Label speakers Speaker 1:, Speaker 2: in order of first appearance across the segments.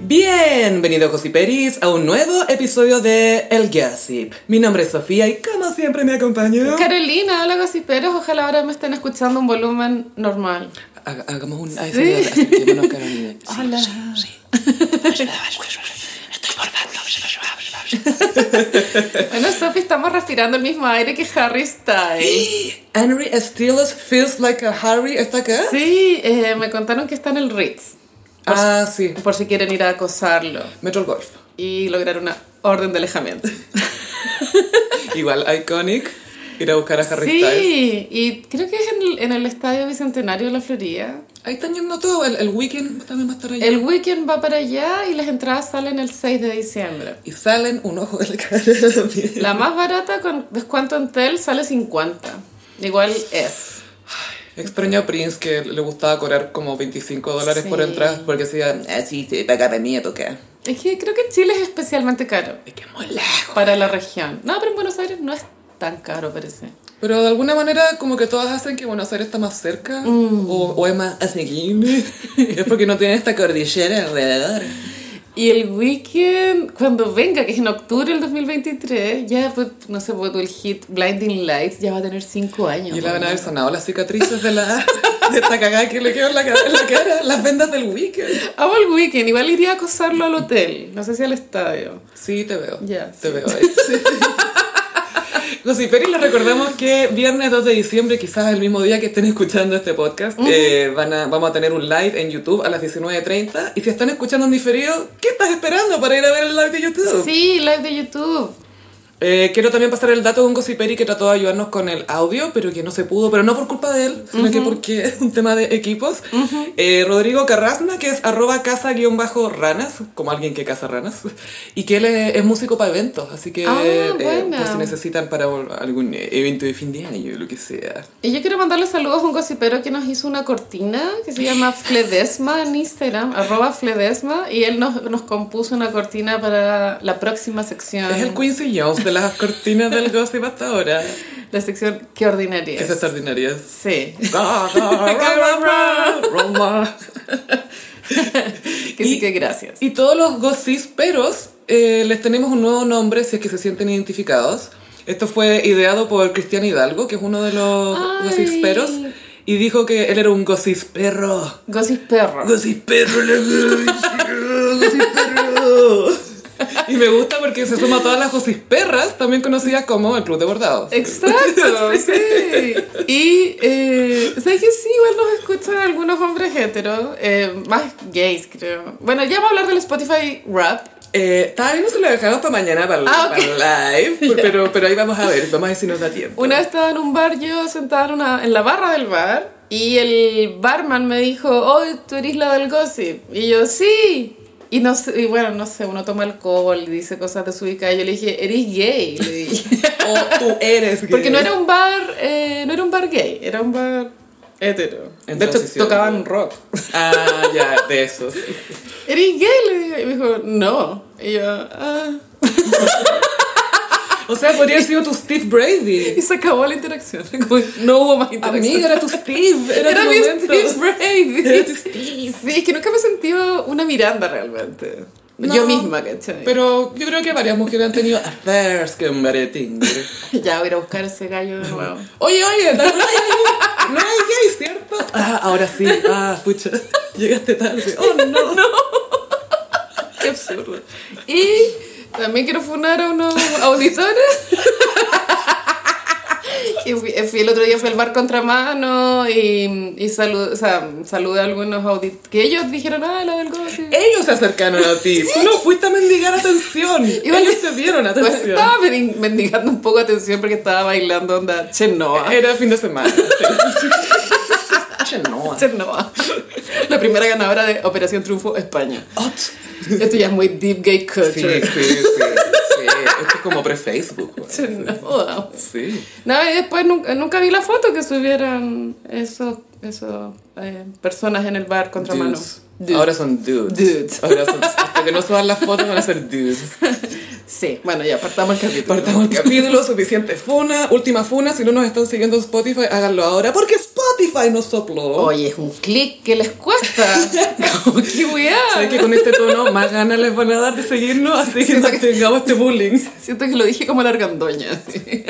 Speaker 1: Bienvenido, Gossiperis, a un nuevo episodio de El Gossip. Mi nombre es Sofía y como siempre me acompaño...
Speaker 2: Carolina, hola gossiperos, ojalá ahora me estén escuchando un volumen normal.
Speaker 1: Haga- Hagamos un ASMR, acerquémonos, Carolina. Sí,
Speaker 2: Hola.
Speaker 1: sí, sí.
Speaker 2: Bueno, Sofi, estamos respirando el mismo aire que Harry Styles.
Speaker 1: Henry Stillos feels like a Harry, ¿está acá?
Speaker 2: Sí, eh, me contaron que está en el Ritz,
Speaker 1: Ah, sí,
Speaker 2: por si quieren ir a acosarlo
Speaker 1: Metro Golf.
Speaker 2: y lograr una orden de alejamiento.
Speaker 1: Igual, iconic, ir a buscar a Harry Styles.
Speaker 2: Sí, y creo que es en el, en el Estadio Bicentenario de la Florida.
Speaker 1: Ahí están yendo todo, el, el weekend también va a estar allá.
Speaker 2: El weekend va para allá y las entradas salen el 6 de diciembre.
Speaker 1: Y salen un ojo de la cara también.
Speaker 2: La más barata con descuento en TEL sale 50. Igual es.
Speaker 1: Extraño a Prince que le gustaba cobrar como 25 dólares por
Speaker 2: Sí.
Speaker 1: entradas porque decía, así se paga para mí a tocar.
Speaker 2: Es que creo que Chile es especialmente caro
Speaker 1: Es que es muy lejos.
Speaker 2: para la región. No, pero en Buenos Aires no es tan caro, parece.
Speaker 1: Pero de alguna manera como que todas hacen que Buenos Aires está más cerca
Speaker 2: Mm.
Speaker 1: o, o es más asequible. es porque no tienen esta cordillera alrededor.
Speaker 2: Y el weekend, cuando venga, que es en octubre del 2023, ya, pues, no sé, pues, el hit Blinding Lights ya va a tener 5 años.
Speaker 1: Y le van a haber sanado las cicatrices de, la, de esta cagada que le quedó en la, ca- en la cara, las vendas del weekend.
Speaker 2: Amo el weekend, igual iría a acosarlo al hotel, no sé si al estadio.
Speaker 1: Sí, te veo.
Speaker 2: Ya,
Speaker 1: Te
Speaker 2: sí.
Speaker 1: veo ahí. Gossiperis, les recordamos que viernes 2 de diciembre, quizás el mismo día que estén escuchando este podcast, eh, van a, vamos a tener un live en YouTube a las 19.30. Y si están escuchando en diferido, ¿qué estás esperando para ir a ver el live de YouTube?
Speaker 2: Sí, live de YouTube.
Speaker 1: Eh, quiero también pasar el dato de un Gossiperi que trató de ayudarnos con el audio, pero que no se pudo, pero no por culpa de él, sino que porque es un tema de equipos. Eh, Rodrigo Carrasna, que es arroba casa-ranas, como alguien que caza ranas, y que él es, es músico para eventos, así que
Speaker 2: Ah,
Speaker 1: eh,
Speaker 2: buena.
Speaker 1: por si necesitan para algún evento de fin de año, lo que sea.
Speaker 2: Y yo quiero mandarle saludos a un gossipero que nos hizo una cortina que se llama Fledesma en Instagram, arroba Fledesma, y él nos, nos compuso una cortina para la próxima sección.
Speaker 1: Es el Quincy Jones de las cortinas del gossip hasta ahora,
Speaker 2: La sección Qué ordinaria.
Speaker 1: que es extraordinaria.
Speaker 2: Sí.
Speaker 1: Ra, ra, ra, ra, ra, ra.
Speaker 2: Que
Speaker 1: Y-
Speaker 2: sí que gracias.
Speaker 1: Y todos los gossiperos eh, les tenemos un nuevo nombre si es que se sienten identificados. Esto fue ideado por Cristian Hidalgo, que es uno de los
Speaker 2: Ay.
Speaker 1: gossiperos. Y dijo que él era un gossisperro.
Speaker 2: Gossip perro.
Speaker 1: Gossiperro, la gossip, gossiperro. Y me gusta porque se suma a todas las gossisperras, también conocidas como el Club de Bordados.
Speaker 2: Eh, Exacto, sí. Y, eh, ¿sabes qué? Sí, igual nos escuchan algunos hombres heteros, eh, más gays, creo. Bueno, ya vamos a hablar del Spotify Rap.
Speaker 1: Eh, estaba viendo si lo dejamos para mañana, para, el-
Speaker 2: Ah, ok.
Speaker 1: para el live, pero, pero ahí vamos a ver, vamos a ver si nos da tiempo.
Speaker 2: Una vez estaba en un bar, yo sentada en, una- en la barra del bar, y el barman me dijo, oh, tú eres la del gossip. Y yo, sí. Y, no sé, y bueno, no sé, uno toma alcohol y dice cosas desubicadas. Y yo le dije, eres gay. le dije.
Speaker 1: O tú eres gay.
Speaker 2: Porque no era un bar, eh, no era un bar gay, era un bar hetero.
Speaker 1: En
Speaker 2: de hecho,
Speaker 1: transición.
Speaker 2: tocaban rock.
Speaker 1: Ah, ya, de esos.
Speaker 2: ¿Eres gay? Le digo. Y me dijo, no. Y yo, ah.
Speaker 1: O sea, podría haber sido tu Steve Brady.
Speaker 2: Y se acabó la interacción. Como que no hubo más interacción.
Speaker 1: Amiga, era tu Steve. Era,
Speaker 2: Era
Speaker 1: tu
Speaker 2: mi
Speaker 1: momento.
Speaker 2: Steve Brady.
Speaker 1: Era tu
Speaker 2: Sí, es que nunca me he sentido una Miranda realmente.
Speaker 1: No,
Speaker 2: Yo misma, ¿cachai?
Speaker 1: Pero yo creo que varias mujeres han tenido affairs con Barry Tinder.
Speaker 2: Ya voy a ir a buscar ese gallo de nuevo.
Speaker 1: Oye, oye, no hay gay, no hay gay, ¿cierto? Ah, ahora sí. Ah, pucha. Llegaste tarde. Oh, no.
Speaker 2: Qué absurdo. Y también quiero funar a unos auditores. Y fui, eh, fui el otro día fui al bar contramano y, y salu- o sea, saludé a algunos auditores que ellos dijeron, ah, la del gossip.
Speaker 1: Ellos se acercaron a ti. Tú no fuiste a mendigar atención.
Speaker 2: Igual-
Speaker 1: Ellos te dieron
Speaker 2: Pues
Speaker 1: atención.
Speaker 2: estaba mendi- mendigando un poco atención porque estaba bailando onda Chenoa.
Speaker 1: Era fin de semana. Che, no.
Speaker 2: Chenoa. La primera ganadora de Operación Triunfo España.
Speaker 1: Ot.
Speaker 2: Esto ya es muy deep gay
Speaker 1: Sí,
Speaker 2: culture.
Speaker 1: sí, sí, sí. Esto es como pre-Facebook. güey.
Speaker 2: Chenoa.
Speaker 1: Sí.
Speaker 2: No, y después nunca, nunca vi la foto que subieron esos, esos eh, personas en el bar contra mano.
Speaker 1: Dudes. Ahora son dudes.
Speaker 2: Dudes.
Speaker 1: Ahora son, hasta que no suban las fotos van a ser dudes.
Speaker 2: Sí, bueno, ya partamos el capítulo.
Speaker 1: Partamos el capítulo, suficiente funa, última funa. Si no nos están siguiendo en Spotify, háganlo ahora. Porque Spotify If I No Stop Love.
Speaker 2: Oye, es un clic que les cuesta. Como que
Speaker 1: Sabes
Speaker 2: weá.
Speaker 1: que con este tono más ganas les van a dar de seguirnos, así que
Speaker 2: Siento
Speaker 1: no
Speaker 2: que-
Speaker 1: tengamos este bullying.
Speaker 2: Siento que lo dije como la argandoña. así.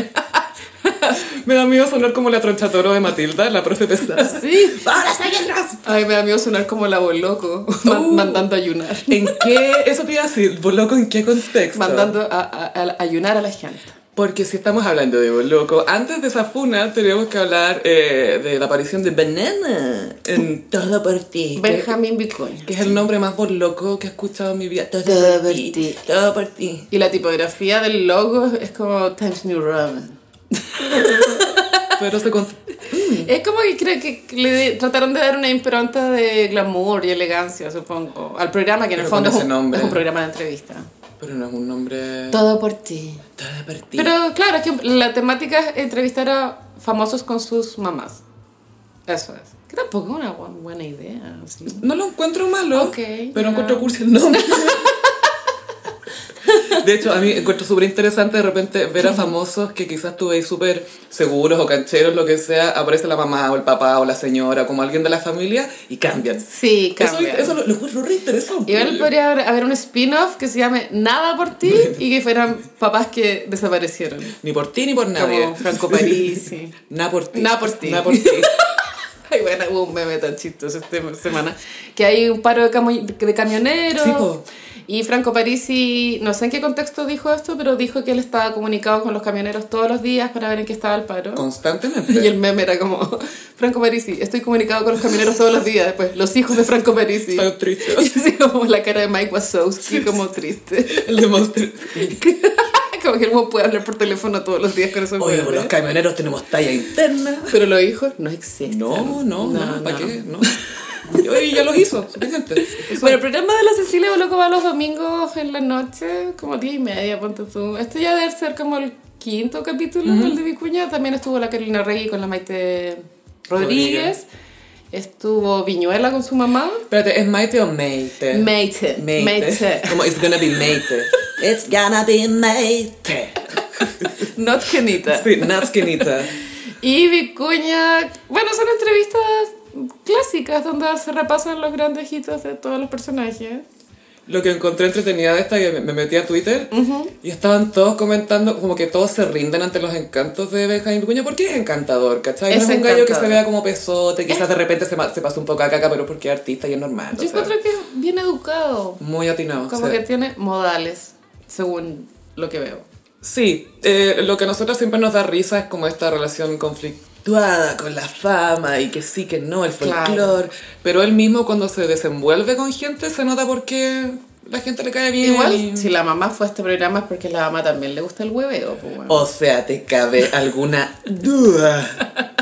Speaker 1: Me da miedo sonar como la tronchatoro de Matilda, la profe pesada.
Speaker 2: Sí.
Speaker 1: ¡Ahora seguirnos!
Speaker 2: Ay, me da miedo sonar como la loco, mandando a ayunar.
Speaker 1: ¿En Uh. qué? Eso te iba a decir, loco, ¿en qué contexto?
Speaker 2: Mandando a, a- a ayunar a la gente.
Speaker 1: Porque si estamos hablando de Boloco, antes de esa funa tenemos que hablar eh, de la aparición de Banana en Todo por ti. Que,
Speaker 2: Benjamín Vicuña.
Speaker 1: que es el nombre más Boloco que he escuchado en mi vida. Todo,
Speaker 2: Todo
Speaker 1: por
Speaker 2: por
Speaker 1: ti,
Speaker 2: ti.
Speaker 1: Todo por ti.
Speaker 2: Y la tipografía del logo es como Times New Roman.
Speaker 1: Pero se con-
Speaker 2: Es como que creo que le de- trataron de dar una impronta de glamour y elegancia, supongo, al programa que en
Speaker 1: Pero
Speaker 2: el
Speaker 1: con
Speaker 2: fondo es
Speaker 1: ese
Speaker 2: un,
Speaker 1: nombre.
Speaker 2: es un programa de entrevista.
Speaker 1: Pero no es un nombre...
Speaker 2: Todo por ti.
Speaker 1: Todo por ti.
Speaker 2: Pero claro, es que la temática es entrevistar a famosos con sus mamás. Eso es. Que tampoco es una bu- buena idea. ¿sí?
Speaker 1: No lo encuentro malo,
Speaker 2: Ok,
Speaker 1: pero
Speaker 2: ya.
Speaker 1: encuentro cursi el nombre. De hecho, a mí encuentro súper interesante de repente ver a famosos que quizás tú veis súper seguros o cancheros, lo que sea, aparece la mamá o el papá o la señora, como alguien de la familia, y cambian.
Speaker 2: Sí,
Speaker 1: Eso,
Speaker 2: cambia.
Speaker 1: eso lo, lo encuentro re interesante.
Speaker 2: Igual podría haber, haber un spin-off que se llame Nada por ti y que fueran papás que desaparecieron.
Speaker 1: Ni por ti ni por nadie.
Speaker 2: Como Franco Parisi.
Speaker 1: Nada por ti.
Speaker 2: Nada por ti.
Speaker 1: Nada por ti.
Speaker 2: Ay, bueno, hubo un meme tan chistoso esta semana. Que hay un paro de, camo- de camioneros.
Speaker 1: Sí, po.
Speaker 2: y Franco Parisi, no sé en qué contexto dijo esto, pero dijo que él estaba comunicado con los camioneros todos los días para ver en qué estaba el paro.
Speaker 1: Constantemente.
Speaker 2: Y el meme era como, Franco Parisi, estoy comunicado con los camioneros todos los días. Después, los hijos de Franco Parisi.
Speaker 1: Estoy triste.
Speaker 2: Y así como la cara de Mike Wazowski, como triste.
Speaker 1: El de Monster.
Speaker 2: como que uno puede hablar por teléfono todos los días con esos
Speaker 1: Oye,
Speaker 2: memes.
Speaker 1: con los camioneros tenemos talla interna.
Speaker 2: Pero los hijos no existen.
Speaker 1: No, no, no, ¿para
Speaker 2: no.
Speaker 1: qué? No. Y ya los hizo, suficiente. Eso-
Speaker 2: Bueno, el programa de la Cecilia Boloco va los domingos en la noche, como 10 y media, ponte tú. Este ya debe ser como el quinto capítulo, el de Vicuña. También estuvo la Carolina Rey con la Maite Rodríguez.
Speaker 1: Rodríguez.
Speaker 2: Estuvo Viñuela con su mamá.
Speaker 1: Espérate, ¿es Maite o Maite?
Speaker 2: Maite.
Speaker 1: Eh, Maite.
Speaker 2: Maite.
Speaker 1: Como it's gonna be Maite. It's gonna be Maite.
Speaker 2: Not Kenita.
Speaker 1: Sí, Nazquinita.
Speaker 2: Y Vicuña, bueno, son entrevistas clásicas donde se repasan los grandes hitos de todos los personajes.
Speaker 1: Lo que encontré entretenida de esta, que me- me metí a Twitter y estaban todos comentando, como que todos se rinden ante los encantos de Benjamín Vicuña porque es encantador, ¿cachai?
Speaker 2: Es
Speaker 1: no es un gallo que se
Speaker 2: encantador.
Speaker 1: vea como pesote, quizás de repente se, ma- se pasa un poco a caca, pero es porque es artista y es normal.
Speaker 2: Yo
Speaker 1: o sea,
Speaker 2: encuentro que es bien educado.
Speaker 1: Muy atinado.
Speaker 2: Como
Speaker 1: o sea.
Speaker 2: que tiene modales, según lo que veo.
Speaker 1: Sí, eh, lo que a nosotros siempre nos da risa es como esta relación conflictuada con la fama y que sí, que no, el
Speaker 2: Claro.
Speaker 1: folclore. Pero él mismo cuando se desenvuelve con gente se nota porque la gente le cae bien.
Speaker 2: Igual,
Speaker 1: y-
Speaker 2: si la mamá fue a este programa es porque a la mamá también le gusta el hueveo. pues, bueno.
Speaker 1: O sea, te cabe alguna duda.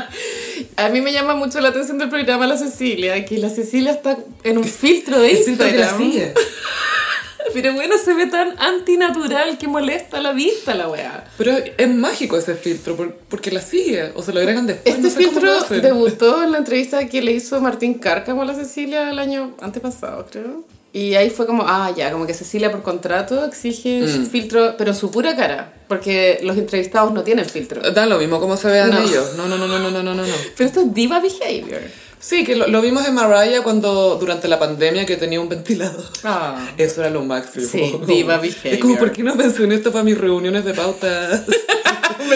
Speaker 2: A mí me llama mucho la atención del programa La Cecilia, que la Cecilia está en un filtro de
Speaker 1: Siento que la
Speaker 2: Instagram.
Speaker 1: sigue.
Speaker 2: Pero bueno, se ve tan antinatural que molesta la vista la weá.
Speaker 1: Pero es mágico ese filtro por- porque la sigue o se lo agregan después.
Speaker 2: Este
Speaker 1: no sé cómo lo
Speaker 2: filtro
Speaker 1: hacen.
Speaker 2: debutó en la entrevista que le hizo Martín Cárcamo a la Cecilia el año antepasado, creo. Y ahí fue como, ah, ya, como que Cecilia por contrato exige
Speaker 1: Mm.
Speaker 2: filtro, pero en su pura cara, porque los entrevistados no tienen filtro.
Speaker 1: Da lo mismo como se vean
Speaker 2: No.
Speaker 1: ellos. No, no, no, no, no, no, no, no.
Speaker 2: Pero esto es diva behavior.
Speaker 1: Sí, que lo, lo vimos en Mariah cuando durante la pandemia que tenía un ventilador.
Speaker 2: Ah.
Speaker 1: Eso era lo máximo.
Speaker 2: Sí, diva behavior.
Speaker 1: Es como, ¿por qué no pensé en esto para mis reuniones de pautas?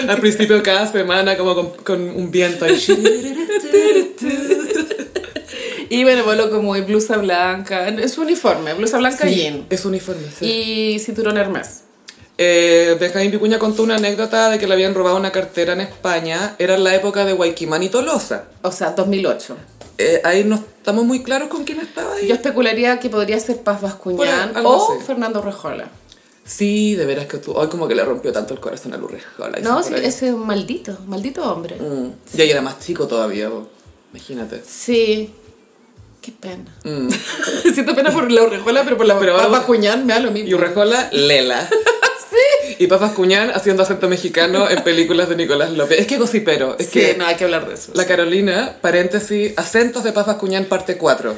Speaker 1: Al principio de cada semana, como con, con un viento ahí.
Speaker 2: Y bueno, voló como muy blusa blanca, es su uniforme, blusa blanca jean.
Speaker 1: es uniforme, sí.
Speaker 2: Y cinturón Hermes.
Speaker 1: Eh, Benjamín Vicuña contó una anécdota de que le habían robado una cartera en España. Era en la época de Guayquimán y Tolosa.
Speaker 2: O sea, 2008.
Speaker 1: Eh, ahí no estamos muy claros con quién estaba ahí.
Speaker 2: Yo especularía que podría ser Paz Bascuñán
Speaker 1: Por ahí, algo
Speaker 2: o
Speaker 1: así.
Speaker 2: Fernando Rejola.
Speaker 1: Sí, de veras que tú. Hoy como que le rompió tanto el corazón a Lurrejola.
Speaker 2: No, sí, ese es un maldito, maldito hombre.
Speaker 1: Mm. Y ahí era más chico todavía, po. imagínate.
Speaker 2: Sí. Qué pena. Siento pena por la orejuela, pero por la
Speaker 1: Mm. Pero
Speaker 2: pero
Speaker 1: ahora-
Speaker 2: me da lo
Speaker 1: Y
Speaker 2: mismo.
Speaker 1: Urrejola, Lela. sí. Y Papas Cuñán haciendo acento mexicano en películas de Nicolás López. Es que gocipero. Es
Speaker 2: Sí,
Speaker 1: que
Speaker 2: no hay que hablar de eso.
Speaker 1: la Carolina, paréntesis, acentos de Papas Cuñán parte 4.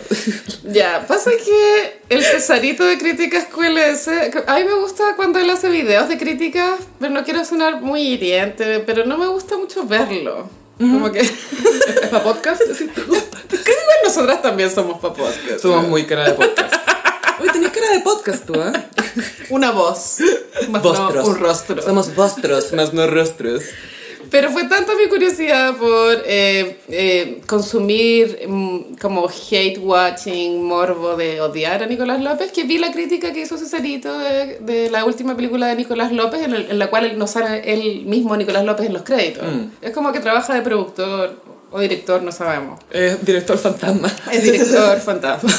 Speaker 2: Ya, pasa que el Cesarito de Críticas QLS, a mí me gusta cuando él hace videos de críticas, pero no quiero sonar muy hiriente, pero no me gusta mucho verlo. Como que.
Speaker 1: ¿Es para podcast? Sí, tú.
Speaker 2: Creo que nosotras también somos para podcast.
Speaker 1: Somos muy cara de podcast. Uy, tenés cara de podcast tú, ¿eh?
Speaker 2: Una voz. Más no,
Speaker 1: Vostros.
Speaker 2: un rostro.
Speaker 1: Somos vostros, más no rostros.
Speaker 2: Pero fue tanta mi curiosidad por eh, eh, consumir mm, como hate watching, morbo de odiar a Nicolás López, que vi la crítica que hizo Cesarito de, de la última película de Nicolás López, en, el- en la cual él no sale el mismo Nicolás López en los créditos. Es como que trabaja de productor o director, no sabemos.
Speaker 1: Eh, director fantasma.
Speaker 2: Es director fantasma.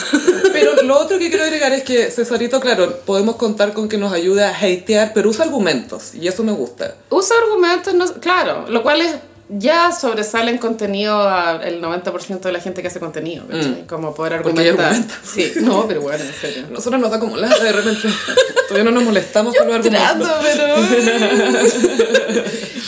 Speaker 1: Pero lo otro que quiero agregar es que Cesarito, claro, podemos contar con que nos ayuda a hatear, pero usa argumentos, y eso me gusta.
Speaker 2: Usa argumentos, no- claro, lo cual es, ya sobresale en contenido al 90% de la gente que hace contenido, ¿cachai? Como poder
Speaker 1: Mm. Porque hay
Speaker 2: argumentar.
Speaker 1: argumentos.
Speaker 2: Sí, no, pero bueno, en serio.
Speaker 1: Nosotros nos da como lata de repente. Todavía no nos molestamos con los argumentos.
Speaker 2: Trato, pero...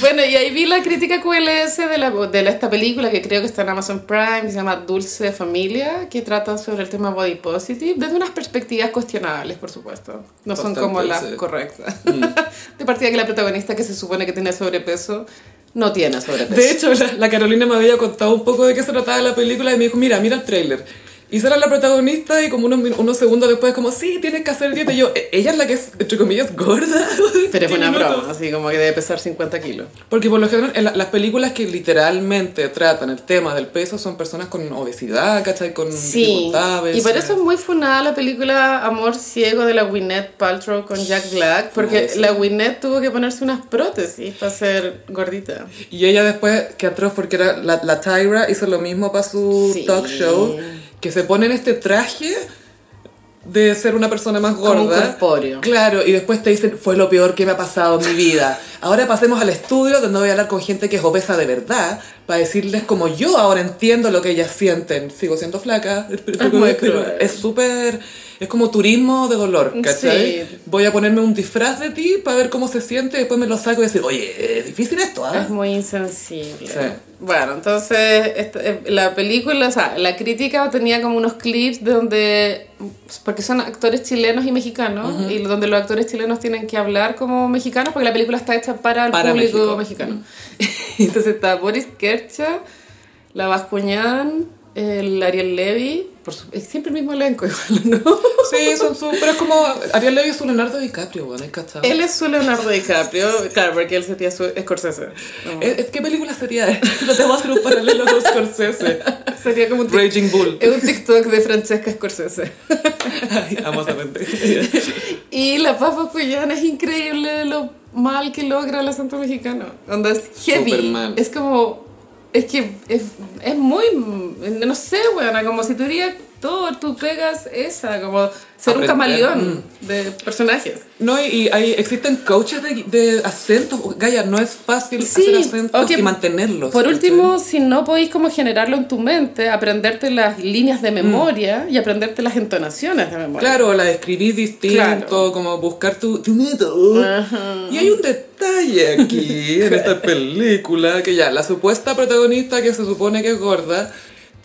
Speaker 2: bueno, y ahí vi la crítica QLS de, la, de la- esta película que creo que está en Amazon Prime, que se llama Dulce Familia, que trata sobre el tema body positive, desde unas perspectivas cuestionables, por supuesto. No son
Speaker 1: Bastante,
Speaker 2: como las
Speaker 1: sí. Mm.
Speaker 2: correctas. de partida que la protagonista que se supone que tiene sobrepeso, no tiene sobrepeso.
Speaker 1: De hecho, la, la Carolina me había contado un poco de qué se trataba la película y me dijo, mira, mira el tráiler. Y Sara es la protagonista y como unos, min- unos segundos después como, sí, tienes que hacer dieta. Y yo, "¿E- ella es la que es, entre comillas, gorda.
Speaker 2: Pero es
Speaker 1: ¿Qué
Speaker 2: una
Speaker 1: minuto?
Speaker 2: broma, así como que debe pesar 50 kilos.
Speaker 1: Porque por lo general, en la- las películas que literalmente tratan el tema del peso son personas con obesidad, ¿cachai? Con
Speaker 2: Sí,
Speaker 1: dificultades.
Speaker 2: y por eso es muy funada la película Amor Ciego de la Gwyneth Paltrow con Jack Black, porque
Speaker 1: Funadísima.
Speaker 2: la Gwyneth tuvo que ponerse unas prótesis para ser gordita.
Speaker 1: Y ella después, que atroz porque era la, la Tyra, hizo lo mismo para su
Speaker 2: Sí.
Speaker 1: talk show, que se pone en este traje de ser una persona más gorda.
Speaker 2: Como un corpóreo.
Speaker 1: Claro, y después te dicen, fue lo peor que me ha pasado en mi vida. Ahora pasemos al estudio donde voy a hablar con gente que es obesa de verdad, para decirles como yo ahora entiendo lo que ellas sienten. Sigo siendo flaca, pero-
Speaker 2: muy
Speaker 1: pero
Speaker 2: cruel.
Speaker 1: es súper... Es como turismo de dolor, ¿cachai?
Speaker 2: Sí.
Speaker 1: Voy a ponerme un disfraz de ti para ver cómo se siente, después me lo saco y decir, oye, es difícil esto, ¿ah?
Speaker 2: Es muy insensible.
Speaker 1: Sí.
Speaker 2: Bueno, entonces esta- eh, la película, o sea, la crítica tenía como unos clips de donde, porque son actores chilenos y mexicanos, y donde los actores chilenos tienen que hablar como mexicanos, porque la película está hecha para el
Speaker 1: Para México.
Speaker 2: público mexicano. entonces está Boris Kercha, la Bascuñán, el Ariel Levy, por su- es siempre el mismo elenco igual, ¿no?
Speaker 1: Sí, son su... Pero es como... Ariel Levy es un Leonardo DiCaprio, bueno, es cachado.
Speaker 2: Él es su Leonardo DiCaprio, claro, porque él sería su Scorsese. Como-
Speaker 1: ¿Es, Eh, ¿Qué película sería esta? No te voy a hacer un paralelo con Scorsese.
Speaker 2: Sería como un tic-
Speaker 1: Raging Bull.
Speaker 2: Es un TikTok de Francesca Scorsese.
Speaker 1: Ay, vamos a vender.
Speaker 2: Y la papa cuyana es increíble lo mal que logra el acento mexicano. Onda es heavy.
Speaker 1: Súper mal.
Speaker 2: Es como. Es que es, es muy. No sé, weona. Como si tú eres actor, tú pegas esa. Como ser
Speaker 1: Aprender.
Speaker 2: un
Speaker 1: Mm.
Speaker 2: camaleón de personajes.
Speaker 1: No, y, y hay, existen coaches de, de acentos. Gaya, no es fácil
Speaker 2: Sí,
Speaker 1: hacer acentos
Speaker 2: o que-
Speaker 1: y mantenerlos.
Speaker 2: Por
Speaker 1: ¿cachai?
Speaker 2: último, si no podéis como generarlo en tu mente, aprenderte las líneas de memoria y aprenderte las entonaciones de memoria.
Speaker 1: Mm. Claro, la escribís distinto,
Speaker 2: Claro.
Speaker 1: como buscar tu, tu método. Y hay un detalle aquí en esta película, que ya la supuesta protagonista que se supone que es gorda,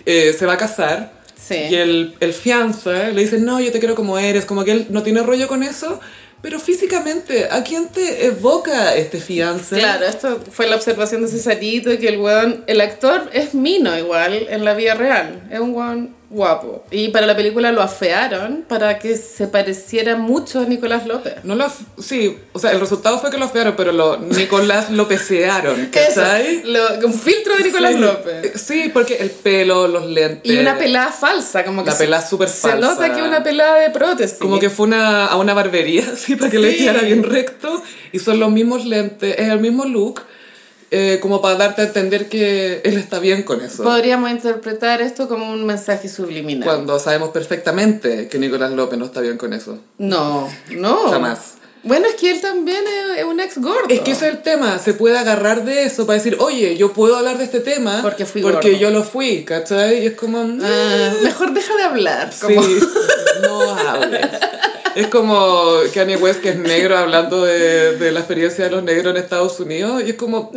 Speaker 1: eh, se va a casar.
Speaker 2: Sí.
Speaker 1: Y el, el fianza le dice, no, yo te quiero como eres, como que él no tiene rollo con eso. Pero físicamente, ¿a quién te evoca este fianza?
Speaker 2: Claro, esto fue la observación de Cesarito y que el weón, el actor es mino igual en la vida real, es un weón guapo. Y para la película lo afearon para que se pareciera mucho a Nicolás López.
Speaker 1: No lo, af- sí, o sea, el resultado fue que lo fearon, pero lo Nicolás lo pesearon,
Speaker 2: Eso,
Speaker 1: ¿cachai?
Speaker 2: lo- un filtro de Nicolás
Speaker 1: Sí. Eh,
Speaker 2: López.
Speaker 1: Sí, porque el pelo, los lentes.
Speaker 2: Y una pelada falsa, como que
Speaker 1: La
Speaker 2: se-
Speaker 1: pelada súper
Speaker 2: Se
Speaker 1: falsa.
Speaker 2: nota que una pelada de prótesis.
Speaker 1: Como que fue una, a una barbería, así, para que le
Speaker 2: Sí.
Speaker 1: quedara bien recto. Y son los mismos lentes, es el mismo look, eh, como para darte a entender que él está bien con eso.
Speaker 2: Podríamos interpretar esto como un mensaje subliminal.
Speaker 1: Cuando sabemos perfectamente que Nicolás López no está bien con eso.
Speaker 2: No, no.
Speaker 1: Jamás.
Speaker 2: Bueno, es que él también es, es un ex gordo.
Speaker 1: Es que ese es el tema, se puede agarrar de eso para decir, oye, yo puedo hablar de este tema
Speaker 2: Porque fui
Speaker 1: porque
Speaker 2: gordo".
Speaker 1: yo lo fui, ¿cachai? Y es como... mm,
Speaker 2: Ah, mejor deja de hablar. Como...
Speaker 1: Sí, no hables. Es como Kanye West, que es negro, hablando de, de la experiencia de los negros en Estados
Speaker 2: Mm.
Speaker 1: mm, Unidos. Y es como,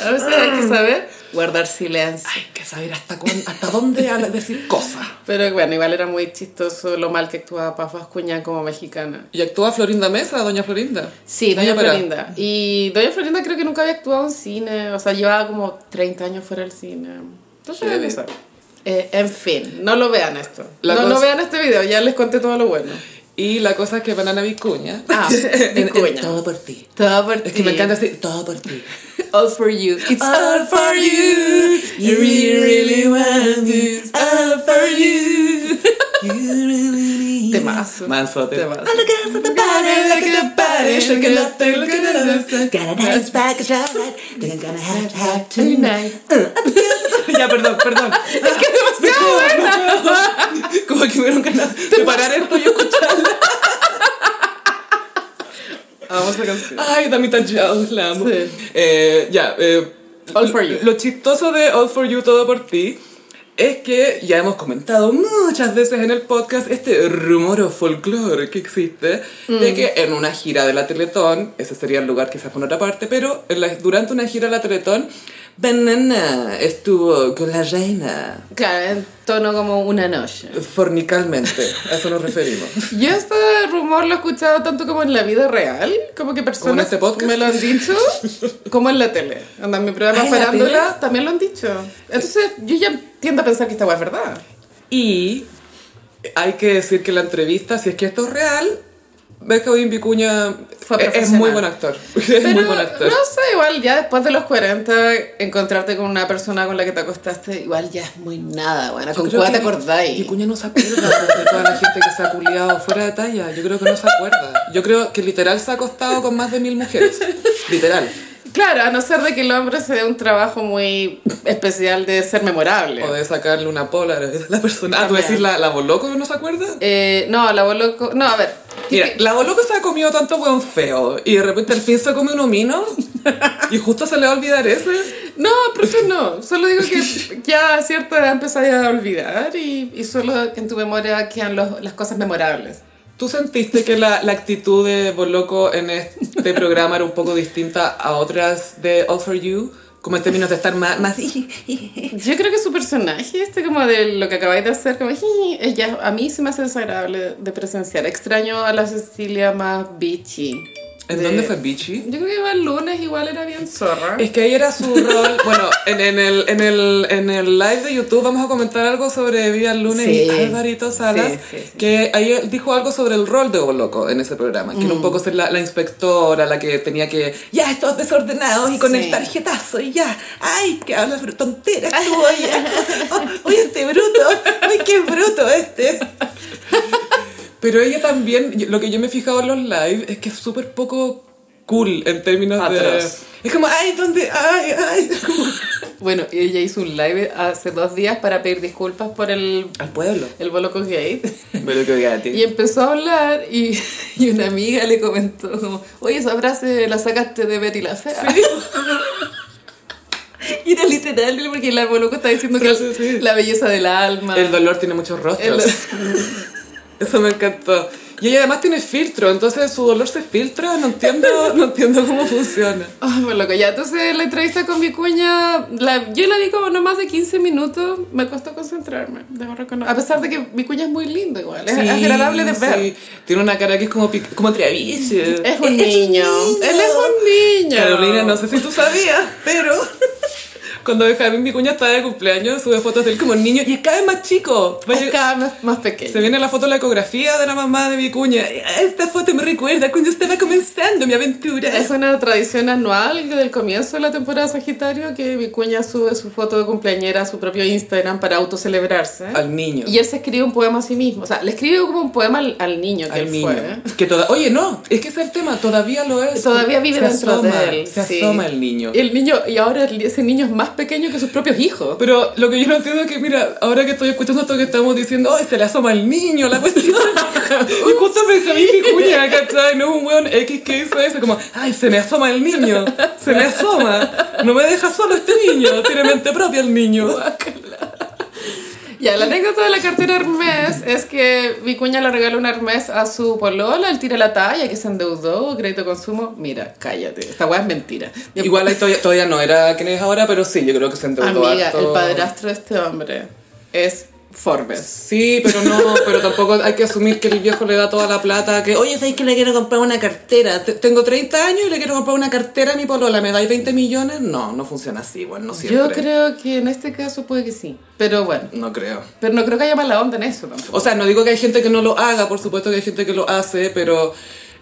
Speaker 2: A veces hay que saber
Speaker 1: Mm.
Speaker 2: guardar silencio.
Speaker 1: Hay que saber hasta, cuán- hasta dónde a- decir cosas.
Speaker 2: Pero bueno, igual era muy chistoso lo mal que actuaba Paz Vascuñán como mexicana.
Speaker 1: Y actúa Florinda Mesa, Doña Florinda.
Speaker 2: Sí, Doña
Speaker 1: Pera.
Speaker 2: Florinda. Y Doña Florinda creo que nunca había actuado en cine, o sea, llevaba como 30 años fuera del cine. Entonces,
Speaker 1: Sí.
Speaker 2: no sé. Eh, en fin, no lo vean esto.
Speaker 1: La
Speaker 2: no, no
Speaker 1: cosa-
Speaker 2: vean este video, ya les conté todo lo bueno.
Speaker 1: Y la cosa es que Banana Vicuña.
Speaker 2: Ah,
Speaker 1: En- en
Speaker 2: Vicuña.
Speaker 1: todo por ti.
Speaker 2: Todo por ti.
Speaker 1: Es que me encanta decir todo por ti.
Speaker 2: All for you. It's
Speaker 1: All for you. You really, really want it. All for you. You really need it.
Speaker 2: Temazo.
Speaker 1: Manzote.
Speaker 2: Temazo.
Speaker 1: I look at the body, look at the body, shake it up, look at the- Got a nice back, it's all right. Then I'm gonna have, have
Speaker 2: Tonight.
Speaker 1: Ya, perdón, perdón. Es que demasiado buena. Como que me dieron ganas de parar esto y escucharla.
Speaker 2: Vamos a canción.
Speaker 1: Ay, Damita Jones, la amo.
Speaker 2: Sí.
Speaker 1: Eh, ya, eh,
Speaker 2: All
Speaker 1: lo-
Speaker 2: for You.
Speaker 1: Lo chistoso de All for You, Todo por Ti, es que ya hemos comentado muchas veces en el podcast este rumor o folclore que existe
Speaker 2: Mm.
Speaker 1: de que en una gira de la Teletón, ese sería el lugar quizás fue en otra parte, pero en la- durante una gira de la Teletón, Banana estuvo con la reina.
Speaker 2: Claro, en tono como una noche.
Speaker 1: Fornicalmente, a eso nos referimos.
Speaker 2: Yo este rumor lo he escuchado tanto como en la vida real, como
Speaker 1: ¿Como
Speaker 2: que
Speaker 1: en
Speaker 2: personas
Speaker 1: este podcast?
Speaker 2: me lo han dicho, como en la tele. Anda, en mi programa
Speaker 1: Ah, ¿en la
Speaker 2: Farándula también lo han dicho. Entonces yo ya tiendo a pensar que esta hueá es verdad.
Speaker 1: Y hay que decir que la entrevista, si es que esto es real, Benjamín Vicuña
Speaker 2: Fue
Speaker 1: es- es
Speaker 2: profesional.
Speaker 1: muy buen actor. Es
Speaker 2: Pero
Speaker 1: muy buen actor.
Speaker 2: no sé, igual ya después de los 40 encontrarte con una persona con la que te acostaste, igual ya es muy nada, bueno, con
Speaker 1: Creo
Speaker 2: cuál te
Speaker 1: que
Speaker 2: acordáis.
Speaker 1: Vicuña no se acuerda de toda la gente que se ha culiado fuera de talla. Yo creo que no se acuerda. Yo creo que literal se ha acostado con más de mil mujeres. Literal.
Speaker 2: Claro, a no ser de que el hombre se dé un trabajo muy especial de ser memorable.
Speaker 1: O de sacarle una pola a la persona. Ah, tú
Speaker 2: También.
Speaker 1: decís, la, la Boloco no se acuerda.
Speaker 2: Eh, no, la loco. No, a ver.
Speaker 1: Mira, la Boloco se ha comido tanto hueón feo y de repente al fin se come un homino y justo se le va a olvidar ese.
Speaker 2: No, pero eso no. Solo digo que ya a cierta edad empezáis a olvidar y, y solo en tu memoria quedan los- las cosas memorables.
Speaker 1: ¿Tú sentiste que la, la actitud de Boloco en este programa era un poco distinta a otras de All For You? Como en términos de estar más... más
Speaker 2: Yo creo que su personaje, este como de lo que acabáis de hacer, como "Jiji", es ya- a mí se me hace desagradable de presenciar. Extraño a la Cecilia más bitchy.
Speaker 1: ¿En
Speaker 2: De-
Speaker 1: dónde fue Bichi?
Speaker 2: Yo creo que iba el lunes, igual era bien zorra.
Speaker 1: Es que ahí era su rol... Bueno, en, en el, en, el, en el live de YouTube vamos a comentar algo sobre Viva el Lunes
Speaker 2: Sí.
Speaker 1: y Alvarito Salas,
Speaker 2: Sí, sí, sí.
Speaker 1: que ahí él dijo algo sobre el rol de Boloco en ese programa, que era un poco ser la, la inspectora, la que tenía que... Ya, estos desordenados y con
Speaker 2: Sí.
Speaker 1: el tarjetazo y ya. Ay, que hablas tonteras tú, oye. Oye, este bruto. Ay, qué bruto este. Pero ella también, yo- lo que yo me he fijado en los live es que es súper poco cool en términos
Speaker 2: Atroz.
Speaker 1: de... Es como, ay, ¿dónde? Ay, ay.
Speaker 2: Bueno, ella hizo un live hace dos días para pedir disculpas por el,
Speaker 1: Al pueblo.
Speaker 2: el bolo con Gate.
Speaker 1: Pero que a
Speaker 2: Y empezó a hablar y, y una amiga le comentó como, oye, esa frase la sacaste de Betty la Fea. Y era literal, porque la Boloco está diciendo que
Speaker 1: Frase, sí.
Speaker 2: la belleza del alma.
Speaker 1: El dolor tiene muchos
Speaker 2: el-
Speaker 1: rostros. Eso me encantó. Y ella además tiene filtro, entonces su dolor se filtra, no entiendo, no entiendo cómo funciona.
Speaker 2: Ay, pues loco, ya entonces la entrevista con mi cuña, la, yo la vi como no más de 15 minutos, me costó concentrarme, debo reconocer. A pesar de que mi cuña es muy lindo igual, es
Speaker 1: Sí,
Speaker 2: agradable de ver.
Speaker 1: sí. Tiene una cara que es como, pic- como travieso.
Speaker 2: Es un niño. Él es un niño.
Speaker 1: Carolina, no sé si tú sabías, pero cuando Benjamín Vicuña está de cumpleaños, sube fotos de él como niño y es cada vez más chico. Va a
Speaker 2: Es
Speaker 1: llegar-
Speaker 2: cada vez más, pequeño.
Speaker 1: Se viene la foto de la ecografía de la mamá de Vicuña. Esta foto me recuerda cuando estaba comenzando mi aventura.
Speaker 2: Es una tradición anual del comienzo de la temporada Sagitario que mi cuña sube su foto de cumpleañera a su propio Instagram para autocelebrarse.
Speaker 1: Al niño.
Speaker 2: Y él se escribe un poema a sí mismo. O sea, le escribe como un poema al, al niño que
Speaker 1: Al
Speaker 2: él
Speaker 1: niño.
Speaker 2: fue. ¿eh?
Speaker 1: Que toda- Oye, no, es que ese es el tema, todavía lo es.
Speaker 2: Todavía vive
Speaker 1: Se
Speaker 2: dentro
Speaker 1: asoma,
Speaker 2: de él.
Speaker 1: Se
Speaker 2: sí.
Speaker 1: asoma el niño.
Speaker 2: Y el niño, y ahora el- ese niño es más pequeño que sus propios hijos.
Speaker 1: Pero lo que yo no entiendo es que, mira, ahora que estoy escuchando esto que estamos diciendo, ¡ay, se le asoma el niño la cuestión! y justo Benjamín Vicuña, ¿cachai? No es un weón X que hizo eso, como, ¡ay, se me asoma el niño! ¡Se me asoma! ¡No me deja solo este niño! ¡Tiene mente propia el niño!
Speaker 2: Y Ya, la anécdota de la cartera Hermes es que mi cuña le regaló una Hermes a su polola, él tira la talla, que se endeudó, crédito de consumo. Mira, cállate, esta weá es mentira. Después-
Speaker 1: Igual ahí todavía, todavía no era quien es ahora, pero sí, yo creo que se endeudó
Speaker 2: Amiga,
Speaker 1: harto.
Speaker 2: el padrastro de este hombre es Forbes.
Speaker 1: Sí, pero no, pero tampoco hay que asumir que el viejo le da toda la plata, que oye, ¿sabéis que le quiero comprar una cartera? Te- tengo 30 años y le quiero comprar una cartera a mi polola, ¿me dais 20 millones? No, no funciona así, bueno, no siempre.
Speaker 2: Yo creo que en este caso puede que sí, pero bueno.
Speaker 1: No creo.
Speaker 2: Pero no creo que haya mala onda en eso tampoco.
Speaker 1: O sea, no digo que hay gente que no lo haga, por supuesto que hay gente que lo hace, pero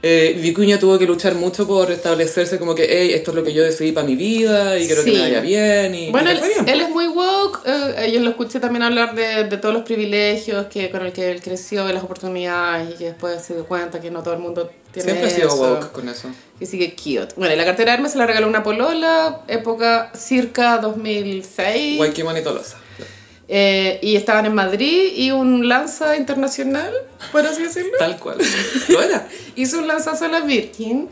Speaker 1: eh, Vicuña tuvo que luchar mucho por establecerse como que, hey, esto es lo que yo decidí para mi vida y quiero
Speaker 2: Sí.
Speaker 1: que me vaya bien. Y,
Speaker 2: Bueno,
Speaker 1: y le
Speaker 2: él,
Speaker 1: fue bien.
Speaker 2: él es muy woke, eh, yo lo escuché también hablar de, de todos los privilegios que, con el que él creció, de las oportunidades y que después se dio cuenta que no todo el mundo tiene
Speaker 1: siempre ha sido
Speaker 2: eso.
Speaker 1: woke con eso.
Speaker 2: Que sigue cute. Bueno, y la cartera de Hermes se la regaló una polola, época circa 2006.
Speaker 1: Guayquimán y Tolosa.
Speaker 2: Eh, y estaban en Madrid y un lanza internacional, por así decirlo.
Speaker 1: Tal cual. Lo era.
Speaker 2: Hizo un lanzazo a la Birkin.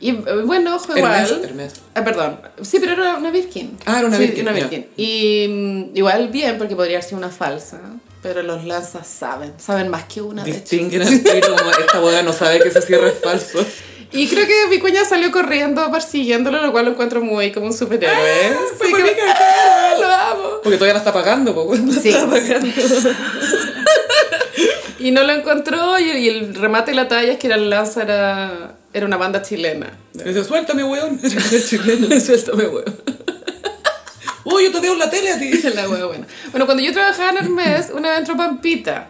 Speaker 2: Y eh, bueno, ojo igual.
Speaker 1: Hermes, Hermes.
Speaker 2: Ah, perdón. Sí, pero era una Birkin.
Speaker 1: Ah, era una
Speaker 2: Sí,
Speaker 1: Birkin, ya.
Speaker 2: Y mm, igual bien, porque podría haber sido una falsa. Pero los lanzas saben, saben más que una. de hecho.
Speaker 1: Distinguen al tiro como esta boda no sabe que ese cierre es falso.
Speaker 2: Y creo que mi cuña salió corriendo, persiguiéndolo, lo cual lo encuentro muy como un superhéroe.
Speaker 1: fue
Speaker 2: Sí,
Speaker 1: por
Speaker 2: como,
Speaker 1: mi cartera.
Speaker 2: ¡Ah, lo amo.
Speaker 1: Porque todavía la está pagando, po. La
Speaker 2: Sí.
Speaker 1: está pagando.
Speaker 2: Y no lo encontró y, y el remate de la talla es que era Lanza era, era una banda chilena.
Speaker 1: Me dice, suéltame, weón. El chileno, suéltame, weón. Uy, yo te veo en la tele a ti.
Speaker 2: La wea buena. Bueno, cuando yo trabajaba en Hermes, una vez entró Pampita.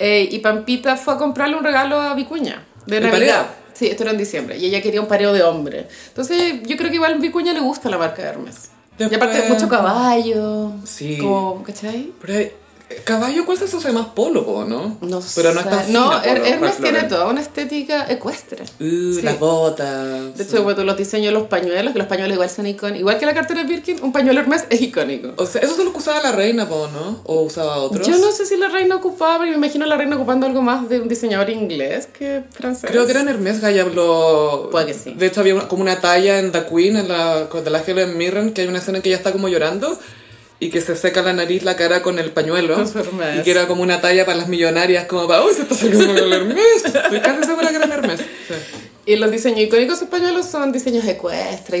Speaker 2: Eh, y Pampita fue a comprarle un regalo a Vicuña de
Speaker 1: ¿El pareo?
Speaker 2: Navidad. Sí, esto era en diciembre. Y ella quería un pareo de hombre. Entonces, yo creo que igual a Vicuña le gusta la marca de Hermes. Y
Speaker 1: Después-
Speaker 2: aparte, mucho caballo.
Speaker 1: Sí.
Speaker 2: Como, ¿cachai?
Speaker 1: Pero, eh, caballo, ¿cuál se asocia más polo, po, no?
Speaker 2: No
Speaker 1: Pero no es
Speaker 2: sé.
Speaker 1: tan
Speaker 2: No,
Speaker 1: fina,
Speaker 2: Her-
Speaker 1: polo, Ralph
Speaker 2: Hermes
Speaker 1: Lauren.
Speaker 2: tiene toda una estética ecuestre.
Speaker 1: Uh,
Speaker 2: Sí.
Speaker 1: Las botas.
Speaker 2: De hecho, bueno, los diseños de los pañuelos, que los pañuelos igual son icónicos. Igual que la cartera de Birkin, un pañuelo Hermes es icónico.
Speaker 1: O sea, esos son los que usaba la reina, po, ¿no? O usaba otros.
Speaker 2: Yo no sé si la reina ocupaba, pero me imagino la reina ocupando algo más de un diseñador inglés que francés.
Speaker 1: Creo que eran Hermes Gallardo.
Speaker 2: Puede que sí.
Speaker 1: De hecho, había una- como una talla en The Queen, en la, con- de la Helen Mirren, que hay una escena en que ella está como llorando y que se seca la nariz, la cara con el pañuelo.
Speaker 2: Con su Hermes.
Speaker 1: Y que era como una talla para las millonarias, como para, uy, se está sacando el Hermes. Estoy casi segura que era el Hermes. Sí.
Speaker 2: Y los diseños icónicos españoles son diseños ecuestres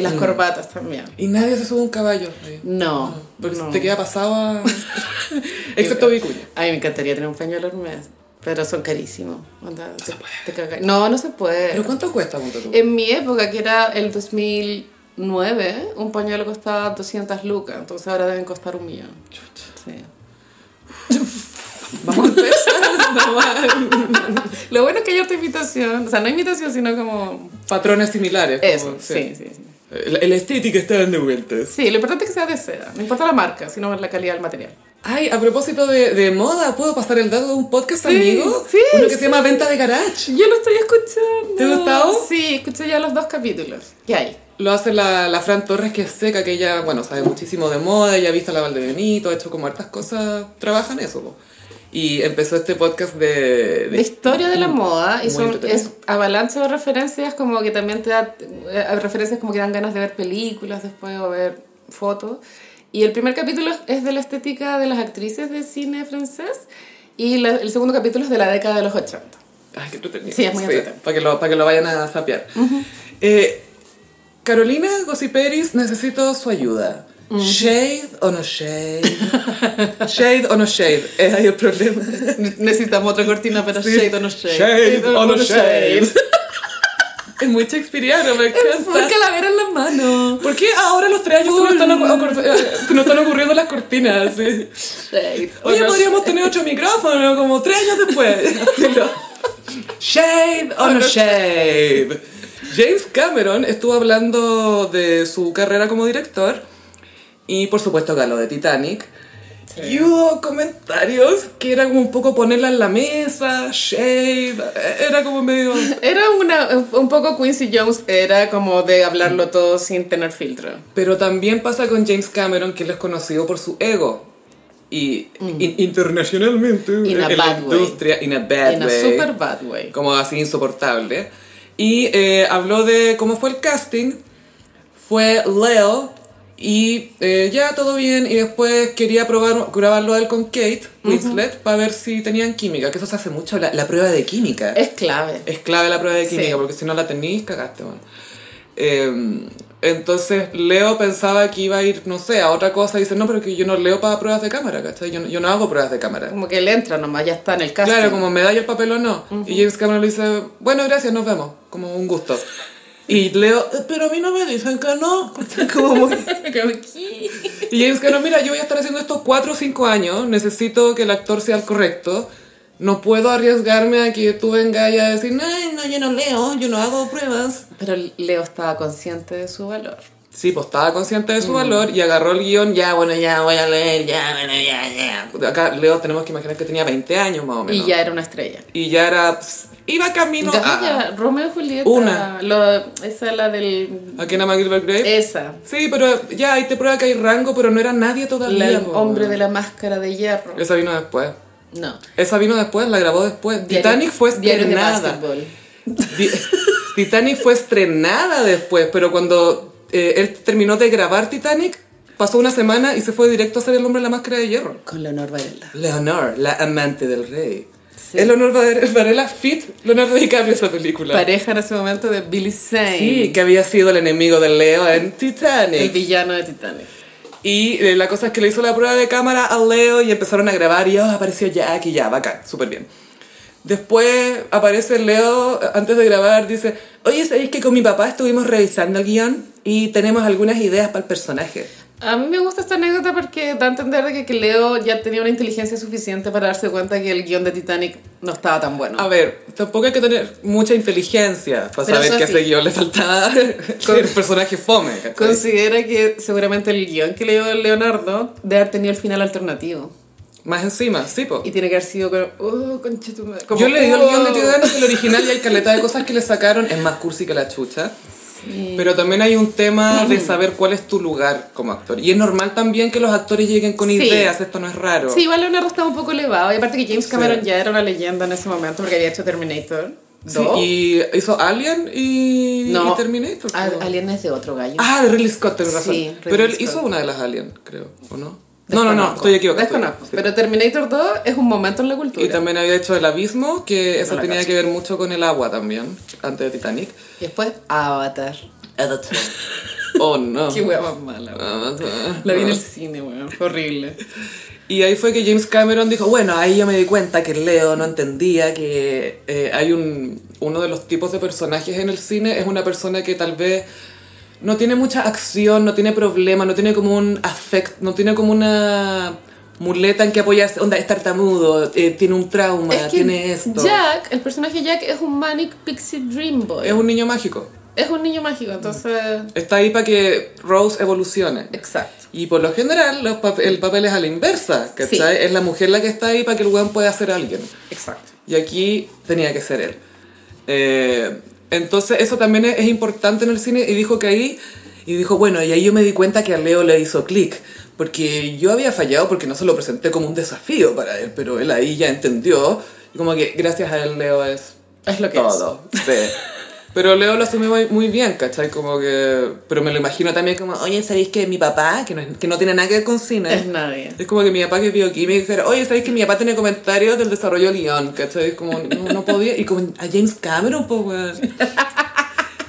Speaker 1: Mm.
Speaker 2: y las corbatas también.
Speaker 1: Y nadie se sube a un caballo. ahí.
Speaker 2: No,
Speaker 1: Porque
Speaker 2: no.
Speaker 1: te queda pasado a- Excepto Vicuña.
Speaker 2: A mí me encantaría tener un pañuelo Hermes, pero son carísimos. Onda, te- te cagas. no, no se puede.
Speaker 1: ¿Pero cuánto cuesta, punto tú?
Speaker 2: En mi época, que era el 2009, un pañuelo costaba 200 lucas, entonces ahora deben costar un millón. Sí.
Speaker 1: Vamos a empezar. Vamos a-
Speaker 2: Lo bueno es que hay otra invitación, o sea, no invitación, sino como...
Speaker 1: Patrones similares.
Speaker 2: Eso,
Speaker 1: como-
Speaker 2: sí, sí, sí.
Speaker 1: El, el estética está dando vueltas.
Speaker 2: Sí, lo importante es que sea de seda, no importa la marca, sino la calidad del material.
Speaker 1: Ay, a propósito de, de moda, ¿puedo pasar el dato de un podcast
Speaker 2: Sí,
Speaker 1: amigo?
Speaker 2: sí,
Speaker 1: Uno que
Speaker 2: sí.
Speaker 1: se llama Venta de Garage.
Speaker 2: Yo lo estoy escuchando.
Speaker 1: ¿Te ha gustado?
Speaker 2: Sí, escuché ya los dos capítulos. ¿Qué hay?
Speaker 1: Lo hace la, la Fran Torres, que es seca, que ella, bueno, sabe muchísimo de moda, ella ha visto la Valdebenito, ha hecho como hartas cosas, trabaja en eso. po. Y empezó este podcast de...
Speaker 2: De historia de la moda, y
Speaker 1: Muy
Speaker 2: son,
Speaker 1: entretenido.
Speaker 2: es avalancha de referencias, como que también te da, eh, referencias como que dan ganas de ver películas después o ver fotos. Y el primer capítulo es de la estética de las actrices de cine francés, y la- el segundo capítulo es de la década de los 80.
Speaker 1: Ay, qué entretenido.
Speaker 2: Sí, es muy entretenido.
Speaker 1: Para que, lo, para que lo vayan a sapear. Eh, Carolina Gossiperis, necesito su ayuda. ¿Shade o no shade? ¿Shade o no shade? Es ahí el problema.
Speaker 2: Ne- Necesitamos otra cortina para
Speaker 1: Sí.
Speaker 2: shade o no shade.
Speaker 1: Shade o no shade.
Speaker 2: shade.
Speaker 1: Es muy shakespeariano, me
Speaker 2: Un
Speaker 1: encanta.
Speaker 2: calavera en la mano.
Speaker 1: ¿Por qué ahora a los tres años se nos, están ocu- ocur- eh, se nos están ocurriendo las cortinas? sí?
Speaker 2: Shade. o
Speaker 1: Oye,
Speaker 2: no
Speaker 1: podríamos tener otro micrófono como tres años después. shade o no shade. James Cameron estuvo hablando de su carrera como director y por supuesto ganó de Titanic. Y hubo comentarios que era como un poco ponerla en la mesa, shade, era como medio...
Speaker 2: Era una, un poco Quincy Jones, era como de hablarlo todo sin tener filtro.
Speaker 1: Pero también pasa con James Cameron, que él es conocido por su ego. Y in- internacionalmente,
Speaker 2: Mm. In a
Speaker 1: en la
Speaker 2: bad way.
Speaker 1: industria, in a bad
Speaker 2: In a
Speaker 1: way,
Speaker 2: super bad way.
Speaker 1: como así insoportable. Y eh, habló de cómo fue el casting. Fue Leo Y eh, ya todo bien, y después quería probar, grabarlo a él con Kate Winslet para ver si tenían química, que eso se hace mucho, la, la prueba de química.
Speaker 2: Es clave.
Speaker 1: Es clave la prueba de
Speaker 2: Sí.
Speaker 1: química, porque si no la tenís, cagaste, bueno. Eh, entonces Leo pensaba que iba a ir, no sé, a otra cosa, y dice, no, pero que yo no leo para pruebas de cámara, ¿cachai? Yo, no- yo no hago pruebas de cámara.
Speaker 2: Como que él entra nomás, ya está en el casting.
Speaker 1: Claro, como me da yo el papel o no. Y James Cameron le dice, bueno, gracias, nos vemos, como un gusto. Y Leo, "Eh, pero a mí no me dicen que no. Como muy-
Speaker 2: Como, "¿Qué?".
Speaker 1: y James Cameron, mira, yo voy a estar haciendo esto 4 o 5 años, necesito que el actor sea el correcto. No puedo arriesgarme a que tú vengas y a decir, ay, no, yo no leo, yo no hago pruebas.
Speaker 2: Pero Leo estaba consciente de su valor.
Speaker 1: Sí, pues estaba consciente
Speaker 2: Mm.
Speaker 1: de su valor y agarró el guión, ya, bueno, ya voy a leer, ya, bueno, ya, ya. Acá Leo tenemos que imaginar que tenía 20 años más o menos.
Speaker 2: Y ya era una estrella.
Speaker 1: Y ya era, pss, iba camino a...
Speaker 2: Gaya, Romeo y Julieta.
Speaker 1: ah. Una.
Speaker 2: Lo- esa es la del...
Speaker 1: ¿A quién ama Gilbert Grape?
Speaker 2: Esa.
Speaker 1: Sí, pero ya, ahí te prueba que hay rango, pero no era nadie
Speaker 2: La-
Speaker 1: todavía.
Speaker 2: el
Speaker 1: po.
Speaker 2: hombre de la máscara de hierro.
Speaker 1: Esa vino después.
Speaker 2: No.
Speaker 1: Esa vino después, la grabó después. Titanic fue
Speaker 2: Diario de
Speaker 1: estrenada.
Speaker 2: básquetbol.
Speaker 1: Di- Titanic fue estrenada después, pero cuando eh, él terminó de grabar Titanic, pasó una semana y se fue directo a hacer El Hombre de la Máscara de Hierro.
Speaker 2: Con Leonor Varela.
Speaker 1: Leonor, la amante del rey. Es Leonor Vare- Varela fit Leonardo DiCaprio esa película.
Speaker 2: Pareja en ese momento de Billy Zane.
Speaker 1: sí, que había sido el enemigo de Leo en
Speaker 2: El
Speaker 1: Titanic.
Speaker 2: villano de Titanic.
Speaker 1: Y eh, la cosa es que le hizo la prueba de cámara a Leo y empezaron a grabar y oh, apareció Jack y ya, bacán, súper bien. Después aparece Leo eh, antes de grabar, dice, oye, ¿sabéis que con mi papá estuvimos revisando el guión y tenemos algunas ideas para el personaje?
Speaker 2: A mí me gusta esta anécdota porque da a entender de que, que Leo ya tenía una inteligencia suficiente para darse cuenta que el guión de Titanic no estaba tan bueno.
Speaker 1: A ver, tampoco hay que tener mucha inteligencia para
Speaker 2: Pero
Speaker 1: saber
Speaker 2: eso
Speaker 1: que a
Speaker 2: sí.
Speaker 1: ese guión le faltaba con el personaje fome. ¿cachai?
Speaker 2: Considera que seguramente el guión que leyó Leonardo debe haber tenido el final alternativo.
Speaker 1: Más encima, sí, po.
Speaker 2: Y tiene que haber sido con- oh, concha tu madre, como...
Speaker 1: Yo leí el
Speaker 2: oh.
Speaker 1: guión de Titanic, el original, y hay caleta de cosas que le sacaron. Es más cursi que la chucha.
Speaker 2: Sí.
Speaker 1: Pero también hay un tema de saber cuál es tu lugar como actor. Y es normal también que los actores lleguen con
Speaker 2: Sí.
Speaker 1: ideas, esto no es raro.
Speaker 2: Sí, igual Leonardo estaba un poco elevado. Y aparte que James Cameron
Speaker 1: Sí.
Speaker 2: ya era una leyenda en ese momento porque había hecho Terminator 2.
Speaker 1: Sí, y hizo Alien y,
Speaker 2: No.
Speaker 1: y Terminator.
Speaker 2: A-
Speaker 1: creo.
Speaker 2: Alien es de otro gallo.
Speaker 1: Ah, de Ridley Scott, tenés razón.
Speaker 2: Sí, Ridley
Speaker 1: Pero él
Speaker 2: Scott.
Speaker 1: hizo una de las Alien, creo, ¿o no? No, no, no, estoy equivocado. estoy
Speaker 2: Desconozco.
Speaker 1: equivocado.
Speaker 2: Pero Terminator 2 es un momento en la cultura.
Speaker 1: Y también había hecho El Abismo, que eso
Speaker 2: la
Speaker 1: tenía
Speaker 2: cacho.
Speaker 1: que ver mucho con el agua también, antes de Titanic.
Speaker 2: Y después Avatar.
Speaker 1: Oh, no. Ah,
Speaker 2: Qué hueá más mala. weón. La vi en el cine, weón. Fue horrible.
Speaker 1: Y ahí fue que James Cameron dijo, bueno, ahí yo me di cuenta que Leo no entendía que eh, hay un, uno de los tipos de personajes en el cine, es una persona que tal vez no tiene mucha acción, no tiene problema, no tiene como un afecto, no tiene como una muleta en que apoyarse, onda, es tartamudo, eh, tiene un trauma,
Speaker 2: Es que
Speaker 1: tiene esto.
Speaker 2: Jack, el personaje Jack, es un Manic Pixie Dream Boy.
Speaker 1: Es un niño mágico.
Speaker 2: Es un niño mágico, entonces.
Speaker 1: Está ahí para que Rose evolucione.
Speaker 2: Exacto.
Speaker 1: Y por lo general, los pap- el papel es a la inversa, ¿cachai? Es la mujer la que está ahí para que el weón pueda ser alguien.
Speaker 2: Exacto.
Speaker 1: Y aquí tenía que ser él. Eh, entonces eso también es, es importante en el cine y dijo que ahí, y dijo, bueno, y ahí yo me di cuenta que a Leo le hizo clic, porque yo había fallado porque no se lo presenté como un desafío para él, pero él ahí ya entendió, y como que gracias a él Leo es
Speaker 2: Es lo que
Speaker 1: todo. Sí. Pero Leo lo asumió muy- muy bien, ¿cachai? Como que... Pero me lo imagino también como, oye, ¿sabéis que mi papá, que no, es- que no tiene nada que ver con cine,
Speaker 2: es. Es nadie.
Speaker 1: es como que mi papá que es bioquímico dijera, oye, ¿sabéis que mi papá tiene comentarios del desarrollo del guión? ¿Cachai? Es Como, no, no podía. Y como a James Cameron, pues, weón.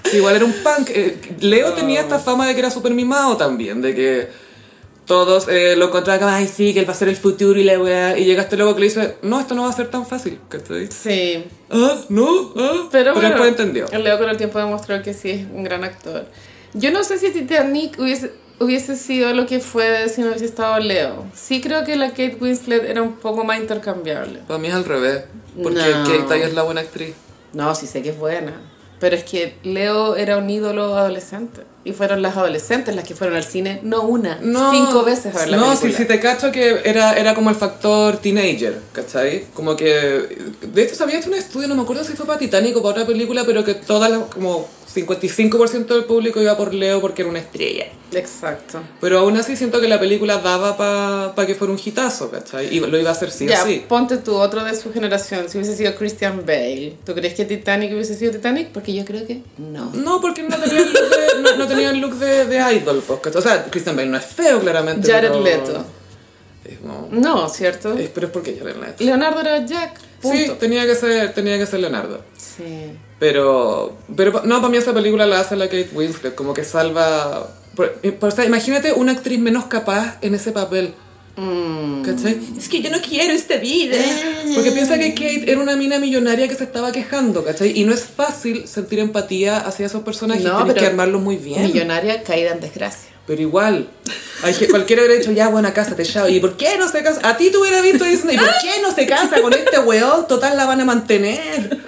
Speaker 1: Sí, igual era un punk. Eh, Leo
Speaker 2: Ah.
Speaker 1: tenía esta fama de que era súper mimado también, de que todos eh, lo encontraban como, ay, sí, que él va a ser el futuro y la weá. Y llegaste luego que le dice, no, esto no va a ser tan fácil, ¿cachai?
Speaker 2: Sí.
Speaker 1: Ah, no, ah.
Speaker 2: Pero, bueno,
Speaker 1: después entendió.
Speaker 2: Leo con el tiempo demostró que sí es un gran actor. Yo no sé si Titanic hubiese, hubiese sido lo que fue si no hubiese estado Leo. Sí creo que la Kate Winslet era un poco más intercambiable.
Speaker 1: Para mí es al revés, porque
Speaker 2: No.
Speaker 1: Kate Tiger es la buena actriz.
Speaker 2: No, sí sé que es buena. Pero es que Leo era un ídolo adolescente. Y fueron las adolescentes las que fueron al cine, no una, cinco veces a ver la
Speaker 1: No, si,
Speaker 2: película.
Speaker 1: si te cacho que era, era como el factor teenager, ¿cachai? Como que... De hecho, se había hecho un estudio, no me acuerdo si fue para Titanic o para otra película, pero que todas las como 55% del público iba por Leo porque era una estrella.
Speaker 2: Exacto.
Speaker 1: Pero aún así siento que la película daba para que fuera un hitazo, ¿cachai? Y lo iba a hacer sí
Speaker 2: ya,
Speaker 1: o sí.
Speaker 2: ponte tú otro de su generación, si hubiese sido Christian Bale. ¿Tú crees que Titanic hubiese sido Titanic? Porque yo creo que no.
Speaker 1: No, porque no tenía el look de, no, no tenía el look de, de idol, pues, ¿cachai? O sea, Christian Bale no es feo, claramente.
Speaker 2: Jared
Speaker 1: pero-
Speaker 2: Leto.
Speaker 1: Es como-
Speaker 2: No, ¿cierto?
Speaker 1: es- pero es porque Jared Leto.
Speaker 2: Leonardo era Jack.
Speaker 1: Sí,
Speaker 2: Punto.
Speaker 1: tenía que ser, tenía que ser Leonardo.
Speaker 2: Sí.
Speaker 1: Pero, pero no, para mí esa película la hace la Kate Winslet, como que salva... por- eh, por- o sea, imagínate una actriz menos capaz en ese papel.
Speaker 2: Mm.
Speaker 1: ¿Cachai? Es que yo no quiero esta vida. Porque piensa que Kate era una mina millonaria que se estaba quejando, ¿cachai? Y no es fácil sentir empatía hacia esos personajes,
Speaker 2: No,
Speaker 1: tienes
Speaker 2: pero-
Speaker 1: que armarlos muy bien.
Speaker 2: Millonaria caída en desgracia.
Speaker 1: Pero igual, hay que- cualquiera hubiera dicho, ya, bueno, cásate, chao. ¿Y por qué no se casa? A ti te hubiera visto diciendo, ¿y por qué no se casa con este weón? Total, la van a mantener.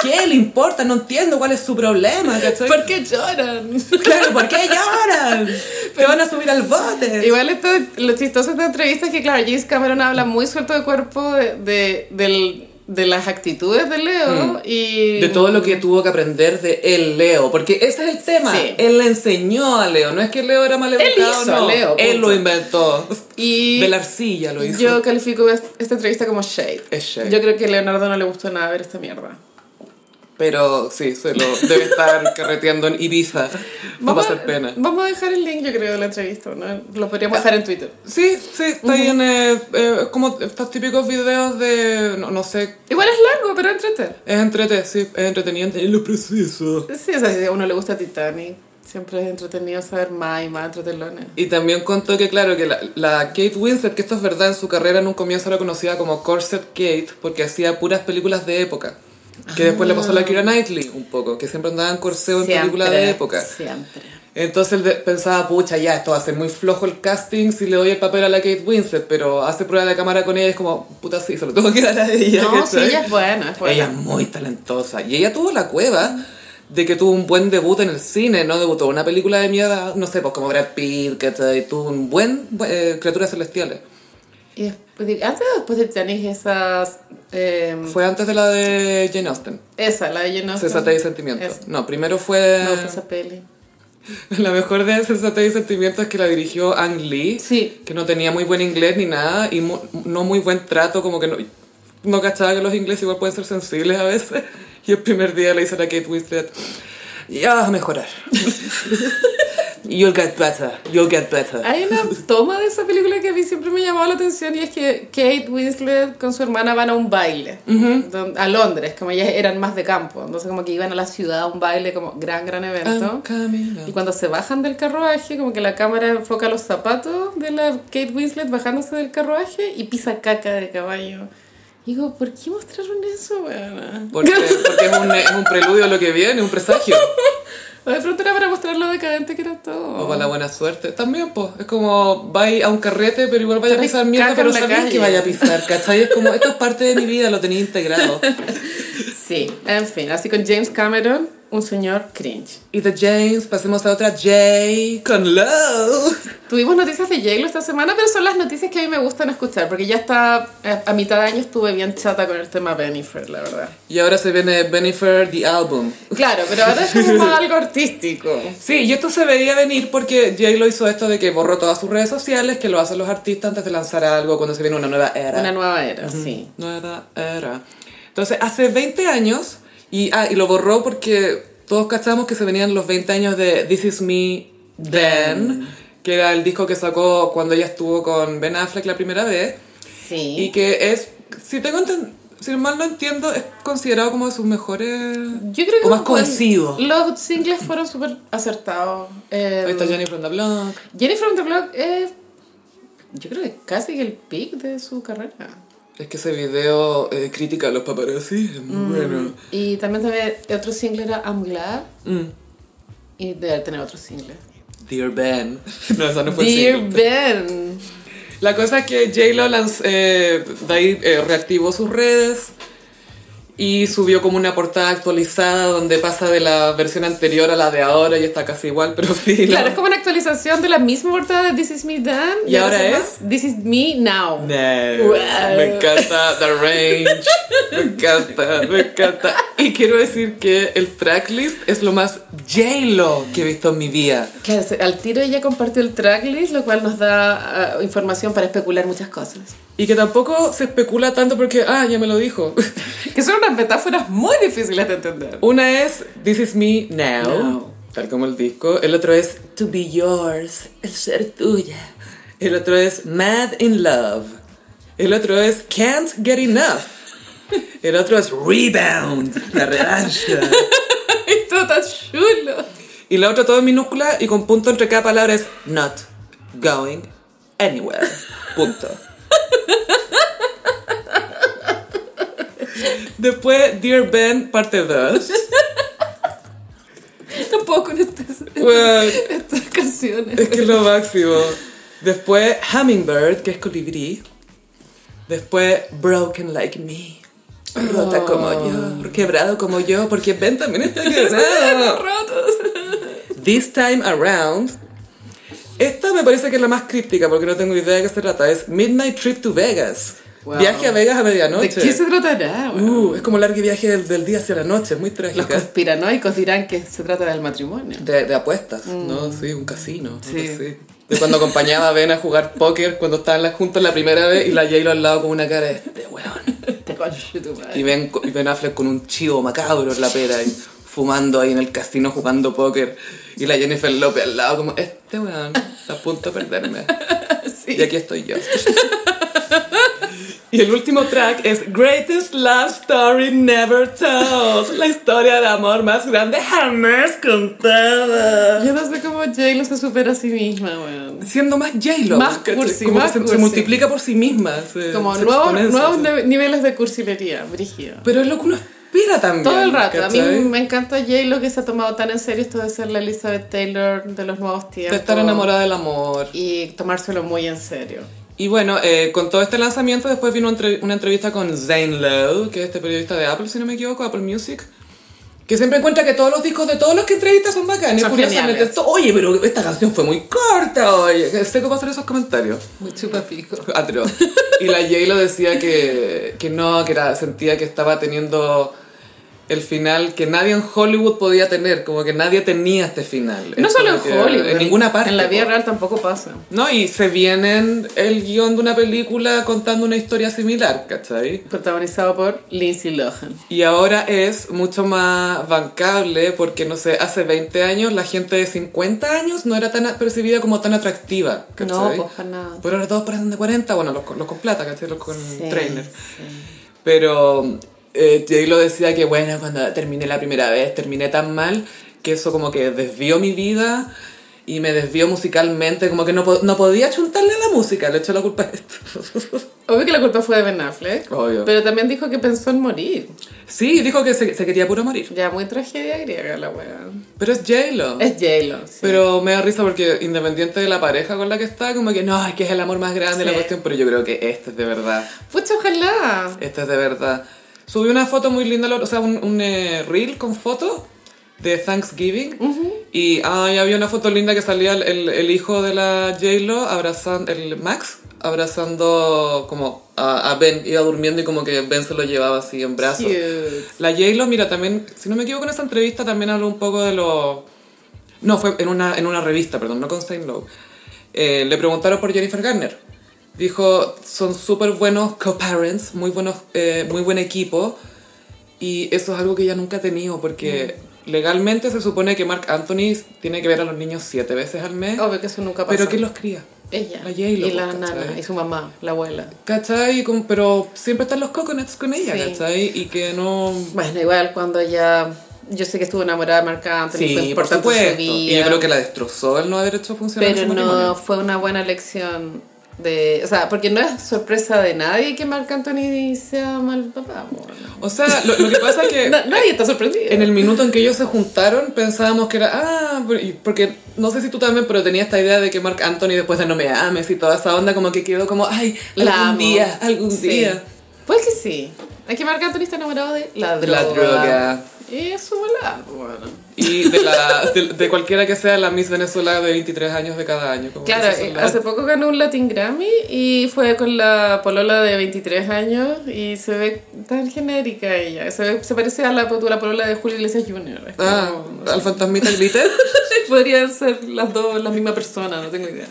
Speaker 1: ¿Qué le importa? No entiendo cuál es su problema, ¿cachai?
Speaker 2: ¿Por qué lloran?
Speaker 1: Claro, ¿por qué lloran? Te van a subir al bote.
Speaker 2: Igual esto, lo chistoso de esta entrevista es que, claro, James Cameron habla muy suelto de cuerpo de, de, del- de las actitudes de Leo y...
Speaker 1: Mm. De todo lo que tuvo que aprender de él, Leo. Porque ese es el tema.
Speaker 2: Sí.
Speaker 1: Él le enseñó a Leo. No es que Leo era mal educado,
Speaker 2: hizo a
Speaker 1: no.
Speaker 2: Leo,
Speaker 1: él
Speaker 2: punto.
Speaker 1: lo inventó.
Speaker 2: Y
Speaker 1: De la arcilla lo hizo.
Speaker 2: yo califico es- esta entrevista como shade.
Speaker 1: Es shade.
Speaker 2: Yo creo que a Leonardo no le gustó nada ver esta mierda.
Speaker 1: Pero sí, se lo debe estar carreteando en Ibiza. Va a pasar pena. Ah.
Speaker 2: Vamos a dejar el link, yo creo, de la entrevista, ¿no? Lo podríamos dejar en Twitter.
Speaker 1: Sí, sí, está ahí en eh, eh, como estos típicos videos de, no, no sé,
Speaker 2: Igual es largo, pero entrete.
Speaker 1: es entretenido, sí, es entretenido en lo preciso.
Speaker 2: Sí, o sea, si a uno le gusta Titanic, siempre es entretenido saber más y más entretelones.
Speaker 1: Y también contó que, claro, que la, la Kate Winslet, que esto es verdad, en su carrera en un comienzo era conocida como Corset Kate, porque hacía puras películas de época. Que después le pasó a la Kira Knightley un poco, que Ah. siempre andaba en corseo en películas de época.
Speaker 2: Siempre.
Speaker 1: Entonces él de- pensaba, pucha, ya, esto va a ser muy flojo el casting si le doy el papel a la Kate Winslet, pero hace prueba de cámara con ella y es como, puta, sí, se lo tengo que dar a ella.
Speaker 2: No, sí,
Speaker 1: ¿cachai?
Speaker 2: ella es buena, es buena.
Speaker 1: Ella es muy talentosa. Y ella tuvo la cueva de que tuvo un buen debut en el cine, ¿no? Debutó en una película de mierda, no sé, pues como Brad Pitt, ¿cachai? Tuvo un buen... bu- eh, Criaturas Celestiales.
Speaker 2: Y después de- antes o después de Titanic, esas. eh,
Speaker 1: Fue antes de la de Jane Austen.
Speaker 2: esa, la de Jane Austen.
Speaker 1: Sensatez y Sentimiento.
Speaker 2: Esa.
Speaker 1: No, primero fue...
Speaker 2: Me gusta esa peli.
Speaker 1: La mejor de Sensatez y Sentimiento es que la dirigió Ang Lee.
Speaker 2: Sí.
Speaker 1: Que no tenía muy buen inglés ni nada y mu- no muy buen trato, como que no... No cachaba que los ingleses igual pueden ser sensibles a veces. Y el primer día le hice a la Kate Winslet, ya vas a mejorar. You'll get better, you'll get better.
Speaker 2: Hay una toma de esa película que a mí siempre me llamaba la atención y es que Kate Winslet con su hermana van a un baile don- a Londres, como ellas eran más de campo, entonces como que iban a la ciudad a un baile como gran, gran evento.
Speaker 1: I'm coming
Speaker 2: Y
Speaker 1: up.
Speaker 2: cuando se bajan del carruaje, como que la cámara enfoca los zapatos de la Kate Winslet bajándose del carruaje y pisa caca de caballo. Y digo, ¿por qué mostraron eso, weona?
Speaker 1: Porque, porque es, un, es un preludio a lo que viene, un presagio.
Speaker 2: O de pronto era para mostrar lo decadente que era
Speaker 1: O
Speaker 2: todo.
Speaker 1: para la buena suerte. También, pues, es como vais a un carrete, pero igual vaya a
Speaker 2: Tenéis
Speaker 1: pisar mierda,
Speaker 2: caca
Speaker 1: pero
Speaker 2: en la
Speaker 1: sabéis
Speaker 2: calle.
Speaker 1: que vaya a pisar, ¿cachai? Es como, esto es parte de mi vida, lo tenía integrado.
Speaker 2: Sí, en fin, así con James Cameron, un señor cringe.
Speaker 1: Y de James pasemos a otra Jay con Love.
Speaker 2: Tuvimos noticias de J-Lo esta semana, pero son las noticias que a mí me gustan escuchar, porque ya está, eh, a mitad de año estuve bien chata con el tema Bennifer, la verdad.
Speaker 1: Y ahora se viene Bennifer The Album.
Speaker 2: Claro, pero ahora es como más algo artístico.
Speaker 1: Sí, y esto se veía venir porque Jay lo hizo esto de que borró todas sus redes sociales, que lo hacen los artistas antes de lanzar algo cuando se viene una nueva era.
Speaker 2: Una nueva era, sí.
Speaker 1: Nueva era. Entonces, hace 20 años, y, ah, y lo borró porque todos cachamos que se venían los 20 años de This Is Me Then, que era el disco que sacó cuando ella estuvo con Ben Affleck la primera vez. Y
Speaker 2: Sí.
Speaker 1: que es, si tengo enten- si mal no entiendo, es considerado como de sus mejores...
Speaker 2: Yo creo que
Speaker 1: O más
Speaker 2: los-
Speaker 1: conocido.
Speaker 2: Los singles fueron súper acertados. Eh,
Speaker 1: Ahí está Jennifer on the Block.
Speaker 2: Jennifer on the Block es, yo creo que casi que el pick de su carrera.
Speaker 1: Es que ese video eh, critica a los paparazzi, es muy
Speaker 2: Mm.
Speaker 1: bueno.
Speaker 2: Y también también otro single era I'm Glad. Y debe tener otro single.
Speaker 1: Dear Ben. No, esa no fue el
Speaker 2: Dear
Speaker 1: single.
Speaker 2: Ben.
Speaker 1: La cosa es que J-Lo lanz- eh, de ahí, eh, reactivó sus redes Y subió como una portada actualizada donde pasa de la versión anterior a la de ahora y está casi igual, pero sí.
Speaker 2: Claro,
Speaker 1: la-
Speaker 2: es como una actualización de la misma portada de This Is Me Then.
Speaker 1: ¿Y
Speaker 2: ya no
Speaker 1: ahora
Speaker 2: sé
Speaker 1: es?
Speaker 2: más. This Is Me Now.
Speaker 1: No,
Speaker 2: Wow.
Speaker 1: Me encanta The Range. Me encanta, me encanta. Y quiero decir que el tracklist es lo más J-Lo que he visto en mi vida.
Speaker 2: Claro, se- al tiro ella compartió el tracklist, lo cual nos da ah, información para especular muchas cosas.
Speaker 1: Y que tampoco se especula tanto porque, ah, ya me lo dijo.
Speaker 2: Que son unas metáforas muy difíciles de entender.
Speaker 1: Una es This Is Me Now,
Speaker 2: Now.
Speaker 1: tal como el disco. El otro es To Be Yours, el ser tuya. El otro es Mad in Love. El otro es Can't Get Enough. El otro es Rebound, la revancha.
Speaker 2: Esto está chulo.
Speaker 1: Y la otra todo en minúscula y con punto entre cada palabra es Not going anywhere. Punto. Después Dear Ben, parte 2.
Speaker 2: Tampoco con estas, estas canciones.
Speaker 1: Es que es lo máximo. Después Hummingbird, que es colibrí. Después Broken Like Me. Rota
Speaker 2: Oh.
Speaker 1: como yo, quebrado como yo, porque Ben también está
Speaker 2: Están
Speaker 1: quebrado.
Speaker 2: rotos.
Speaker 1: This Time Around. Esta me parece que es la más críptica porque no tengo idea de qué se trata. Es Midnight Trip to Vegas.
Speaker 2: Wow.
Speaker 1: Viaje a Vegas a
Speaker 2: ¿De
Speaker 1: medianoche.
Speaker 2: qué se tratará? weón?
Speaker 1: Uh, es como largo viaje del, del día hacia la noche, muy
Speaker 2: Los
Speaker 1: trágica.
Speaker 2: conspiranoicos dirán que se trata del matrimonio.
Speaker 1: De, de apuestas, ¿no? Mm. Sí, un casino.
Speaker 2: Sí.
Speaker 1: algo así. De cuando acompañaba a Ben a jugar póker cuando estaban las juntas la primera vez y la J-Lo al lado con una cara de este weón.
Speaker 2: Te conche tu madre.
Speaker 1: Y ben, y ben Affleck con un chivo macabro en la pera y fumando ahí en el casino jugando póker. Y la Jennifer López al lado como, este weón está a punto de perderme.
Speaker 2: Sí.
Speaker 1: Y aquí estoy yo. Y el último track es Greatest Love Story Never Told. La historia de amor más grande jamás contada.
Speaker 2: Yo no sé cómo J-Lo se supera a sí misma, weón.
Speaker 1: siendo más J-Lo.
Speaker 2: Más
Speaker 1: ¿cachai?
Speaker 2: cursi,
Speaker 1: como
Speaker 2: más
Speaker 1: que se, se
Speaker 2: cursi.
Speaker 1: multiplica por sí misma. se-
Speaker 2: Como
Speaker 1: se
Speaker 2: nuevos,
Speaker 1: exponencia,
Speaker 2: nuevos
Speaker 1: sí.
Speaker 2: nive- niveles de cursilería, brígido.
Speaker 1: Pero es lo que uno espera también.
Speaker 2: Todo el rato. A
Speaker 1: ¿cachai?
Speaker 2: mí me encanta J-Lo que se ha tomado tan en serio esto de ser la Elizabeth Taylor de los nuevos
Speaker 1: De
Speaker 2: tiempos.
Speaker 1: estar enamorada del amor.
Speaker 2: Y tomárselo muy en serio.
Speaker 1: Y bueno, eh, con todo este lanzamiento después vino entre- una entrevista con Zane Lowe, que es este periodista de Apple, si no me equivoco, Apple Music, que siempre encuentra que todos los discos de todos los que entrevista son bacanes. Pues
Speaker 2: Son
Speaker 1: curiosamente,
Speaker 2: geniales.
Speaker 1: esto, oye, pero esta canción fue muy corta, oye. Sé cómo hacer esos comentarios.
Speaker 2: Muy chupapico.
Speaker 1: atroz. Y la J-Lo decía que, que no, que era- sentía que estaba teniendo el final que nadie en Hollywood podía tener, como que nadie tenía este final.
Speaker 2: No
Speaker 1: Esto
Speaker 2: solo en
Speaker 1: que-
Speaker 2: Hollywood.
Speaker 1: En ninguna parte.
Speaker 2: En la vida
Speaker 1: po.
Speaker 2: real tampoco pasa.
Speaker 1: No, y se vienen el guión de una película contando una historia similar, ¿cachai?
Speaker 2: Protagonizado por Lindsay Lohan.
Speaker 1: Y ahora es mucho más bancable porque, no sé, hace 20 años la gente de 50 años no era tan a- percibida como tan atractiva. ¿cachai?
Speaker 2: No, pues, para nada.
Speaker 1: Pero ahora todos parecen de 40, bueno, los, con- los con plata, ¿cachai? Los con
Speaker 2: Sí,
Speaker 1: trainer.
Speaker 2: sí.
Speaker 1: Pero eh, Jay lo decía que, bueno, cuando terminé la primera vez, terminé tan mal que eso como que desvió mi vida y me desvió musicalmente, como que no, po- no podía chuntarle a la música, le echó la culpa a esto.
Speaker 2: Obvio que la culpa fue de Ben Affleck.
Speaker 1: Obvio.
Speaker 2: Pero también dijo que pensó en morir.
Speaker 1: sí, dijo que se, se quería puro morir.
Speaker 2: Ya, muy tragedia griega la weá.
Speaker 1: Pero es J-Lo.
Speaker 2: Es J-Lo. sí.
Speaker 1: Pero me da risa porque independiente de la pareja con la que está, como que no, es que es el amor más grande la
Speaker 2: Sí.
Speaker 1: cuestión, pero yo creo que este es de verdad,
Speaker 2: Pucha, ojalá.
Speaker 1: este es de verdad. Subí una foto muy linda, lo- o sea, un, un, eh, reel con fotos de Thanksgiving y ay, había una foto linda que salía el, el- el hijo de la J-Lo abrazando, el Max, abrazando como a, a Ben, iba durmiendo y como que Ben se lo llevaba así en brazos.
Speaker 2: Cute.
Speaker 1: La J-Lo, mira, también, si no me equivoco en esa entrevista, también habló un poco de lo... No, fue en una, en una revista, perdón, no con Saint Lowe. Eh, le preguntaron por Jennifer Garner. Dijo, son súper buenos co-parents, muy, buenos, eh, muy buen equipo. Y eso es algo que ella nunca ha tenido, porque legalmente se supone que Mark Anthony tiene que ver a los niños siete veces al mes.
Speaker 2: Obvio que eso nunca pasa.
Speaker 1: pero ¿quién los cría?
Speaker 2: Ella.
Speaker 1: La
Speaker 2: y
Speaker 1: J-Lo,
Speaker 2: la
Speaker 1: ¿cachai?
Speaker 2: nana. Y su mamá, la abuela.
Speaker 1: ¿Cachai? Como- pero siempre están los coconuts con ella,
Speaker 2: Sí.
Speaker 1: ¿cachai? Y que no...
Speaker 2: Bueno, igual cuando ella... Yo sé que estuvo enamorada de Marc Anthony. fue
Speaker 1: Sí, por
Speaker 2: importante en su
Speaker 1: supuesto. Y
Speaker 2: vida,
Speaker 1: yo creo que la destrozó el no haber hecho funcionar
Speaker 2: Pero
Speaker 1: su
Speaker 2: no
Speaker 1: matrimonio.
Speaker 2: fue una buena elección de... O sea, porque no es sorpresa de nadie que Marc Anthony sea mal papá. bueno.
Speaker 1: O sea, lo, lo que pasa es que
Speaker 2: Na- nadie está sorprendido.
Speaker 1: Eh, en el minuto en que ellos se juntaron pensábamos que era, ah, por- y- porque no sé si tú también, pero tenía esta idea de que Mark Anthony después de No Me Ames y toda esa onda como que quedó como, ay,
Speaker 2: La
Speaker 1: algún
Speaker 2: amo.
Speaker 1: día, algún
Speaker 2: Sí.
Speaker 1: día.
Speaker 2: Pues que sí. Hay que marcar turista enamorado de la droga.
Speaker 1: La droga.
Speaker 2: Y eso, volá, bueno.
Speaker 1: Y de, la, de, de cualquiera que sea la Miss Venezuela de 23 años de cada año. como
Speaker 2: Claro,
Speaker 1: esas son
Speaker 2: eh,
Speaker 1: las-
Speaker 2: hace poco ganó un Latin Grammy y fue con la polola de 23 años y se ve tan genérica ella. Se, ve- se parece a la, la polola de Julio Iglesias Jr. Es
Speaker 1: Ah,
Speaker 2: como-
Speaker 1: al fantasmita glitter.
Speaker 2: Podrían ser las dos la misma persona, no tengo idea.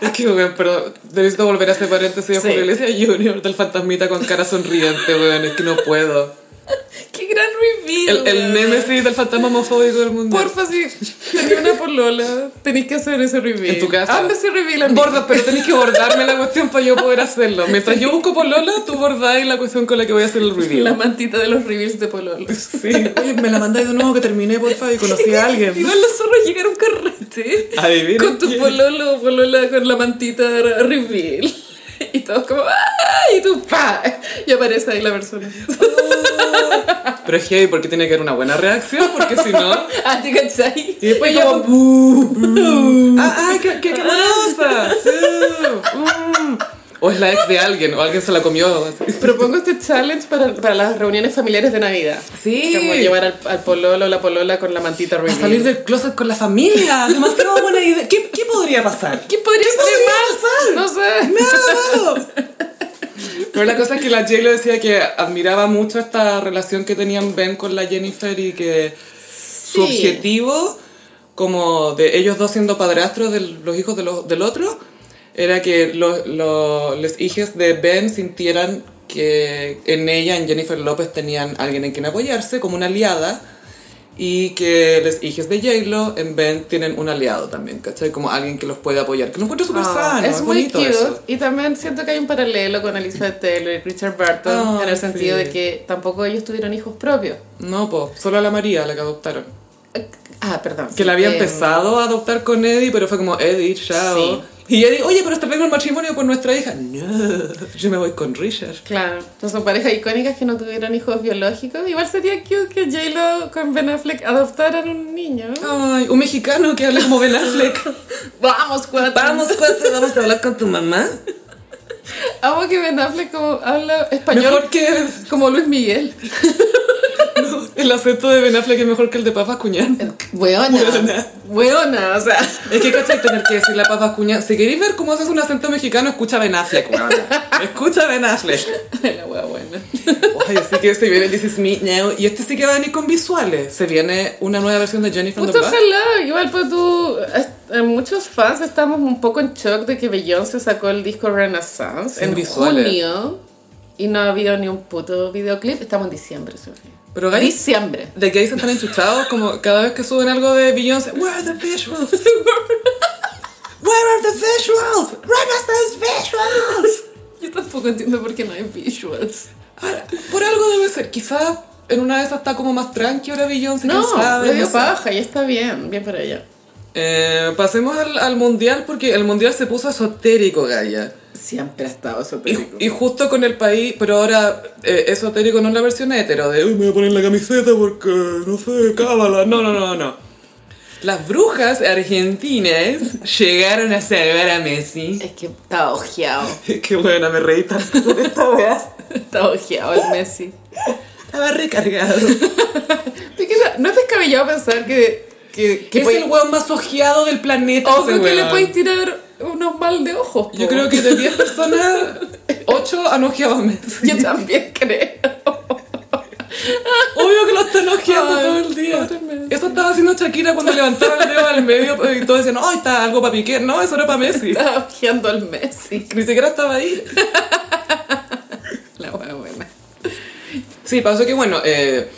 Speaker 1: Es que, weón, pero necesito volver a ese paréntesis de
Speaker 2: Sí.
Speaker 1: Julio Iglesias Junior del fantasmita con cara sonriente, weón. Es que no puedo.
Speaker 2: ¡Qué gran reveal!
Speaker 1: El, el
Speaker 2: weón!
Speaker 1: némesis del fantasma homofóbico del mundo.
Speaker 2: Porfa, si tenía una polola, tenéis que hacer ese reveal.
Speaker 1: En tu casa.
Speaker 2: Hazme ese reveal a mí.
Speaker 1: Borda, pero tenés que bordarme la cuestión para yo poder hacerlo. Mientras yo busco por Lola, tú bordáis la cuestión con la que voy a hacer el review.
Speaker 2: La mantita de los reveals de polola.
Speaker 1: Sí. Oye, me la mandáis de nuevo que terminé, porfa, y conocí a alguien.
Speaker 2: Igual los zorros llegaron carrete.
Speaker 1: Adivinen
Speaker 2: Con tu
Speaker 1: quién.
Speaker 2: pololo, polola con la mantita de reveal. Y todos como ¡ay! Y tú ¡pa! Y aparece ahí la persona.
Speaker 1: Pero es heavy porque tiene que haber una buena reacción, porque si no.
Speaker 2: Ah, ¿te cachai?
Speaker 1: Y después
Speaker 2: yo
Speaker 1: yo. "Bú, bú". ¡Ah, ah, qué, qué, qué amorosa! Sí, mm. O es la ex de alguien, o alguien se la comió. así.
Speaker 2: Propongo este challenge para, para las reuniones familiares de Navidad.
Speaker 1: Sí.
Speaker 2: Como llevar al, al pololo o la polola con la mantita
Speaker 1: A
Speaker 2: reveal.
Speaker 1: salir del closet con la familia. Demasiado Ah, buena idea. ¿Qué, qué podría pasar? Ah,
Speaker 2: ¿Qué podría ser más? No sé.
Speaker 1: ¡Nada malo! Pero la cosa es que la J lo decía que admiraba mucho esta relación que tenían Ben con la Jennifer y que su
Speaker 2: Sí.
Speaker 1: objetivo, como de ellos dos siendo padrastros de los hijos de los- del otro, era que los, los, los hijos de Ben sintieran que en ella, en Jennifer López, tenían alguien en quien apoyarse, como una aliada, y que los hijos de J-Lo en Ben tienen un aliado también, ¿cachai? Como alguien que los puede apoyar, que lo encuentro súper
Speaker 2: Ah,
Speaker 1: sano, es,
Speaker 2: muy
Speaker 1: bonito
Speaker 2: cute
Speaker 1: eso.
Speaker 2: y también siento que hay un paralelo con Elizabeth Taylor y Richard Burton
Speaker 1: Ah,
Speaker 2: en el sentido
Speaker 1: sí.
Speaker 2: de que tampoco ellos tuvieron hijos propios.
Speaker 1: No, po, solo a la María la que adoptaron.
Speaker 2: Ah, perdón.
Speaker 1: Que la había
Speaker 2: Eh,
Speaker 1: empezado a adoptar con Eddie, pero fue como, Eddie, chao.
Speaker 2: Sí.
Speaker 1: Y Eddie, oye, pero está tengo el matrimonio con nuestra hija. No, yo me voy con Richard.
Speaker 2: Claro, entonces son parejas icónicas que no tuvieron hijos biológicos. Igual sería cute que J-Lo con Ben Affleck adoptaran un niño.
Speaker 1: Ay, un mexicano que habla como Ben Affleck.
Speaker 2: Vamos, cuatro.
Speaker 1: cuate, vamos a hablar con tu mamá.
Speaker 2: Amo que Ben Affleck como habla español
Speaker 1: Mejor que
Speaker 2: como Luis Miguel.
Speaker 1: el acento de Ben Affleck es mejor que el de Paz Vascuñán.
Speaker 2: Weona.
Speaker 1: Weona.
Speaker 2: Weona, o sea.
Speaker 1: Es que, ¿cachai? Tener que decirle a Paz Vascuñán, si queréis ver cómo haces un acento mexicano, escucha a Ben Affleck, weona. Escucha a Ben Affleck.
Speaker 2: La wea buena.
Speaker 1: Ay, así que se viene This Is Me Now. Y este sí que va a venir con visuales. Se viene una nueva versión de Jennifer
Speaker 2: Puta,
Speaker 1: Lopez.
Speaker 2: ojalá, igual pues tú, est- eh, muchos fans estamos un poco en shock de que Beyoncé sacó el disco Renaissance
Speaker 1: Sin
Speaker 2: en
Speaker 1: visuales.
Speaker 2: junio y no ha habido ni un puto videoclip, estamos en diciembre, Sofía.
Speaker 1: Pero guys,
Speaker 2: Diciembre.
Speaker 1: de gays están enchuchados como cada vez que suben algo de Beyoncé. Where are the visuals? Where are the visuals? Renaissance visuals.
Speaker 2: Yo tampoco entiendo por qué no hay visuals.
Speaker 1: Ahora, por algo debe ser. Quizás en una de esas está como más tranqui ahora Beyoncé.
Speaker 2: No,
Speaker 1: quién sabe,
Speaker 2: le dio
Speaker 1: no sé.
Speaker 2: paja y está bien, bien para ella.
Speaker 1: Eh, pasemos al, al mundial porque el mundial se puso esotérico, Gaya.
Speaker 2: Siempre ha estado esotérico.
Speaker 1: Y, y justo con el país, pero ahora eh, esotérico no es la versión hetero de "Uy, me voy a poner la camiseta porque no sé, cábala. No, no, no, no. Las brujas argentinas llegaron a salvar a Messi.
Speaker 2: Es que está ojeado,
Speaker 1: Qué buena, me reí tanto con esta wea.
Speaker 2: está ojeado el Messi.
Speaker 1: Estaba recargado.
Speaker 2: Es que no- no es descabellado pensar que... que, que
Speaker 1: es
Speaker 2: puede-
Speaker 1: el weón más ojeado del planeta. ese
Speaker 2: Ojo que le
Speaker 1: weón.
Speaker 2: podéis tirar unos mal de ojos.
Speaker 1: Yo
Speaker 2: po.
Speaker 1: creo que de 10 personas, 8 han ojeado a Messi.
Speaker 2: Yo también creo.
Speaker 1: Obvio que lo están ojeando
Speaker 2: Ay,
Speaker 1: todo el día.
Speaker 2: pobre Messi.
Speaker 1: Eso estaba haciendo Shakira cuando levantaba el dedo al medio y todos decían, ¡ay, está algo para Piqué! No, eso era para Messi.
Speaker 2: Estaba ojeando al Messi.
Speaker 1: Ni siquiera estaba ahí.
Speaker 2: La buena buena.
Speaker 1: Sí, pasó que, bueno, eh,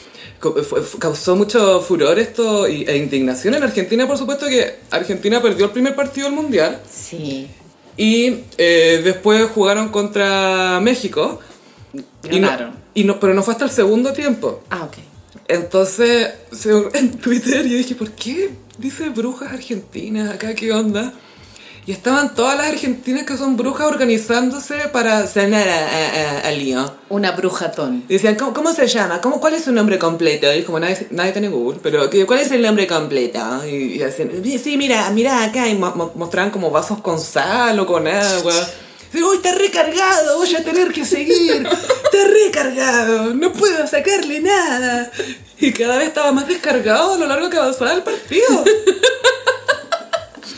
Speaker 1: co- fue- fue- causó mucho furor esto y- e indignación en Argentina, por supuesto, que Argentina perdió el primer partido del Mundial
Speaker 2: Sí.
Speaker 1: y eh, después jugaron contra México. Y no-
Speaker 2: Ganaron.
Speaker 1: y no, pero no fue hasta el segundo tiempo.
Speaker 2: Ah, ok.
Speaker 1: Entonces, se- en Twitter yo dije, ¿por qué dice brujas argentinas acá? ¿Qué onda? Y estaban todas las argentinas que son brujas organizándose para sanar a, a- a- a Leo.
Speaker 2: Una brujatón.
Speaker 1: Y decían, ¿cómo, cómo se llama? ¿Cómo, ¿Cuál es su nombre completo? Y como nadie, nadie tiene Google, pero que, ¿cuál es el nombre completo? Y, y hacían, sí, mira, mira acá. Y mo- mo- mostraban como vasos con sal o con agua. Digo, hoy está recargado, voy a tener que seguir. Está recargado, no puedo sacarle nada. Y cada vez estaba más descargado a lo largo que avanzaba el partido.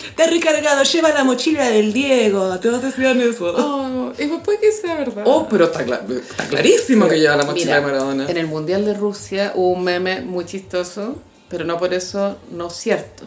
Speaker 1: Está recargado, lleva la mochila del Diego. Todos decían eso.
Speaker 2: Oh, y pues puede que sea verdad.
Speaker 1: Oh, pero está, cla- está clarísimo que lleva la mochila
Speaker 2: Mira,
Speaker 1: de Maradona.
Speaker 2: En el Mundial de Rusia hubo un meme muy chistoso, pero no por eso no cierto.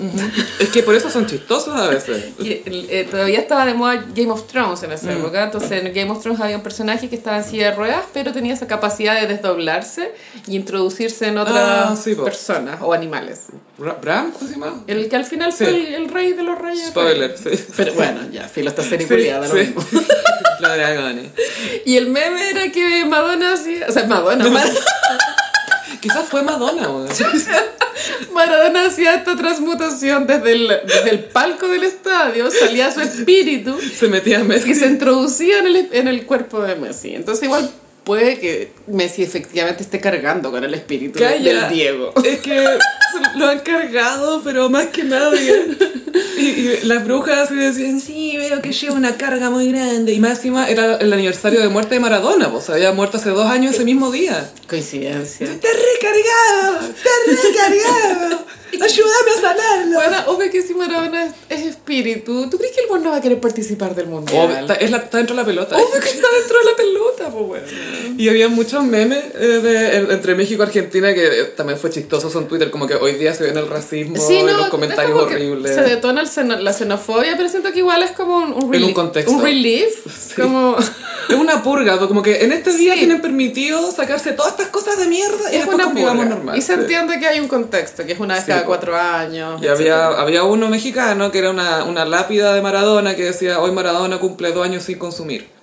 Speaker 1: Es que por eso son chistosos a veces.
Speaker 2: Y, eh, todavía estaba de moda Game of Thrones en esa época, entonces en Game of Thrones había un personaje que estaba en silla de ruedas, pero tenía esa capacidad de desdoblarse y introducirse en otras
Speaker 1: Ah, sí, po.
Speaker 2: personas o animales.
Speaker 1: Ra- ¿Bram? ¿Cómo se llama?
Speaker 2: El que al final fue
Speaker 1: Sí.
Speaker 2: el, el rey de los reyes.
Speaker 1: Spoiler, sí.
Speaker 2: Pero bueno, ya, filo, esta serie
Speaker 1: Sí,
Speaker 2: culiada, lo
Speaker 1: sí.
Speaker 2: mismo.
Speaker 1: Los dragones.
Speaker 2: Y el meme era que Madonna hacía... O sea, Madonna, Mar-
Speaker 1: Quizás fue Madonna, weón.
Speaker 2: Maradona hacía esta transmutación desde el, desde el palco del estadio, salía su espíritu
Speaker 1: Se metía a Messi.
Speaker 2: y se introducía en el, en el cuerpo de Messi. Entonces igual puede que Messi efectivamente esté cargando con el espíritu de-
Speaker 1: Calla.
Speaker 2: del Diego.
Speaker 1: Es que se lo han cargado, pero más que nadie. Y, y las brujas así decían, sí, veo que lleva una carga muy grande. Y más encima era el aniversario de muerte de Maradona, pues había muerto hace dos años ese mismo día.
Speaker 2: Coincidencia.
Speaker 1: ¡Está recargado! ¡Está recargado! ¡Ayúdame a sanarlo!
Speaker 2: Bueno, obvio que si Maradona es, es espíritu, ¿tú crees que el buen no va a querer participar del mundial?
Speaker 1: está, es la- está dentro de la pelota.
Speaker 2: Obvio que está dentro de la pelota, pues bueno.
Speaker 1: Y había muchos memes eh, de- en- entre México y Argentina que eh, también fue chistoso en Twitter, como que hoy día se ven el racismo y los comentarios
Speaker 2: es como que
Speaker 1: horribles.
Speaker 2: Se detona el xeno- la xenofobia, pero siento que igual es como un, un,
Speaker 1: En un
Speaker 2: relie-
Speaker 1: contexto.
Speaker 2: un relief. Como,
Speaker 1: Es una purga, como que en este día
Speaker 2: Sí.
Speaker 1: tienen permitido sacarse todas estas cosas de mierda y
Speaker 2: es
Speaker 1: después
Speaker 2: una
Speaker 1: convivamos
Speaker 2: purga.
Speaker 1: normal.
Speaker 2: Y se
Speaker 1: sí.
Speaker 2: entiende que hay un contexto, que es una vez
Speaker 1: Sí,
Speaker 2: cada
Speaker 1: po.
Speaker 2: cuatro años.
Speaker 1: Y había, había uno mexicano que era una, una lápida de Maradona que decía, hoy Maradona cumple dos años sin consumir.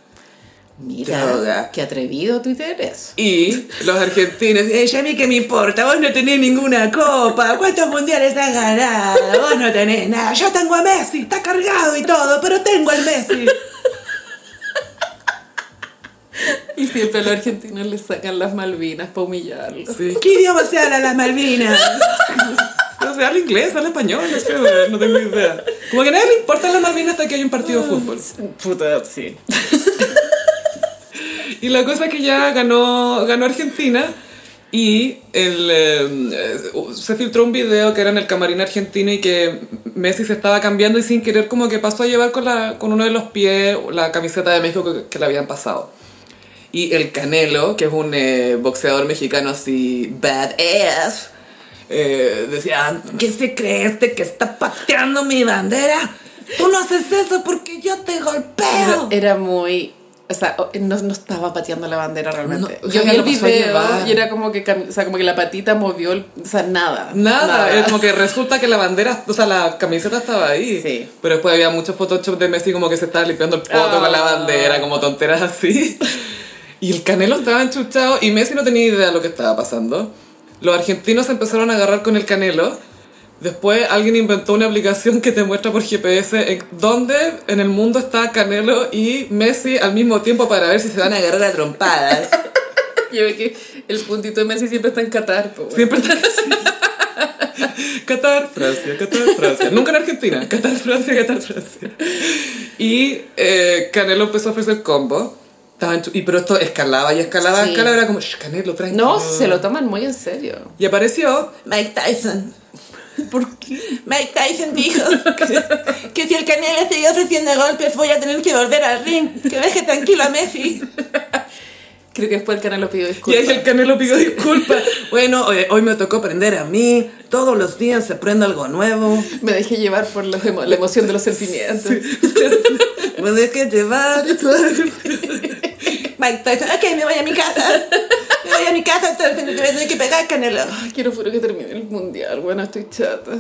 Speaker 1: Droga.
Speaker 2: qué atrevido Twitter es.
Speaker 1: Y los argentinos, ella a mí que me importa, vos no tenés ninguna copa, ¿cuántos mundiales has ganado? Vos no tenés nada, yo tengo a Messi, está cargado y todo, pero tengo al Messi.
Speaker 2: Y siempre a los argentinos les sacan las Malvinas para humillarlos.
Speaker 1: Sí. ¿Qué idioma se habla en las Malvinas? No se habla inglés, habla español, no sé, weón, no tengo idea. Como que a nadie le importa las Malvinas hasta que hay un partido de fútbol.
Speaker 2: Puta, sí.
Speaker 1: Y la cosa es que ya ganó, ganó Argentina y el, eh, eh, se filtró un video que era en el camarín argentino y que Messi se estaba cambiando y sin querer como que pasó a llevar con, la, con uno de los pies la camiseta de México que, que le habían pasado. Y el Canelo, que es un eh, boxeador mexicano así badass, eh, decía, ¿qué se cree este que está pateando mi bandera? Tú no haces eso porque yo te golpeo.
Speaker 2: Era muy... O sea, o- no, no estaba pateando la bandera realmente.
Speaker 1: No,
Speaker 2: Yo vi
Speaker 1: Javier
Speaker 2: el
Speaker 1: lo pasó a
Speaker 2: video
Speaker 1: llevar.
Speaker 2: y era como que, cam- o sea, como que la patita movió, el- o sea, nada.
Speaker 1: Nada, es como que resulta que la bandera, o sea, la camiseta estaba ahí.
Speaker 2: Sí.
Speaker 1: Pero después había muchos Photoshop de Messi como que se estaba limpiando el poto
Speaker 2: Ah.
Speaker 1: con la bandera, como tonteras así. Y el Canelo estaba enchuchado y Messi no tenía idea de lo que estaba pasando. Los argentinos se empezaron a agarrar con el Canelo. Después alguien inventó una aplicación que te muestra por GPS en dónde en el mundo está Canelo y Messi al mismo tiempo para ver si se van a agarrar a trompadas.
Speaker 2: Yo ve que el puntito de Messi siempre está en Qatar. po, weón.
Speaker 1: Siempre está así. Qatar, Francia, Qatar, Francia. Nunca en Argentina. Qatar, Francia, Qatar, Francia. Y eh, Canelo empezó a ofrecer combo. Estaban chu- Y pero esto escalaba y escalaba,
Speaker 2: Sí.
Speaker 1: escalaba. Era como, "Shh, Canelo, tranquilo.
Speaker 2: No, se lo toman muy en serio.
Speaker 1: Y apareció.
Speaker 3: Mike Tyson.
Speaker 2: ¿Por qué?
Speaker 3: Mike Tyson dijo que, que si el Canelo sigue ofreciendo golpes voy a tener que volver al ring. Que deje tranquilo a Messi.
Speaker 2: Creo que después el canal lo pidió
Speaker 1: Y
Speaker 2: disculpas.
Speaker 1: ahí el Canelo pidió disculpas.
Speaker 3: Bueno, hoy, me tocó aprender a mí. Todos los días se aprende algo nuevo.
Speaker 2: Me dejé llevar por los emo- la emoción de los sentimientos.
Speaker 1: Pues
Speaker 3: Me dejé llevar. Mike Tyson, ok, me voy a mi casa. Me voy a mi casa, entonces me voy a tener que pegar Canelo.
Speaker 2: Ay, quiero puro que termine el mundial, bueno, estoy chata.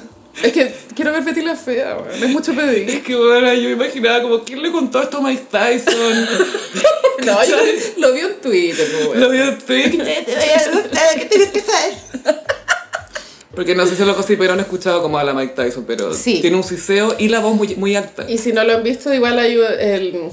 Speaker 2: Es que quiero ver Betty la Fea, weón, es mucho pedir.
Speaker 1: Es que bueno, yo imaginaba como, ¿quién le contó esto a Mike Tyson?
Speaker 2: No, yo lo vi en Twitter, po, weón.
Speaker 1: Lo vio en Twitch.
Speaker 3: Te te voy a mostrar lo que tienes que saber.
Speaker 1: Porque no sé si los pero han escuchado como habla Mike Tyson, pero
Speaker 2: Sí.
Speaker 1: tiene un siseo y la voz muy, muy alta.
Speaker 2: Y si no lo han visto, igual hay el,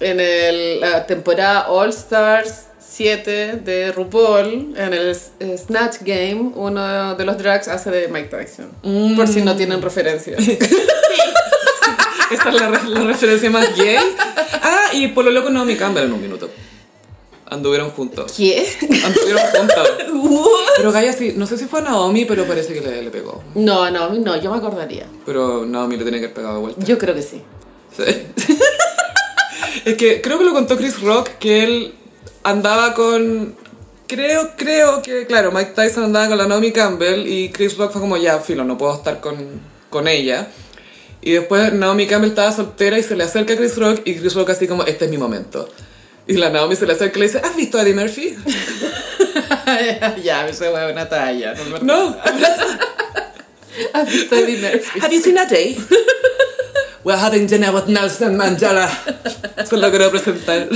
Speaker 2: en el- la temporada All Stars 7 de RuPaul, en el S- eh, Snatch Game, uno Mm. de los drags hace de Mike Tyson. Por si no tienen referencia.
Speaker 1: Esa es la, re- la referencia más gay. Ah, y por lo loco no me Campbell en un minuto. Anduvieron juntos.
Speaker 2: ¿Qué?
Speaker 1: Anduvieron juntos. Pero Gaia sí, no sé si fue a Naomi, pero parece que le, le pegó.
Speaker 2: No, no, no, yo me acordaría.
Speaker 1: Pero Naomi le tenía que haber pegado de vuelta.
Speaker 2: Yo creo que sí.
Speaker 1: Sí. es que creo que lo contó Chris Rock que él andaba con. Creo, creo que, claro, Mike Tyson andaba con la Naomi Campbell y Chris Rock fue como ya, filo, no puedo estar con, con ella. Y después Naomi Campbell estaba soltera y se le acerca a Chris Rock y Chris Rock así como, este es mi momento. Y la Naomi se le acerca y le dice, ¿has visto a Eddie Murphy?
Speaker 2: ya, esa hueá es una talla. No, me-
Speaker 1: No.
Speaker 2: ¿Has visto Eddie Murphy?
Speaker 3: Have you seen a day?
Speaker 1: We're having dinner with Nelson Mandela. Eso lo quiero presentar.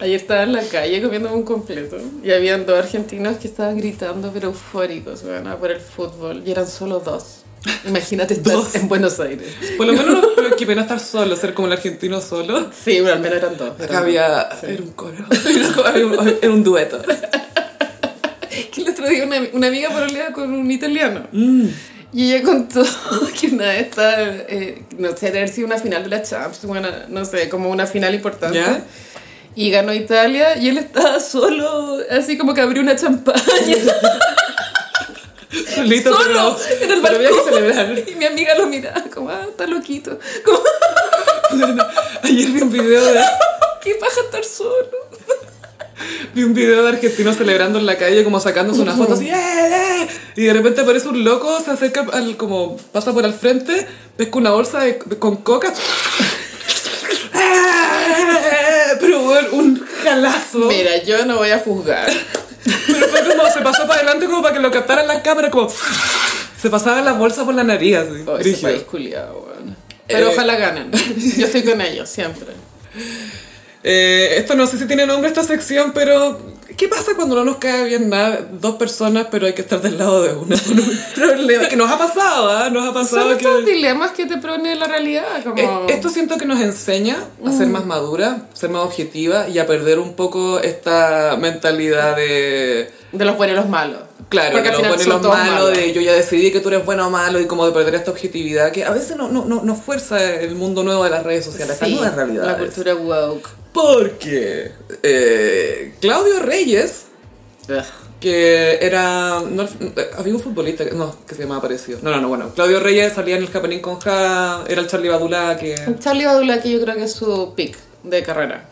Speaker 2: Ayer estaba en la calle comiéndome un completo y habían dos argentinos que estaban gritando pero eufóricos, weón, por el fútbol y eran solo dos. Imagínate estar
Speaker 1: Dos.
Speaker 2: en Buenos Aires.
Speaker 1: Por lo menos, pero que pena estar solo, ser como el argentino solo.
Speaker 2: Sí, pero al menos eran dos.
Speaker 1: Acá había. Era un coro. Era un- Era un, era un dueto.
Speaker 2: Que el otro día una, una amiga paroleaba con un italiano.
Speaker 1: Mm.
Speaker 2: Y ella contó que una vez estaba, eh, no sé, de haber sido una final de la Champs, bueno, no sé, como una final importante.
Speaker 1: ¿Ya?
Speaker 2: Y ganó Italia y él estaba solo, así como que abrió una champaña.
Speaker 1: Solito,
Speaker 2: solo
Speaker 1: pero-
Speaker 2: en el
Speaker 1: pero había
Speaker 2: balcón.
Speaker 1: que celebrar.
Speaker 2: Y mi amiga lo miraba como, ah, está loquito. Como,
Speaker 1: Ayer vi un video de,
Speaker 2: qué paja estar solo.
Speaker 1: vi un video de argentinos celebrando en la calle, como sacándose unas fotos así, ¡eh, eh! Y de repente aparece un loco, se acerca al, como, pasa por al frente, pesca una bolsa de- de- con coca. ¡Eh! Pero bueno, un jalazo.
Speaker 2: Mira, yo no voy a juzgar.
Speaker 1: Pero fue como, se pasó para adelante como para que lo captaran las cámaras, como. Se pasaban las bolsas por la nariz, así.
Speaker 2: Oh, ese
Speaker 1: brígido.
Speaker 2: país culiado, weón. Pero
Speaker 1: Eh.
Speaker 2: ojalá ganen. Yo estoy con ellos, siempre.
Speaker 1: Eh, esto no sé si tiene nombre esta sección, pero ¿qué pasa cuando no nos cae bien nada dos personas, pero hay que estar del lado de una por un problema? Que nos ha pasado, ¿ah? Nos ha
Speaker 2: Son
Speaker 1: pasado
Speaker 2: estos
Speaker 1: que...
Speaker 2: dilemas que te pone la realidad, como... Mm.
Speaker 1: Eh, Esto siento que nos enseña a ser más madura, ser más objetiva y a perder un poco esta mentalidad de...
Speaker 2: De los buenos y los malos.
Speaker 1: Claro,
Speaker 2: Porque al
Speaker 1: que nos
Speaker 2: final
Speaker 1: ponen
Speaker 2: son
Speaker 1: los
Speaker 2: todos
Speaker 1: malos,
Speaker 2: malos.
Speaker 1: de yo ya decidí que tú eres bueno o malo y como de perder esta objetividad que a veces no, no, no, nos fuerza el mundo nuevo de las redes sociales,
Speaker 2: Sí,
Speaker 1: esta nueva realidad.
Speaker 2: La cultura woke.
Speaker 1: Porque eh, Claudio Reyes,
Speaker 2: Ugh.
Speaker 1: que era. no, eh, había un futbolista que, no, que se llamaba parecido. No, no, no, bueno. Claudio Reyes salía en el Happening con Ja, era el Charlie Badula que.
Speaker 2: Charlie Badula, que yo creo que es su pick de carrera.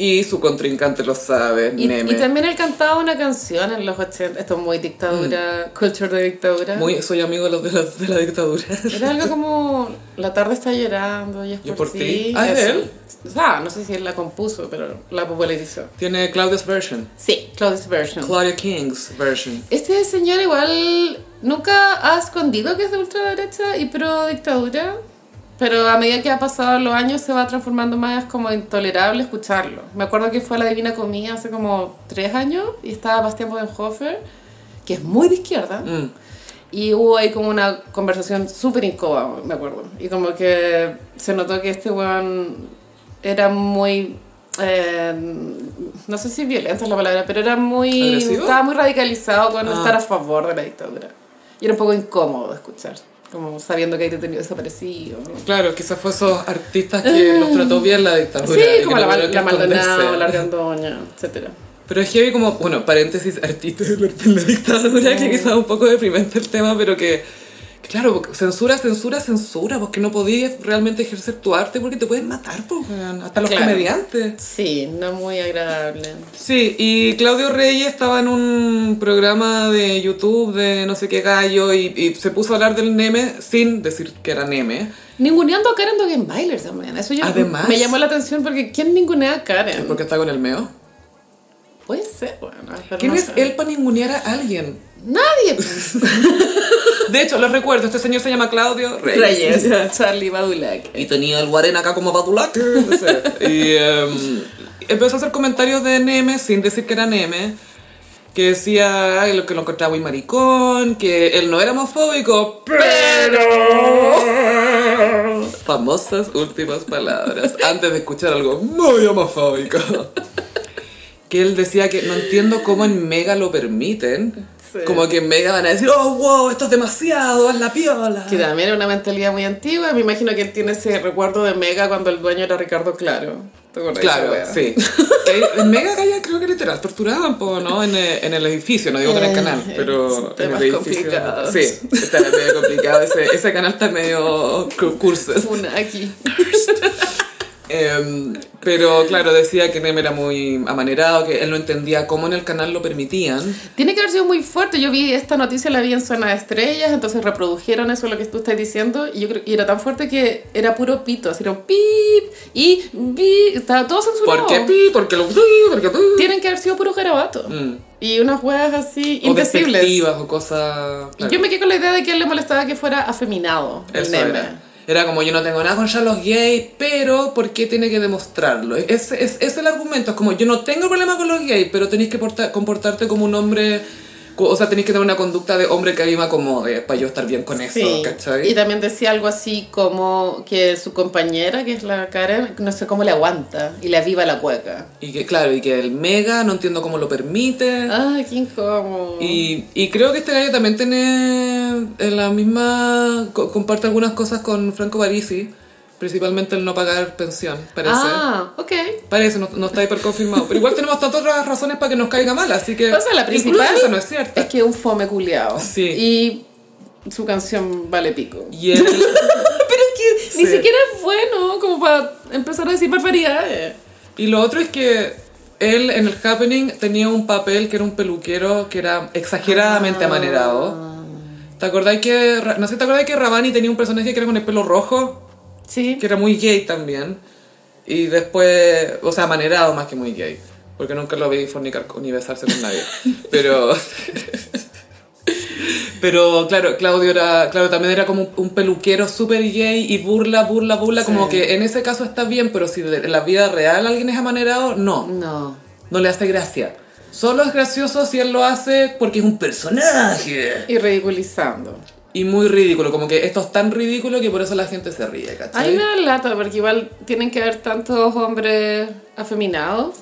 Speaker 1: Y su contrincante lo sabe,
Speaker 2: Y,
Speaker 1: Neme.
Speaker 2: y también él cantaba una canción en los 80, esto es muy dictadura, culture de dictadura.
Speaker 1: Mm. Muy, soy amigo de los de la, de la dictadura.
Speaker 2: Era algo como La tarde está llorando y es
Speaker 1: Y
Speaker 2: por,
Speaker 1: por ti.
Speaker 2: ti.
Speaker 1: Ah, ¿es
Speaker 2: eso.
Speaker 1: él?
Speaker 2: O sea, no sé si él la compuso, pero la popularizó.
Speaker 1: Tiene Claudio's version.
Speaker 2: Sí, Claudius Version.
Speaker 1: Claudio King's version.
Speaker 2: este señor igual nunca ha escondido que es de ultraderecha y pro dictadura, pero a medida que ha pasado los años se va transformando más como intolerable escucharlo. Me acuerdo que fue a la Divina Comida hace como tres años y estaba Bastián Bodenhofer, que es muy de izquierda.
Speaker 1: Mm.
Speaker 2: Y hubo ahí como una conversación súper incómoda, me acuerdo. Y como que se notó que este weón era muy... eh, no sé si violento es la palabra, pero era muy...
Speaker 1: ¿Agresivo?
Speaker 2: Estaba muy radicalizado con
Speaker 1: Ah.
Speaker 2: estar a favor de la dictadura. Y era un poco incómodo de escuchar, como sabiendo que hay detenido desaparecido. ¿no?
Speaker 1: Claro, quizás fue esos artistas que los trató bien la dictadura.
Speaker 2: Sí,
Speaker 1: y que
Speaker 2: como
Speaker 1: no
Speaker 2: la,
Speaker 1: tuvieron que
Speaker 2: la Maldonado,
Speaker 1: esconderse.
Speaker 2: la Argandoña, etc.
Speaker 1: Pero es heavy como, bueno, paréntesis, artista de la- de la dictadura, que quizás un poco deprimente el tema, pero que, que claro, porque censura, censura, censura, porque no podías realmente ejercer tu arte porque te pueden matar, pues, weón, hasta los
Speaker 2: Claro.
Speaker 1: comediantes.
Speaker 2: Sí, no muy agradable.
Speaker 1: Sí, y Claudio Reyes estaba en un programa de YouTube de no sé qué gallo y, y se puso a hablar del Neme sin decir que era Neme.
Speaker 2: Ninguneando a Karen Dogenbailer también. Eso yo
Speaker 1: Además-
Speaker 2: me llamó la atención porque ¿quién ningunea a Karen?
Speaker 1: Porque está con el meo.
Speaker 2: Puede ser, bueno. pero
Speaker 1: ¿Quién
Speaker 2: no
Speaker 1: es
Speaker 2: sé.
Speaker 1: él para ningunear a alguien?
Speaker 2: Nadie. pues.
Speaker 1: De hecho, los recuerdo, este señor se llama Claudio
Speaker 2: Reyes, Charlie Badulac.
Speaker 1: Y tenía el guarén acá como badulaque. no sé. y em, empezó a hacer comentarios de Neme sin decir que era Neme. Que decía ay, lo que lo encontraba muy maricón, que él no era homofóbico, pero... Famosas últimas palabras, antes de escuchar algo muy homofóbico. Que él decía que no entiendo cómo en Mega lo permiten, Como que en Mega van a decir, oh, wow, esto es demasiado, es la piola.
Speaker 2: Que también es una mentalidad muy antigua. Me imagino que él tiene ese recuerdo de Mega cuando el dueño era Ricardo Claro. ¿Te acordás de esa
Speaker 1: Claro,
Speaker 2: wea?
Speaker 1: sí. Que en Mega Gaya creo que literal torturaban, po, ¿no? En el, en el edificio, no digo que en el canal,
Speaker 2: Eh,
Speaker 1: pero en
Speaker 2: temas
Speaker 1: el edificio.
Speaker 2: complicados.
Speaker 1: Sí, está medio complicado. Ese, ese canal está medio cu- curses.
Speaker 2: Funaki.
Speaker 1: Em, pero claro, decía que Nem era muy amanerado, que él no entendía cómo en el canal lo permitían.
Speaker 2: Tiene que haber sido muy fuerte. Yo vi esta noticia, la vi en Zona de Estrellas, entonces reprodujeron eso, lo que tú estás diciendo, y, yo creo, y era tan fuerte que era puro pito, así era un pip y bip, estaba todo censurado.
Speaker 1: ¿Por qué? pi? ¿Por qué lo.? pi? ¿Por qué pi?
Speaker 2: Tienen que haber sido puros garabatos. Y unas huevas así
Speaker 1: Mm. O
Speaker 2: indecibles.
Speaker 1: despectivas o cosas.
Speaker 2: Y
Speaker 1: claro,
Speaker 2: Yo me quedé con la idea de que a él le molestaba que fuera afeminado. el
Speaker 1: eso
Speaker 2: nene.
Speaker 1: era. Era como yo no tengo nada con ya los gays, pero ¿por qué tiene que demostrarlo? Es, es, es el argumento, es como yo no tengo problema con los gays, pero tenéis que porta- comportarte como un hombre, co- o sea, tenéis que tener una conducta de hombre que a mí me acomode para yo estar bien con eso,
Speaker 2: Sí.
Speaker 1: ¿cachai?
Speaker 2: Y también decía algo así como que su compañera, que es la Karen, no sé cómo le aguanta y le aviva la cueca.
Speaker 1: Y que, claro, y que el mega, no entiendo cómo lo permite.
Speaker 2: Ay, Ah, qué incómodo.
Speaker 1: Y, y creo que este gallo también tiene en la misma. co- comparte algunas cosas con Franco Barisi, principalmente el no pagar pensión, parece.
Speaker 2: ah, ok.
Speaker 1: Parece, no, no está hiper confirmado. Pero igual tenemos tantas otras razones para que nos caiga mal, así que.
Speaker 2: O sea, la principal
Speaker 1: Incluso eso no es cierto.
Speaker 2: es que es un fome culiao.
Speaker 1: Sí.
Speaker 2: Y su canción vale pico.
Speaker 1: Y él.
Speaker 2: Pero es que ni
Speaker 1: Sí.
Speaker 2: siquiera es bueno como para empezar a decir barbaridades.
Speaker 1: Y lo otro es que él en el Happening tenía un papel que era un peluquero que era
Speaker 2: Ah.
Speaker 1: exageradamente amanerado. ¿Te acordás que. Ra- No sé, ¿te acordás que Ravani tenía un personaje que era con el pelo rojo?
Speaker 2: Sí.
Speaker 1: que era muy gay también. Y después, o sea, manerado más que muy gay. Porque nunca lo vi fornicar con- ni besarse con nadie. Pero. Pero claro, Claudio era, claro, también era como un peluquero súper gay y burla, burla, burla. Como
Speaker 2: Sí.
Speaker 1: que en ese caso está bien, pero si de- en la vida real alguien es amanerado, no,
Speaker 2: No.
Speaker 1: no le hace gracia. Solo es gracioso si él lo hace porque es un personaje.
Speaker 2: Y ridiculizando.
Speaker 1: Y muy ridículo, como que esto es tan ridículo que por eso la gente se ríe,
Speaker 2: A
Speaker 1: ¿cachai?
Speaker 2: mí me da lata porque igual tienen que haber tantos hombres afeminados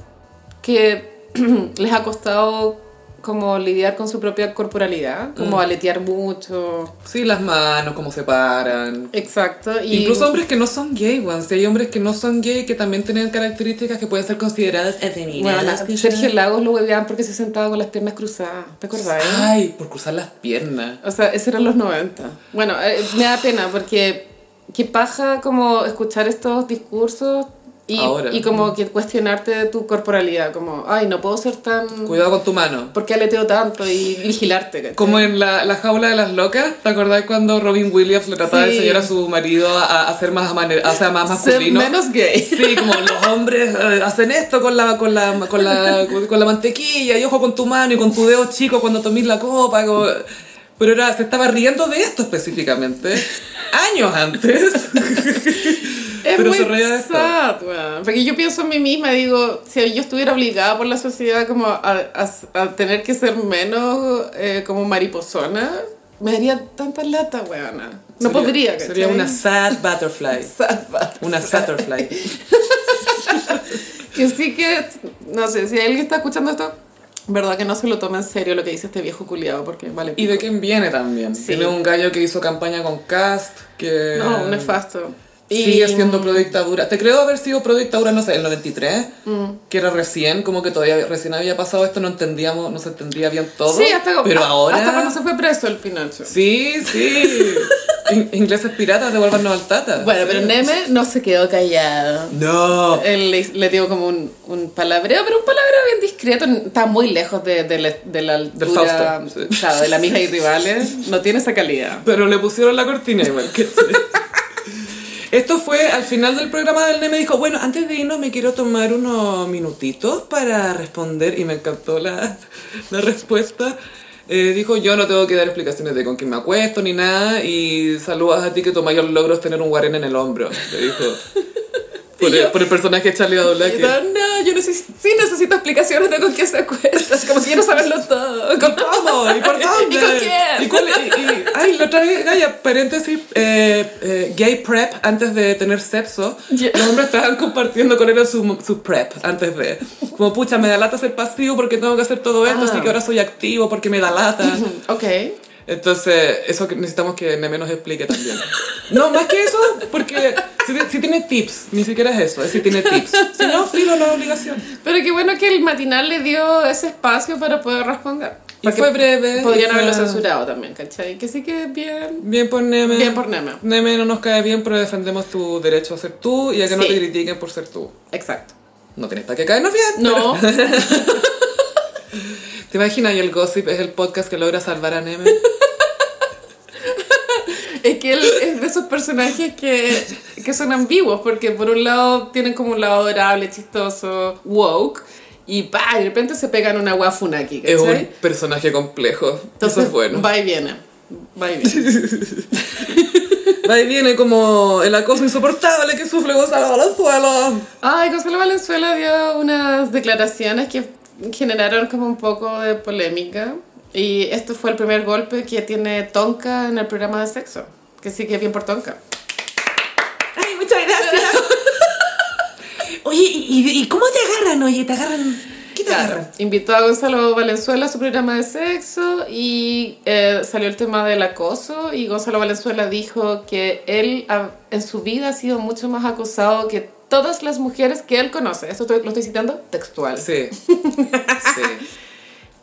Speaker 2: que les ha costado como lidiar con su propia corporalidad,
Speaker 1: Mm.
Speaker 2: como aletear mucho.
Speaker 1: Sí, las manos, cómo se paran.
Speaker 2: Exacto. Y
Speaker 1: Incluso hombres que no son gay, weón. Si hay hombres que no son gay que también tienen características que pueden ser consideradas
Speaker 2: Bueno,
Speaker 1: femeninas.
Speaker 2: a Sergio Lagos lo hueveaban porque se sentaba con las piernas cruzadas. ¿Te acordás?
Speaker 1: Ay, por cruzar las piernas.
Speaker 2: O sea, esos eran los 90. Bueno, eh, me da pena porque qué paja como escuchar estos discursos y,
Speaker 1: Ahora.
Speaker 2: y como que cuestionarte de tu corporalidad. Como, ay, no puedo ser tan...
Speaker 1: Cuidado con tu mano.
Speaker 2: ¿Por qué aleteo tanto y vigilarte? ¿cachai?
Speaker 1: Como en la, la jaula de las locas, ¿te acordás cuando Robin Williams le trataba de
Speaker 2: Sí.
Speaker 1: enseñar a su marido a, a ser más, amane- a ser más
Speaker 2: Ser
Speaker 1: masculino?
Speaker 2: menos gay.
Speaker 1: Sí, como los hombres eh, hacen esto con la, con, la, con, la, con la mantequilla y ojo con tu mano y con tu dedo chico cuando tomís la copa. como- Pero era, se estaba riendo de esto específicamente, años antes.
Speaker 2: Es
Speaker 1: Pero
Speaker 2: muy
Speaker 1: se reía de esto.
Speaker 2: sad, weón. Porque yo pienso en mí misma y digo, si yo estuviera obligada por la sociedad como a, a- a tener que ser menos eh, como mariposona, me daría tanta lata, weona. No
Speaker 1: Sería-
Speaker 2: podría, ¿cachai?
Speaker 1: Sería una sad butterfly.
Speaker 2: sad vibe.
Speaker 1: Una butterfly.
Speaker 2: Que sí que, no sé, si alguien está escuchando esto, verdad que no se lo toma en serio lo que dice este viejo culiado, porque vale.
Speaker 1: Y
Speaker 2: pico.
Speaker 1: de quién viene también.
Speaker 2: Sí.
Speaker 1: Tiene un gallo que hizo campaña con Cast, que...
Speaker 2: No, un nefasto. Y-
Speaker 1: Sigue siendo pro dictadura. Te creo haber sido pro dictadura, no sé, en el 93,
Speaker 2: Mm.
Speaker 1: que era recién, como que todavía recién había pasado esto, no entendíamos, no se entendía bien todo.
Speaker 2: Sí, hasta,
Speaker 1: Pero
Speaker 2: a-
Speaker 1: ahora.
Speaker 2: hasta cuando se fue preso el Pinocho.
Speaker 1: Sí, sí. In- ingleses piratas, devuélvanos al tata.
Speaker 2: Bueno, pero Neme no se quedó callado.
Speaker 1: No.
Speaker 2: Él le, le dio como un, un palabreo, pero un palabreo bien discreto. Está muy lejos de, de la, de la altura
Speaker 1: Fausto, sí.
Speaker 2: claro, de la amiga y rivales. No tiene esa calidad.
Speaker 1: Pero le pusieron la cortina igual. que- Esto fue al final del programa del Neme. Dijo, bueno, antes de irnos me quiero tomar unos minutitos para responder. Y me encantó la, la respuesta. Eh, dijo, yo no tengo que dar explicaciones de con quién me acuesto ni nada. Y saludas a ti que tu mayor logro es tener un guarén en el hombro. Le dijo. Por, el, por el personaje de Charlie Adulaque.
Speaker 2: Y yo, no, yo necesito, sí necesito explicaciones de con quién se acuesta. Como si quiero saberlo todo. Con-
Speaker 1: ¿Cómo? ¿Y por dónde?
Speaker 2: ¿Y con quién?
Speaker 1: ¿Y cuál- y- y- ah, Ay, la otra vez, Gaya, paréntesis, eh, eh, gay prep antes de tener sexo.
Speaker 2: Ya.
Speaker 1: Los hombres estaban compartiendo con él su, su prep antes de. Como, pucha, me da lata ser pasivo porque tengo que hacer todo esto,
Speaker 2: Ah.
Speaker 1: así que ahora soy activo porque me da lata.
Speaker 2: Ok.
Speaker 1: Entonces, eso que necesitamos que Neme nos explique también. No, más que eso, porque si, si tiene tips, ni siquiera es eso, es si tiene tips. Si no, filo la obligación.
Speaker 2: Pero qué bueno que el matinal le dio ese espacio para poder responder.
Speaker 1: Y fue breve. y
Speaker 2: Podrían haberlo
Speaker 1: fue-
Speaker 2: censurado también, ¿cachai? Que sí que bien.
Speaker 1: Bien por Neme.
Speaker 2: Bien por Neme.
Speaker 1: Neme no nos cae bien, pero defendemos tu derecho a ser tú y a que no
Speaker 2: Sí.
Speaker 1: te critiquen por ser tú.
Speaker 2: Exacto.
Speaker 1: No tienes para qué caernos bien.
Speaker 2: No.
Speaker 1: ¿Te imaginas? Y el Gossip es el podcast que logra salvar a Neme.
Speaker 2: Es que él es de esos personajes que, que son ambiguos, porque por un lado tienen como un lado adorable, chistoso, woke, y pa, de repente se pegan una guafuna aquí,
Speaker 1: es un
Speaker 2: ¿cachai?
Speaker 1: personaje complejo. eso es bueno.
Speaker 2: va y viene. Va y viene.
Speaker 1: Ahí viene como el acoso insoportable que sufre Gonzalo Valenzuela.
Speaker 2: Ay, Consuelo Valenzuela dio unas declaraciones que generaron como un poco de polémica, y esto fue el primer golpe que tiene Tonka en el programa de sexo, que sí que bien por Tonka.
Speaker 3: Ay, muchas gracias. Oye, ¿y, y- y cómo te agarran? Oye, te agarran. ¿Qué te agarran?
Speaker 2: Invitó a Gonzalo Valenzuela a su programa de sexo y eh, salió el tema del acoso y Gonzalo Valenzuela dijo que él ha- en su vida ha sido mucho más acosado que todas las mujeres que él conoce. Esto estoy- lo estoy citando textual.
Speaker 1: Sí. sí.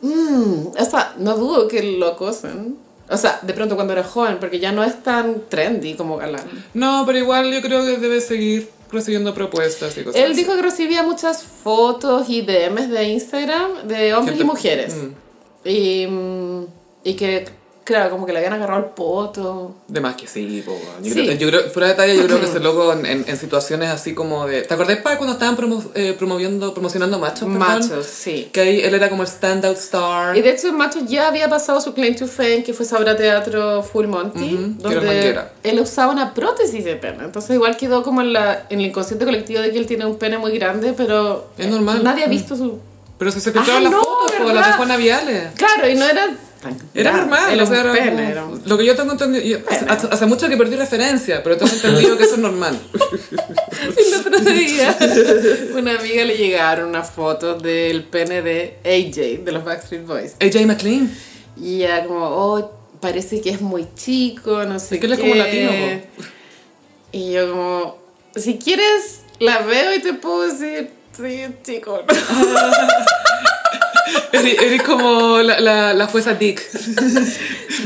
Speaker 2: Mm, o sea, no dudo que lo acosen. O sea, de pronto cuando era joven, porque ya no es tan trendy como galán.
Speaker 1: No, pero igual yo creo que debe seguir recibiendo propuestas y cosas.
Speaker 2: Él
Speaker 1: así.
Speaker 2: dijo que recibía muchas fotos y DMs de Instagram de hombres y
Speaker 1: Gente-
Speaker 2: mujeres.
Speaker 1: Mm.
Speaker 2: Y, mm, y que, claro, como que le habían agarrado el poto.
Speaker 1: De más que sí, po, weón. yo,
Speaker 2: Sí.
Speaker 1: Creo, yo creo, fuera de detalle, yo creo que ese loco en, en- en situaciones así como de... ¿Te acordás, pa, cuando estaban promo- eh, promoviendo, promocionando machos? perdón?
Speaker 2: Machos, sí.
Speaker 1: Que ahí él era como el standout star.
Speaker 2: Y de hecho, Macho ya había pasado su claim to fame, que fue Sabra Teatro Full Monty,
Speaker 1: Ujú, que era
Speaker 2: donde
Speaker 1: manguera.
Speaker 2: él usaba una prótesis de pene. Entonces, igual quedó como en, la, en el inconsciente colectivo de que él tiene un pene muy grande, pero.
Speaker 1: Es normal. Mm.
Speaker 2: Nadie ha visto su.
Speaker 1: Pero si se escuchaban las
Speaker 2: Ah, no,
Speaker 1: fotos, po, las de
Speaker 2: ¿verdad?
Speaker 1: Juana Viales.
Speaker 2: Claro, y no era. tan
Speaker 1: Era
Speaker 2: grande,
Speaker 1: normal,
Speaker 2: Era
Speaker 1: o sea,
Speaker 2: un
Speaker 1: era
Speaker 2: pene,
Speaker 1: como-
Speaker 2: era un-
Speaker 1: lo que yo tengo entendido, yo- hace, hace- hace mucho que perdí referencia, pero tengo entendido que eso es normal.
Speaker 2: El otro día, una amiga le llegaron unas fotos del pene de AJ, de los Backstreet Boys.
Speaker 1: AJ McLean.
Speaker 2: Y era como, oh, parece que es muy chico, no sé
Speaker 1: Es que él es como latino, po.
Speaker 2: Y yo como, si quieres, la veo y te puedo decir, sí, es chico.
Speaker 1: Eres, eres como la, la, la jueza Dick.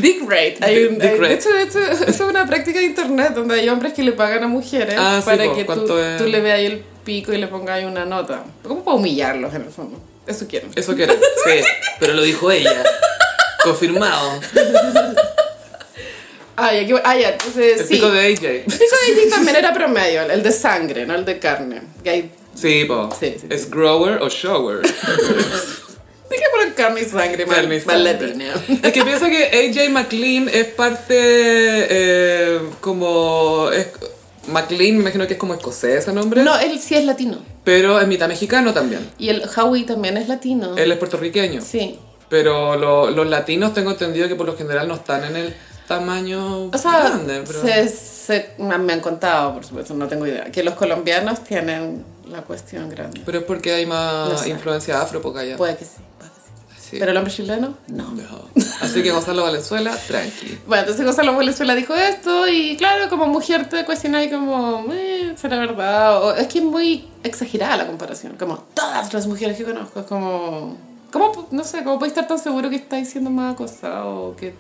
Speaker 2: Dick rate. Hay un-
Speaker 1: Dick- dick
Speaker 2: hay-
Speaker 1: rate.
Speaker 2: De hecho, de hecho, eso es una práctica de internet donde hay hombres que le pagan a mujeres
Speaker 1: Ah, sí,
Speaker 2: para
Speaker 1: po,
Speaker 2: que tú,
Speaker 1: ¿cuánto es?
Speaker 2: tú le veas ahí el pico y le pongas ahí una nota. Como para humillarlos en el fondo. Eso quieren.
Speaker 1: Eso que era. Sí, pero lo dijo ella. Confirmado.
Speaker 2: Ah, ya, que- ah, ya, entonces
Speaker 1: El
Speaker 2: sí.
Speaker 1: pico de AJ.
Speaker 2: El pico de Jake también era promedio, el de sangre, no el de carne. Que hay-
Speaker 1: Sí, po.
Speaker 2: Sí, sí, sí.
Speaker 1: ¿Es grower o shower?
Speaker 2: Dejémoslo en carne y sangre, más-
Speaker 1: Carne y
Speaker 2: más,
Speaker 1: sangre.
Speaker 2: latina.
Speaker 1: Es que piensa que AJ McLean es parte eh, como... Es, McLean, me imagino que es como escocés ese nombre.
Speaker 2: No, él sí es latino.
Speaker 1: Pero es mitad mexicano también.
Speaker 2: Y el Howie también es latino.
Speaker 1: Él es puertorriqueño.
Speaker 2: Sí.
Speaker 1: Pero lo- los latinos tengo entendido que por lo general no están en el tamaño
Speaker 2: O sea,
Speaker 1: grande. Pero...
Speaker 2: se- se- me han contado, por supuesto, no tengo idea, que los colombianos tienen la cuestión grande.
Speaker 1: pero es porque hay más
Speaker 2: No sé.
Speaker 1: influencia afro porque allá.
Speaker 2: Puede que sí, puede que sí.
Speaker 1: Sí.
Speaker 2: Pero el hombre chileno, no.
Speaker 1: No. Así que Gonzalo Valenzuela, tranqui.
Speaker 2: Bueno, entonces Gonzalo Valenzuela dijo esto y claro, como mujer te cuestionáis como, eh, ¿será verdad? O, es que es muy exagerada la comparación, como todas las mujeres que conozco, es como, ¿cómo, po- no sé, cómo podéis estar tan seguro que estáis siendo más acosado que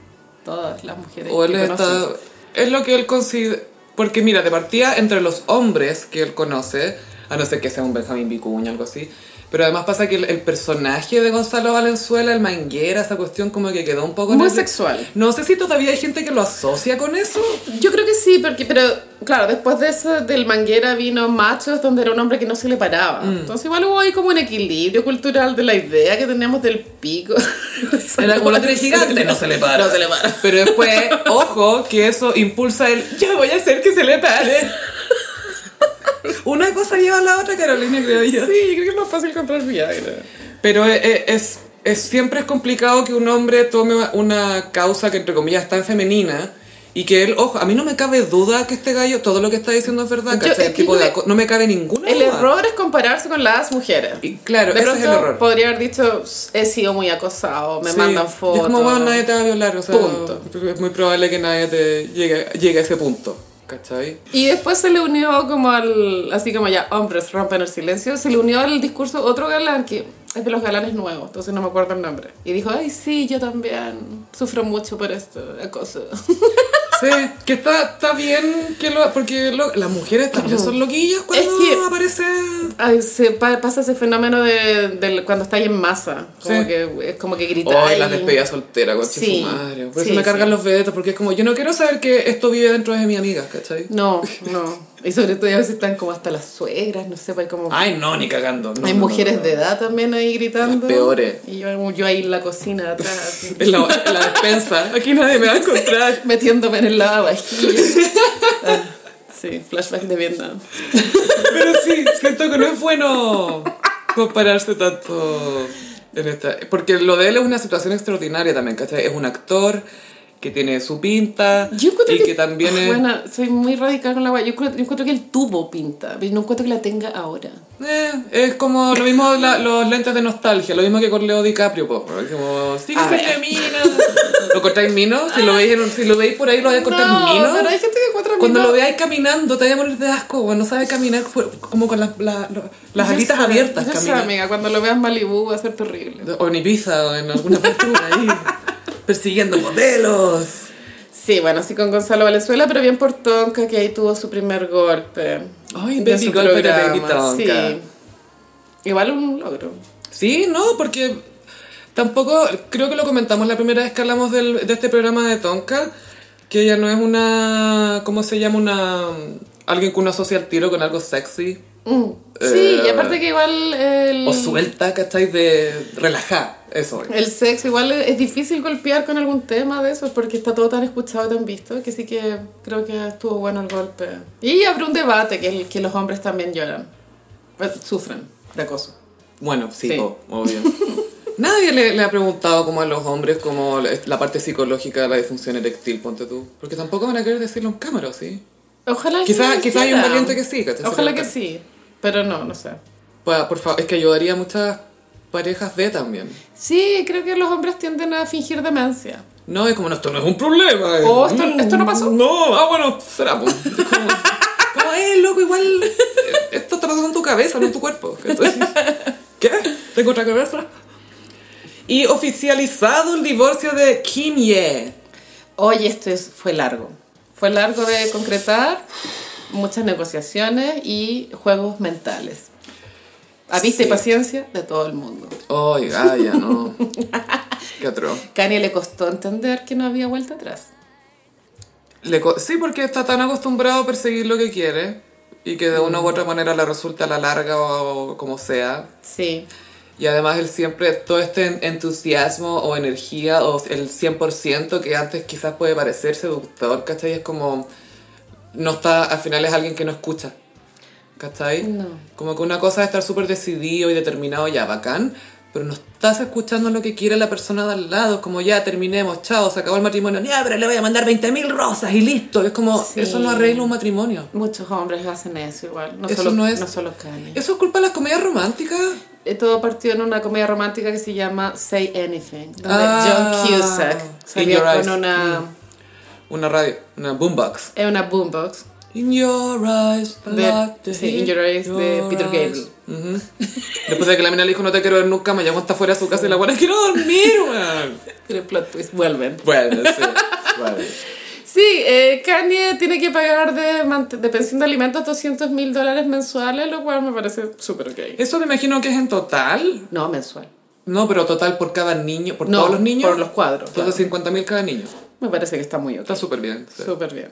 Speaker 2: todas las mujeres
Speaker 1: O él
Speaker 2: Eh, que
Speaker 1: está...
Speaker 2: conoces?
Speaker 1: Es lo que él considera... Porque mira, de partida entre los hombres que él conoce, a no ser que sea un Benjamín Vicuña o algo así, pero además pasa que el, el personaje de Gonzalo Valenzuela, el manguera, esa cuestión como que quedó un poco... en
Speaker 2: Muy
Speaker 1: el-
Speaker 2: sexual.
Speaker 1: No sé si todavía hay gente que lo asocia con eso.
Speaker 2: Yo creo que sí, porque, pero claro, después de eso del Manguera vino Machos, donde era un hombre que no se le paraba.
Speaker 1: Mm.
Speaker 2: Entonces igual hubo ahí como un equilibrio cultural de la idea que teníamos del pico.
Speaker 1: Era como la tres gigante, no se le para.
Speaker 2: No se le para.
Speaker 1: Pero después, ojo, que eso impulsa el yo voy a hacer que se le pare. Una cosa lleva a la otra, Carolina, creo yo.
Speaker 2: Sí, yo creo que es más fácil comprar Viagra.
Speaker 1: Pero e- e- es, es, siempre es complicado que un hombre tome una causa que entre comillas es tan femenina y que él, ojo, a mí no me cabe duda que este gallo, todo lo que está diciendo es verdad,
Speaker 2: Yo-
Speaker 1: ¿cachai?
Speaker 2: es
Speaker 1: El
Speaker 2: que
Speaker 1: tipo de
Speaker 2: le-
Speaker 1: aco- no me cabe ninguna
Speaker 2: El
Speaker 1: duda.
Speaker 2: error es compararse con las mujeres.
Speaker 1: Y claro,
Speaker 2: de
Speaker 1: ese
Speaker 2: pronto
Speaker 1: es el error.
Speaker 2: podría haber dicho, he sido muy acosado, me
Speaker 1: Sí.
Speaker 2: mandan
Speaker 1: Y
Speaker 2: fotos.
Speaker 1: Es como, bueno, nadie te va a violar, o sea,
Speaker 2: Punto.
Speaker 1: es muy probable que nadie te llegue, llegue a ese punto, ¿cachai?
Speaker 2: Y después se le unió como al, así como ya, hombres rompen el silencio, se le unió al discurso otro galán que es de los galanes nuevos, entonces no me acuerdo el nombre. Y dijo, ay, sí, yo también sufro mucho por esto, acoso.
Speaker 1: Sí, que está, está bien que lo... Porque lo- las mujeres también son loquillas cuando
Speaker 2: Es que-
Speaker 1: aparece...
Speaker 2: Ay, se pa- pasa ese fenómeno de, del- cuando está ahí en masa, como
Speaker 1: Sí.
Speaker 2: que es como que gritáis.
Speaker 1: Ay, las despedidas solteras, con su
Speaker 2: Sí,
Speaker 1: madre. Por
Speaker 2: sí,
Speaker 1: eso me cargan
Speaker 2: sí.
Speaker 1: los vedetos, porque es como, yo no quiero saber que esto vive dentro de mi amiga, ¿cachai?
Speaker 2: No, no. Y sobre todo a veces están como hasta las suegras, no sé, pues, como...
Speaker 1: Ay, no, ni cagando. no,
Speaker 2: Hay
Speaker 1: no, no,
Speaker 2: mujeres
Speaker 1: no.
Speaker 2: de edad también ahí gritando.
Speaker 1: Las peores.
Speaker 2: Y yo, yo ahí en la cocina atrás. así.
Speaker 1: En la, en la despensa. Aquí nadie me va a encontrar.
Speaker 2: metiéndome en el lavavajillas. Ah, sí, flashback de Vietnam.
Speaker 1: Pero sí, siento que no es bueno compararse tanto en esta. Porque lo de él es una situación extraordinaria también, ¿cachai? Es un actor que tiene su pinta
Speaker 2: Yo encuentro
Speaker 1: y que, también
Speaker 2: Ah,
Speaker 1: es.
Speaker 2: Bueno, soy muy radical con la guay. Yo encuentro, yo encuentro que el tubo pinta, pero no encuentro que la tenga ahora.
Speaker 1: eh, es como lo mismo la- los lentes de nostalgia, lo mismo que con Leo DiCaprio, po, ¿no? Es como, sí que
Speaker 2: A
Speaker 1: se
Speaker 2: ver.
Speaker 1: le mina. ¿Lo cortáis mino? Si lo veis, en- si lo veis por ahí, lo vais a cortar mino.
Speaker 2: Ah. pero hay gente que encuentra
Speaker 1: Cuando
Speaker 2: mino-
Speaker 1: lo veáis caminando, te vaya a morir de asco, güey. No sabe caminar fu- como con las, la- lo- las
Speaker 2: Yo
Speaker 1: alitas
Speaker 2: sé,
Speaker 1: abiertas.
Speaker 2: yo sé,
Speaker 1: camina.
Speaker 2: amiga, cuando lo veas en Malibu va a ser terrible.
Speaker 1: O en Ibiza, o en alguna parte por ahí. persiguiendo modelos.
Speaker 2: Sí, bueno, así con Gonzalo Valenzuela, pero bien por Tonka, que ahí tuvo su primer golpe.
Speaker 1: Ay,
Speaker 2: de
Speaker 1: baby
Speaker 2: su
Speaker 1: golpe de
Speaker 2: programa,
Speaker 1: baby Tonka.
Speaker 2: Sí. Igual un logro.
Speaker 1: Sí, no, porque tampoco, creo que lo comentamos la primera vez que hablamos del- de este programa de Tonka, que ella no es una, ¿cómo se llama? Una, alguien que uno asocia al tiro con algo sexy.
Speaker 2: Mm. Sí,
Speaker 1: Eh,
Speaker 2: y aparte que igual el,
Speaker 1: O suelta, ¿cachai? De relajar, eso.
Speaker 2: el sexo, igual es es difícil golpear con algún tema de eso porque está todo tan escuchado y tan visto que sí que creo que estuvo bueno el golpe. Y abrió un debate que, el- que los hombres también lloran, eh, sufren de acoso.
Speaker 1: Bueno, sí,
Speaker 2: Sí.
Speaker 1: po, obvio. Nadie le, le ha preguntado como a los hombres como la, la parte psicológica de la disfunción eréctil, ponte tú. Porque tampoco van a querer decirlo en cámara, ¿sí?
Speaker 2: Ojalá alguien
Speaker 1: Quizá-
Speaker 2: lo
Speaker 1: quizá hay un
Speaker 2: hiciera.
Speaker 1: valiente que sí, que te se
Speaker 2: Ojalá que
Speaker 1: corta.
Speaker 2: sí, pero no, no sé.
Speaker 1: Pa- Pues, por favor, es que ayudaría a muchas parejas de también.
Speaker 2: Sí, creo que los hombres tienden a fingir demencia.
Speaker 1: No, es como, no, esto no es un problema. eh.
Speaker 2: Oh, esto-
Speaker 1: Mm,
Speaker 2: esto no pasó.
Speaker 1: No, ah, bueno, será. Pues. Es Como, como, eh, loco, igual eh, esto está pasando en tu cabeza, no en tu cuerpo. ¿cachai? ¿Qué? ¿Tengo otra cabeza? Y oficializado el divorcio de Kim Ye.
Speaker 2: Oye, esto es- fue largo. Fue largo de concretar, muchas negociaciones y juegos mentales. A vista y
Speaker 1: Sí.
Speaker 2: paciencia de todo el mundo.
Speaker 1: Ay, Gaia, no. Qué atroz.
Speaker 2: Kanye le costó entender que no había vuelta atrás.
Speaker 1: Le co- sí, porque está tan acostumbrado a perseguir lo que quiere y que de una u otra manera le resulta a la larga o como sea.
Speaker 2: Sí.
Speaker 1: Y además él siempre, todo este en- entusiasmo o energía o el 100% que antes quizás puede parecer seductor, ¿cachai? Es como, no está, al final es alguien que no escucha, ¿cachai?
Speaker 2: No.
Speaker 1: Como que una cosa es estar súper decidido y determinado, ya, bacán, pero no estás escuchando lo que quiere la persona de al lado, es como ya, terminemos, chao, se acabó el matrimonio, ya, pero le voy a mandar 20.000 rosas y listo, es como,
Speaker 2: Sí.
Speaker 1: eso no arregla un matrimonio.
Speaker 2: Muchos hombres hacen eso igual. No
Speaker 1: Eso
Speaker 2: solo,
Speaker 1: no es-
Speaker 2: no solo Kanye.
Speaker 1: Eso es culpa de las comedias románticas.
Speaker 2: Eh, Todo partió en una comedia romántica que se llama Say Anything, donde
Speaker 1: Ah.
Speaker 2: John Cusack
Speaker 1: In Your
Speaker 2: salía con
Speaker 1: Eyes.
Speaker 2: una,
Speaker 1: Una radio, una boombox.
Speaker 2: eh, una boombox
Speaker 1: In your eyes, I
Speaker 2: de,
Speaker 1: like to
Speaker 2: sí,
Speaker 1: hear
Speaker 2: In Your Eyes de
Speaker 1: your
Speaker 2: Peter Gabriel.
Speaker 1: eyes. Ujú. Después de que la mina le dijo no te quiero ver nunca, me llamó hasta fuera de su casa y la buena quiero dormir, weón.
Speaker 2: Pero el plot twist, pues, vuelven.
Speaker 1: Bueno, sí. Bueno.
Speaker 2: Sí, eh, Kanye tiene que pagar de, mant- de pensión de alimentos 200 mil dólares mensuales, lo cual me parece súper ok.
Speaker 1: Eso me imagino que es en total.
Speaker 2: No, mensual.
Speaker 1: No, pero total por cada niño, por
Speaker 2: No,
Speaker 1: todos los niños.
Speaker 2: por los cuadros,
Speaker 1: Entonces 50 mil cada niño.
Speaker 2: Me parece que está muy ok.
Speaker 1: Está súper bien. sí.
Speaker 2: Súper bien.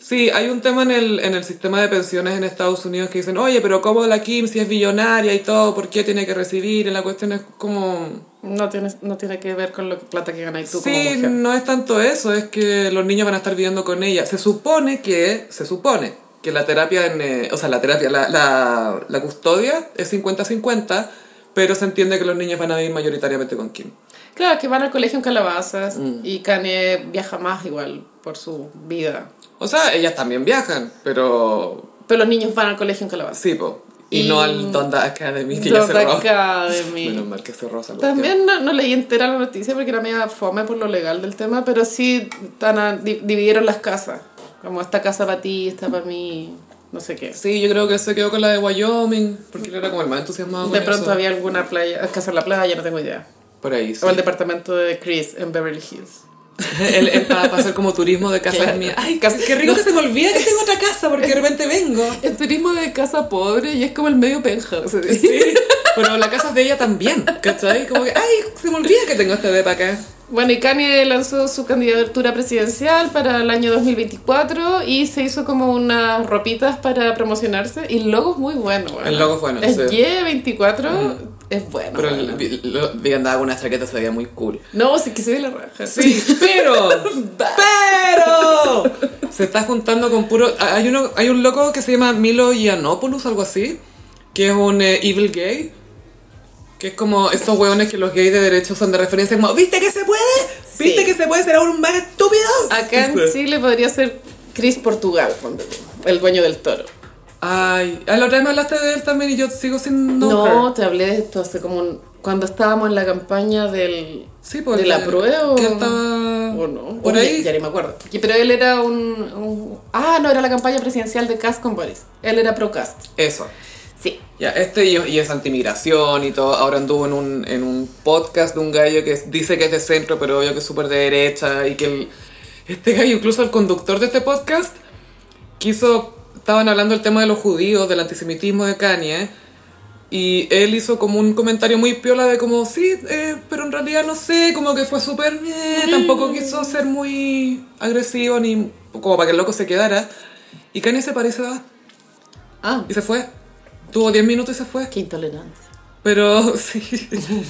Speaker 1: Sí, hay un tema en el, en el sistema de pensiones en Estados Unidos que dicen, oye, pero ¿cómo la Kim si es billonaria y todo? ¿Por qué tiene que recibir? Y la cuestión es como...
Speaker 2: No tiene, no tiene que ver con la plata que ganas tú como
Speaker 1: Sí,
Speaker 2: mujer.
Speaker 1: no es tanto eso, es que los niños van a estar viviendo con ella. Se supone que, se supone que la terapia, en, eh, o sea, la terapia, la, la, la custodia es 50-50, pero se entiende que los niños van a ir mayoritariamente con Kim.
Speaker 2: Claro, que van al colegio en calabazas y Kanye viaja más igual por su vida.
Speaker 1: O sea, ellas también viajan, pero
Speaker 2: Pero los niños van al colegio en calabazas.
Speaker 1: sí, po. Y,
Speaker 2: Y-
Speaker 1: no al Donda Academy que ya
Speaker 2: Dog
Speaker 1: cerró.
Speaker 2: Academy.
Speaker 1: Menos mal que cerró esa cuestión.
Speaker 2: También no, no leí entera la noticia porque era media fome por lo legal del tema, pero sí tan a- di- dividieron las casas. Como esta casa para ti, esta para mí, no sé qué.
Speaker 1: Sí, yo creo que se quedó con la de Wyoming, porque él era como el más entusiasmado.
Speaker 2: de
Speaker 1: con
Speaker 2: pronto
Speaker 1: eso.
Speaker 2: había alguna playa, casa en la playa, no tengo idea.
Speaker 1: Por ahí. sí.
Speaker 2: O el departamento de Chris en Beverly Hills.
Speaker 1: Él- él para, para hacer como turismo de casas
Speaker 2: Claro.
Speaker 1: mías. Ay, cas- qué rico que se me olvida que tengo otra casa, porque de repente vengo.
Speaker 2: El turismo de casa pobre y es como el medio penthouse.
Speaker 1: Sí. Pero la casa es de ella también, ¿cachai? Como que, ay, se me olvida que tengo este de para acá.
Speaker 2: Bueno, y Kanye lanzó su candidatura presidencial para el año 2024 y se hizo como unas ropitas para promocionarse. Y el logo es muy bueno. bueno.
Speaker 1: El logo es bueno,
Speaker 2: Es
Speaker 1: sí.
Speaker 2: Y24, es bueno.
Speaker 1: Pero
Speaker 2: bueno.
Speaker 1: vi andaba con una chaqueta, se veía muy cool.
Speaker 2: No, sí que se ve la raja.
Speaker 1: Sí, pero. ¡Pero! Se está juntando con puro. Hay, uno, hay un loco que se llama Milo Yiannopoulos, algo así, que es un eh, evil gay. Que es como estos hueones que los gays de derecho son de referencia, como, ¿viste que se puede? ¿Viste
Speaker 2: Sí.
Speaker 1: que se puede ser aún más estúpido?
Speaker 2: Acá en
Speaker 1: Sí.
Speaker 2: Chile podría ser Chris Portugal, ponte tú, el dueño del toro.
Speaker 1: Ay, a la otra vez me hablaste de él también y yo sigo sin
Speaker 2: No,
Speaker 1: nombre.
Speaker 2: te hablé de esto hace como un- cuando estábamos en la campaña del,
Speaker 1: Sí, por
Speaker 2: de la prueba. o-
Speaker 1: Que él estaba.
Speaker 2: ¿O no?
Speaker 1: Por
Speaker 2: Uy,
Speaker 1: ahí.
Speaker 2: Ya, ya ni me acuerdo. Que- Pero él era un, un- Ah, no, era la campaña presidencial de Cast con Boris. Él era pro-Cast.
Speaker 1: Eso.
Speaker 2: Sí.
Speaker 1: Ya, este y, y es antimigración y todo. Ahora anduvo en un, en un podcast de un gallo que es- dice que es de centro, pero obvio que es súper de derecha. Y que el- este gallo, incluso el conductor de este podcast, quiso. Estaban hablando del tema de los judíos, del antisemitismo de Kanye. Y él hizo como un comentario muy piola de como, sí, eh, pero en realidad no sé, como que fue súper eh, tampoco quiso ser muy agresivo ni como para que el loco se quedara. Y Kanye se parece a...
Speaker 2: Ah,
Speaker 1: Y se fue. Tuvo 10 minutos y se fue.
Speaker 2: qué intolerante.
Speaker 1: Pero sí,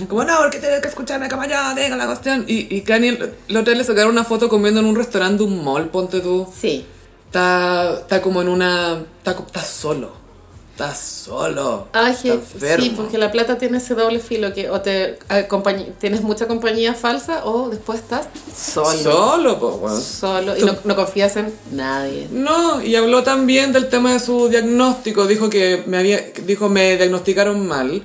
Speaker 1: como no, porque tenés que escuchar a Camaya, venga la cuestión. Y, y Kanye, la otra vez le sacaron una foto comiendo en un restaurante de un mall, ponte tú.
Speaker 2: Sí.
Speaker 1: Está, está como en una. Está, co- está solo. Está solo.
Speaker 2: Ay,
Speaker 1: está enfermo.
Speaker 2: sí, porque la plata tiene ese doble filo que o te acompañ- tienes mucha compañía falsa o después estás solo.
Speaker 1: Solo, po,
Speaker 2: Ah.
Speaker 1: weón.
Speaker 2: Solo. Y no, no confías en nadie.
Speaker 1: No, y habló también del tema de su diagnóstico. Dijo que me había, dijo me diagnosticaron mal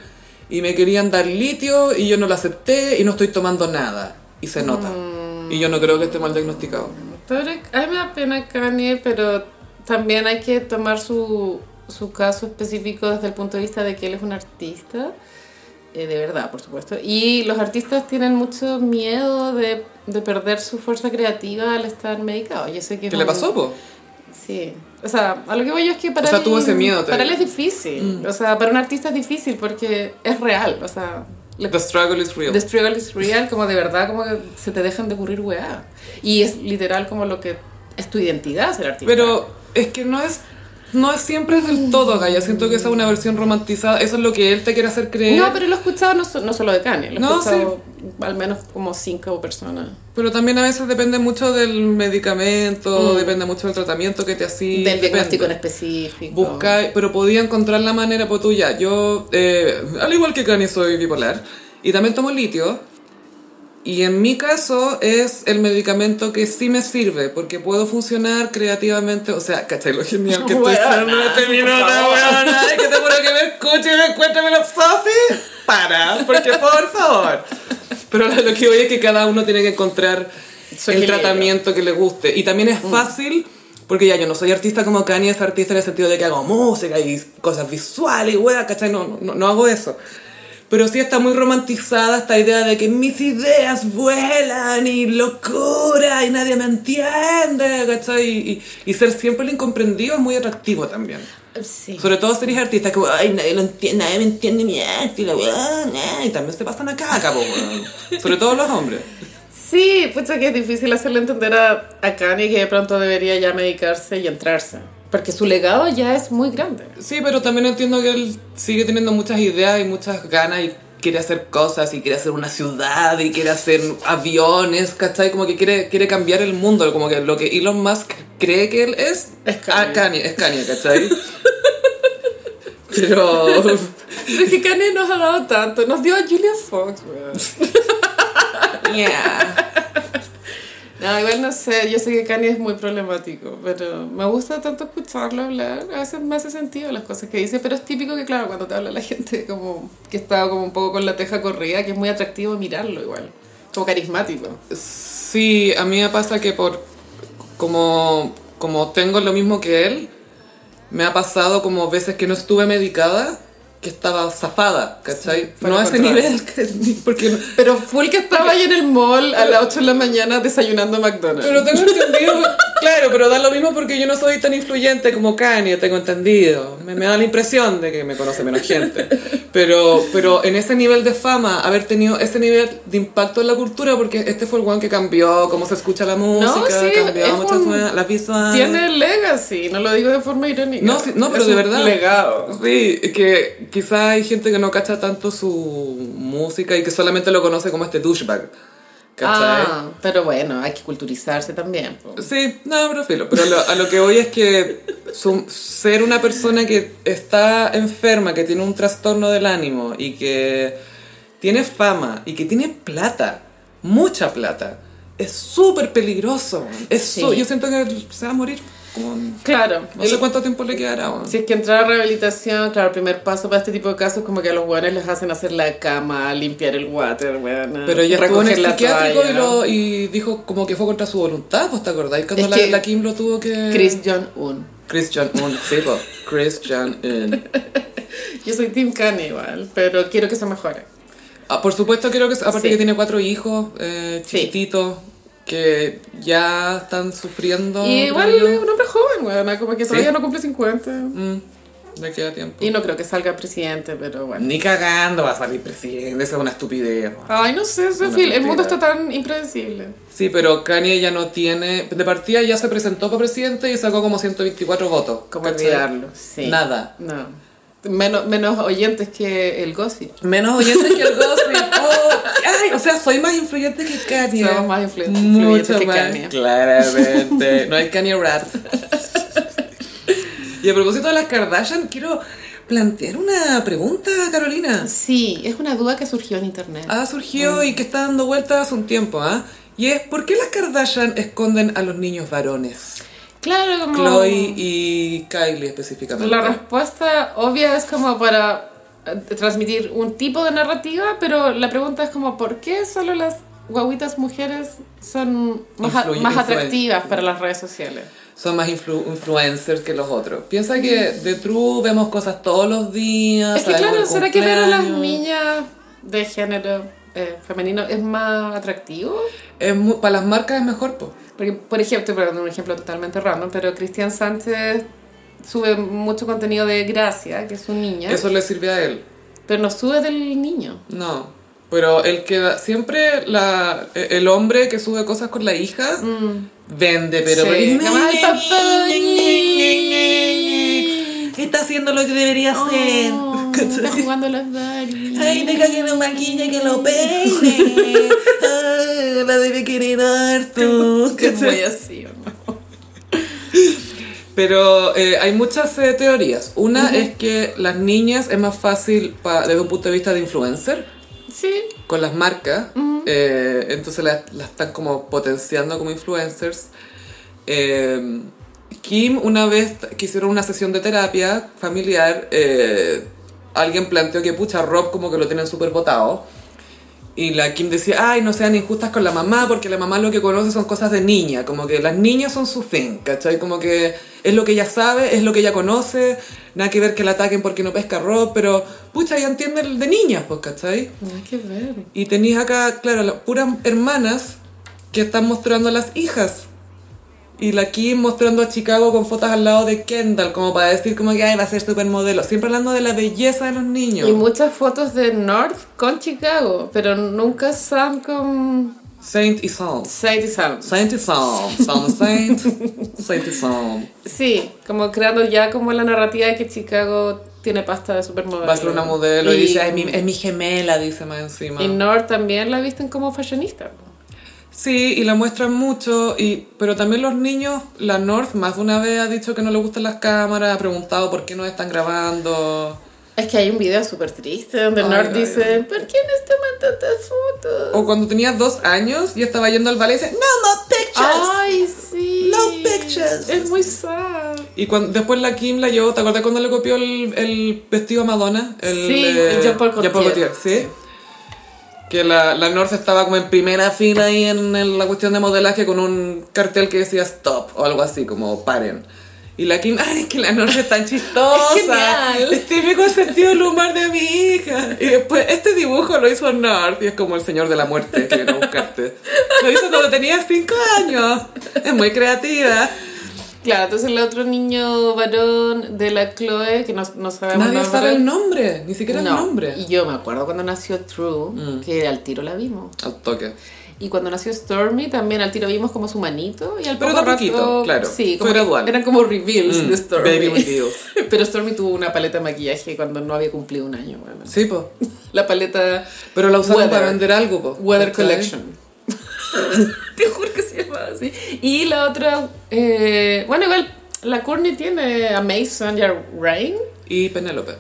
Speaker 1: y me querían dar litio y yo no lo acepté y no estoy tomando nada y se nota.
Speaker 2: Mm.
Speaker 1: Y yo no creo que esté mal diagnosticado.
Speaker 2: Pero a mí me da pena Kanye, pero también hay que tomar su, su caso específico desde el punto de vista de que él es un artista, eh, de verdad, por supuesto. Y los artistas tienen mucho miedo de, de perder su fuerza creativa al estar medicado. Yo sé que es
Speaker 1: ¿Qué le
Speaker 2: un-
Speaker 1: pasó, po?
Speaker 2: Sí. O sea, a lo que voy yo es que para
Speaker 1: O sea,
Speaker 2: él,
Speaker 1: tuvo ese miedo, te
Speaker 2: para él
Speaker 1: digo. Mm.
Speaker 2: es difícil. O sea, para un artista es difícil porque es real. O sea, le
Speaker 1: The struggle is real.
Speaker 2: The struggle is real, como de verdad, como que se te dejan de ocurrir weá. Y es literal como lo que es tu identidad ser artista.
Speaker 1: Pero es que no es no es siempre es del todo, Gaya. Siento que esa es una versión romantizada. Eso es lo que él te quiere hacer creer.
Speaker 2: no, pero lo he escuchado no, so- eh, no solo de Kanye, lo he
Speaker 1: No,
Speaker 2: escuchado al menos como cinco personas.
Speaker 1: Pero también a veces depende mucho del medicamento, depende mucho del tratamiento que te hacían.
Speaker 2: Mm. del diagnóstico
Speaker 1: depende.
Speaker 2: en específico.
Speaker 1: Busca, pero podía encontrar la manera, pues tú ya, yo, eh, al igual que Kanye, soy bipolar y también tomo litio. Y en mi caso es el medicamento que sí me sirve, porque puedo funcionar creativamente. O sea, ¿cachai lo genial que estoy
Speaker 2: Weona,
Speaker 1: siendo este
Speaker 2: por
Speaker 1: minuto,
Speaker 2: favor.
Speaker 1: weona? Es que te juro que me escuche y me encuentre me lo sofi. Para, porque por favor. Pero lo que voy es que cada uno tiene que encontrar
Speaker 2: Su
Speaker 1: el
Speaker 2: equilibrio. Mm.
Speaker 1: tratamiento que le guste. Y también es fácil, porque ya yo no soy artista como Kanye, es artista en el sentido de que hago música y cosas visuales y weá, ¿cachai? No, no, no hago eso. Pero sí está muy romantizada esta idea de que mis ideas vuelan y locura y nadie me entiende, ¿cachai? Y, y- y ser siempre el incomprendido es muy atractivo también.
Speaker 2: Sí.
Speaker 1: Sobre todo si eres artista, como, ay, nadie, lo entiende, nadie me entiende mi arte y la weá, nah", y también se pasan acá, cabrón. Sobre todo los hombres.
Speaker 2: Sí, pucha que es difícil hacerle entender a, a Kanye que de pronto debería ya medicarse y entrarse. Porque su legado ya es muy grande.
Speaker 1: Sí, pero también entiendo que él sigue teniendo muchas ideas y muchas ganas y quiere hacer cosas y quiere hacer una ciudad y quiere hacer aviones, ¿cachai? Como que quiere, quiere cambiar el mundo, como que lo que Elon Musk cree que él es,
Speaker 2: Es Kanye.
Speaker 1: Ah, Kanye, es Kanye, ¿cachai? Pero.
Speaker 2: Pero que Kanye nos ha dado tanto. Nos dio a Julia Fox, weón.
Speaker 3: Yeah.
Speaker 2: No, igual no sé. Yo sé que Kanye es muy problemático, pero me gusta tanto escucharlo hablar. A veces me hace sentido las cosas que dice, pero es típico que, claro, cuando te habla la gente como que está como un poco con la teja corrida, que es muy atractivo mirarlo igual. Como carismático.
Speaker 1: Sí, a mí me pasa que por. Como, como tengo lo mismo que él, me ha pasado como veces que no estuve medicada, que estaba zafada, ¿cachai?
Speaker 2: fue
Speaker 1: no
Speaker 2: lo
Speaker 1: a ese
Speaker 2: contrario.
Speaker 1: nivel, porque no-
Speaker 2: Pero full que estaba ahí en el mall a las 8 de la mañana desayunando McDonald's.
Speaker 1: Pero tengo entendido, claro, pero da lo mismo porque yo no soy tan influyente como Kanye, tengo entendido. Me, me da la impresión de que me conoce menos gente. Pero, pero en ese nivel de fama, haber tenido ese nivel de impacto en la cultura, porque este fue el one que cambió cómo se escucha la música,
Speaker 2: sí, es
Speaker 1: cambió muchas
Speaker 2: un-
Speaker 1: cosas, las visuales.
Speaker 2: Tiene legacy, no lo digo de forma irónica.
Speaker 1: No, sí, no, pero
Speaker 2: Es
Speaker 1: de
Speaker 2: un
Speaker 1: verdad.
Speaker 2: Legado.
Speaker 1: Sí, que quizá hay gente que no cacha tanto su música y que solamente lo conoce como este douchebag. ¿Cachai?
Speaker 2: Ah, pero bueno, hay que culturizarse también. po.
Speaker 1: Sí, no, pero filo. Pero lo- a lo que voy es que su- ser una persona que está enferma, que tiene un trastorno del ánimo y que tiene fama y que tiene plata, mucha plata, es súper peligroso. man. Es
Speaker 2: Sí.
Speaker 1: su- yo siento que se va a morir. como en-
Speaker 2: Claro.
Speaker 1: no sé
Speaker 2: el-
Speaker 1: cuánto tiempo le quedará. man.
Speaker 2: si es que entrar a rehabilitación, claro, el primer paso para este tipo de casos es como que a los guanes les hacen hacer la cama, limpiar el water, weón. ah,
Speaker 1: Pero ella estuvo en el psiquiátrico y,
Speaker 2: los
Speaker 1: lo- y dijo como que fue contra su voluntad, ¿vos te acordáis? Cuando
Speaker 2: Es
Speaker 1: la,
Speaker 2: que-
Speaker 1: la Kim lo tuvo que...
Speaker 2: Chris John Un.
Speaker 1: Christian Un, sí, po. Christian Un.
Speaker 2: Yo soy Team Kanye igual, pero quiero que se mejore.
Speaker 1: Ah, por supuesto, creo que aparte
Speaker 2: Sí.
Speaker 1: que tiene cuatro hijos eh,
Speaker 2: Sí.
Speaker 1: chiquititos que ya están sufriendo.
Speaker 2: y igual
Speaker 1: creo
Speaker 2: es un hombre joven, weón, ah, como que todavía
Speaker 1: Sí.
Speaker 2: no cumple 50.
Speaker 1: yo. Mm, le queda tiempo.
Speaker 2: Y no creo que salga presidente, pero bueno.
Speaker 1: Ni cagando va a salir presidente, esa es una estupidez. weón.
Speaker 2: Ay, no sé, Sophie, el mundo está tan impredecible.
Speaker 1: Sí, pero Kanye ya no tiene. De partida ya se presentó para presidente y sacó como 124 votos.
Speaker 2: Como
Speaker 1: ¿cachai?
Speaker 2: olvidarlo, sí.
Speaker 1: Nada.
Speaker 2: No. Menos, menos oyentes que el gossip.
Speaker 1: Menos oyentes que el gossip. Oh, ay, o sea, soy más influyente que Kanye.
Speaker 2: Somos más influ- influyentes
Speaker 1: Mucho
Speaker 2: que
Speaker 1: más.
Speaker 2: Kanye.
Speaker 1: Claramente. No hay Kanye Rat. Y a propósito de las Kardashian, quiero plantear una pregunta, Carolina.
Speaker 2: Sí, Mm. es una duda que surgió en internet.
Speaker 1: Ha surgido y que está dando vueltas hace un tiempo, ¿ah? Y es, ¿por qué las Kardashian esconden a los niños varones?
Speaker 2: claro, como...
Speaker 1: Chloe y Kylie específicamente.
Speaker 2: La respuesta obvia es como para eh, transmitir un tipo de narrativa, pero la pregunta es como, ¿por qué solo las guaguitas mujeres son más, a-
Speaker 1: Influye-
Speaker 2: más
Speaker 1: influen-
Speaker 2: atractivas para las redes sociales?
Speaker 1: son más influ- influencers que los otros. Piensa que de True vemos cosas todos los días.
Speaker 2: Es que
Speaker 1: sabemos
Speaker 2: claro,
Speaker 1: el
Speaker 2: ¿será que ver a las
Speaker 1: cumpleaños.
Speaker 2: niñas de género eh, femenino es más atractivo?
Speaker 1: Es mu- para las marcas es mejor, po.
Speaker 2: Porque, por ejemplo, estoy poniendo un ejemplo totalmente random, pero Cristian Sánchez sube mucho contenido de Gracia, que es un niño,
Speaker 1: Eso le sirve a él.
Speaker 2: pero no sube del niño.
Speaker 1: No. Pero él queda. Siempre la, e- el hombre que sube cosas con la hija vende, pero.
Speaker 2: Mm. Sí.
Speaker 1: Ni-
Speaker 2: Nada más el papá.
Speaker 1: ni- ni- ni-
Speaker 3: Está haciendo lo que debería hacer.
Speaker 2: Oh, está jugando a los Barbies.
Speaker 3: Ay, deja que lo maquille, que lo peine. Ay, la debe querer harto.
Speaker 2: Que es muy así, ¿o no?
Speaker 1: Pero eh, hay muchas eh, teorías. Una es que las niñas es más fácil pa- desde un punto de vista de influencer.
Speaker 2: Sí,
Speaker 1: con las marcas, eh, entonces las las están como potenciando como influencers. Eh, Kim, una vez t- que hicieron una sesión de terapia familiar, eh, alguien planteó que pucha, Rob como que lo tienen súper votado. Y la Kim decía, ay, no sean injustas con la mamá, porque la mamá lo que conoce son cosas de niña, como que las niñas son su fin, ¿cachai? Como que es lo que ella sabe, es lo que ella conoce, nada que ver que la ataquen porque no pesca Rob, pero pucha, ya entiende el de niñas, pues, ¿cachai?
Speaker 2: nada que ver.
Speaker 1: Y tenéis acá, claro, las puras hermanas que están mostrando a las hijas. Y la Kim mostrando a Chicago con fotos al lado de Kendall, como para decir como que Ay, va a ser supermodelo. Siempre hablando de la belleza de los niños.
Speaker 2: Y muchas fotos de North con Chicago, pero nunca Sam con
Speaker 1: Saint y Psalm.
Speaker 2: Sadie Sam.
Speaker 1: Saint y Psalm. Psalm Saint. Saint y Psalm.
Speaker 2: Sí, como creando ya como la narrativa de que Chicago tiene pasta de supermodelo.
Speaker 1: Va a ser una modelo y, dice, "Ay, mi- es mi gemela, dice más encima.
Speaker 2: Y North también la visten como fashionista.
Speaker 1: Sí, y la muestran mucho, y, pero también los niños, la North más de una vez ha dicho que no le gustan las cámaras, ha preguntado por qué no están grabando.
Speaker 2: Es que hay un video súper triste donde
Speaker 1: Ay,
Speaker 2: Nord
Speaker 1: ay,
Speaker 2: dice,
Speaker 1: ay. Oh,
Speaker 2: ¿por qué no te mandan tantas fotos?
Speaker 1: O cuando tenía dos años y estaba yendo al ballet y dice, "No".
Speaker 3: No more pictures.
Speaker 2: Ay, sí.
Speaker 3: No pictures.
Speaker 2: Es muy sad.
Speaker 1: Y cuando, después la Kim la llevó, ¿te acuerdas cuando le copió el, el vestido a Madonna? El, eh,
Speaker 2: Sí, Jean Paul
Speaker 1: Jean
Speaker 2: Gaultier.
Speaker 1: ¿sí? Que la, la North estaba como en primera fila ahí en, en la cuestión de modelaje con un cartel que decía stop o algo así, como paren. Y la Kim, ay, es que la North es tan chistosa.
Speaker 2: Es genial.
Speaker 1: Es típico el sentido del humor de mi hija. Y después, este dibujo lo hizo North y es como el señor de la muerte que viene a buscarte. Lo hizo cuando tenía 5 años. Es muy creativa.
Speaker 2: Claro, entonces el otro niño varón de la Chloe, que no, no sabemos
Speaker 1: Nadie sabe el nombre, ni siquiera
Speaker 2: No.
Speaker 1: el nombre. Mm.
Speaker 2: Y yo me acuerdo cuando nació True, que al tiro la vimos.
Speaker 1: Al toque.
Speaker 2: Y cuando nació Stormy, también al tiro vimos como su manito. Y al
Speaker 1: Pero
Speaker 2: poco
Speaker 1: de a poquito,
Speaker 2: rato-
Speaker 1: claro. Fue
Speaker 2: Sí, como que
Speaker 1: gradual.
Speaker 2: Eran como reveals
Speaker 1: Mm,
Speaker 2: de Stormy.
Speaker 1: baby reveals.
Speaker 2: Pero Stormy tuvo una paleta de maquillaje cuando no había cumplido un año. bueno.
Speaker 1: Sí, po.
Speaker 2: La paleta
Speaker 1: Pero la usaron
Speaker 2: Weather.
Speaker 1: para vender algo, po.
Speaker 2: Weather
Speaker 1: ¿Cachai?
Speaker 2: Collection. Te juro que se llamaba así. Y la otra, eh, bueno, igual la Courtney tiene a Mason y a Rain.
Speaker 1: Y Penélope.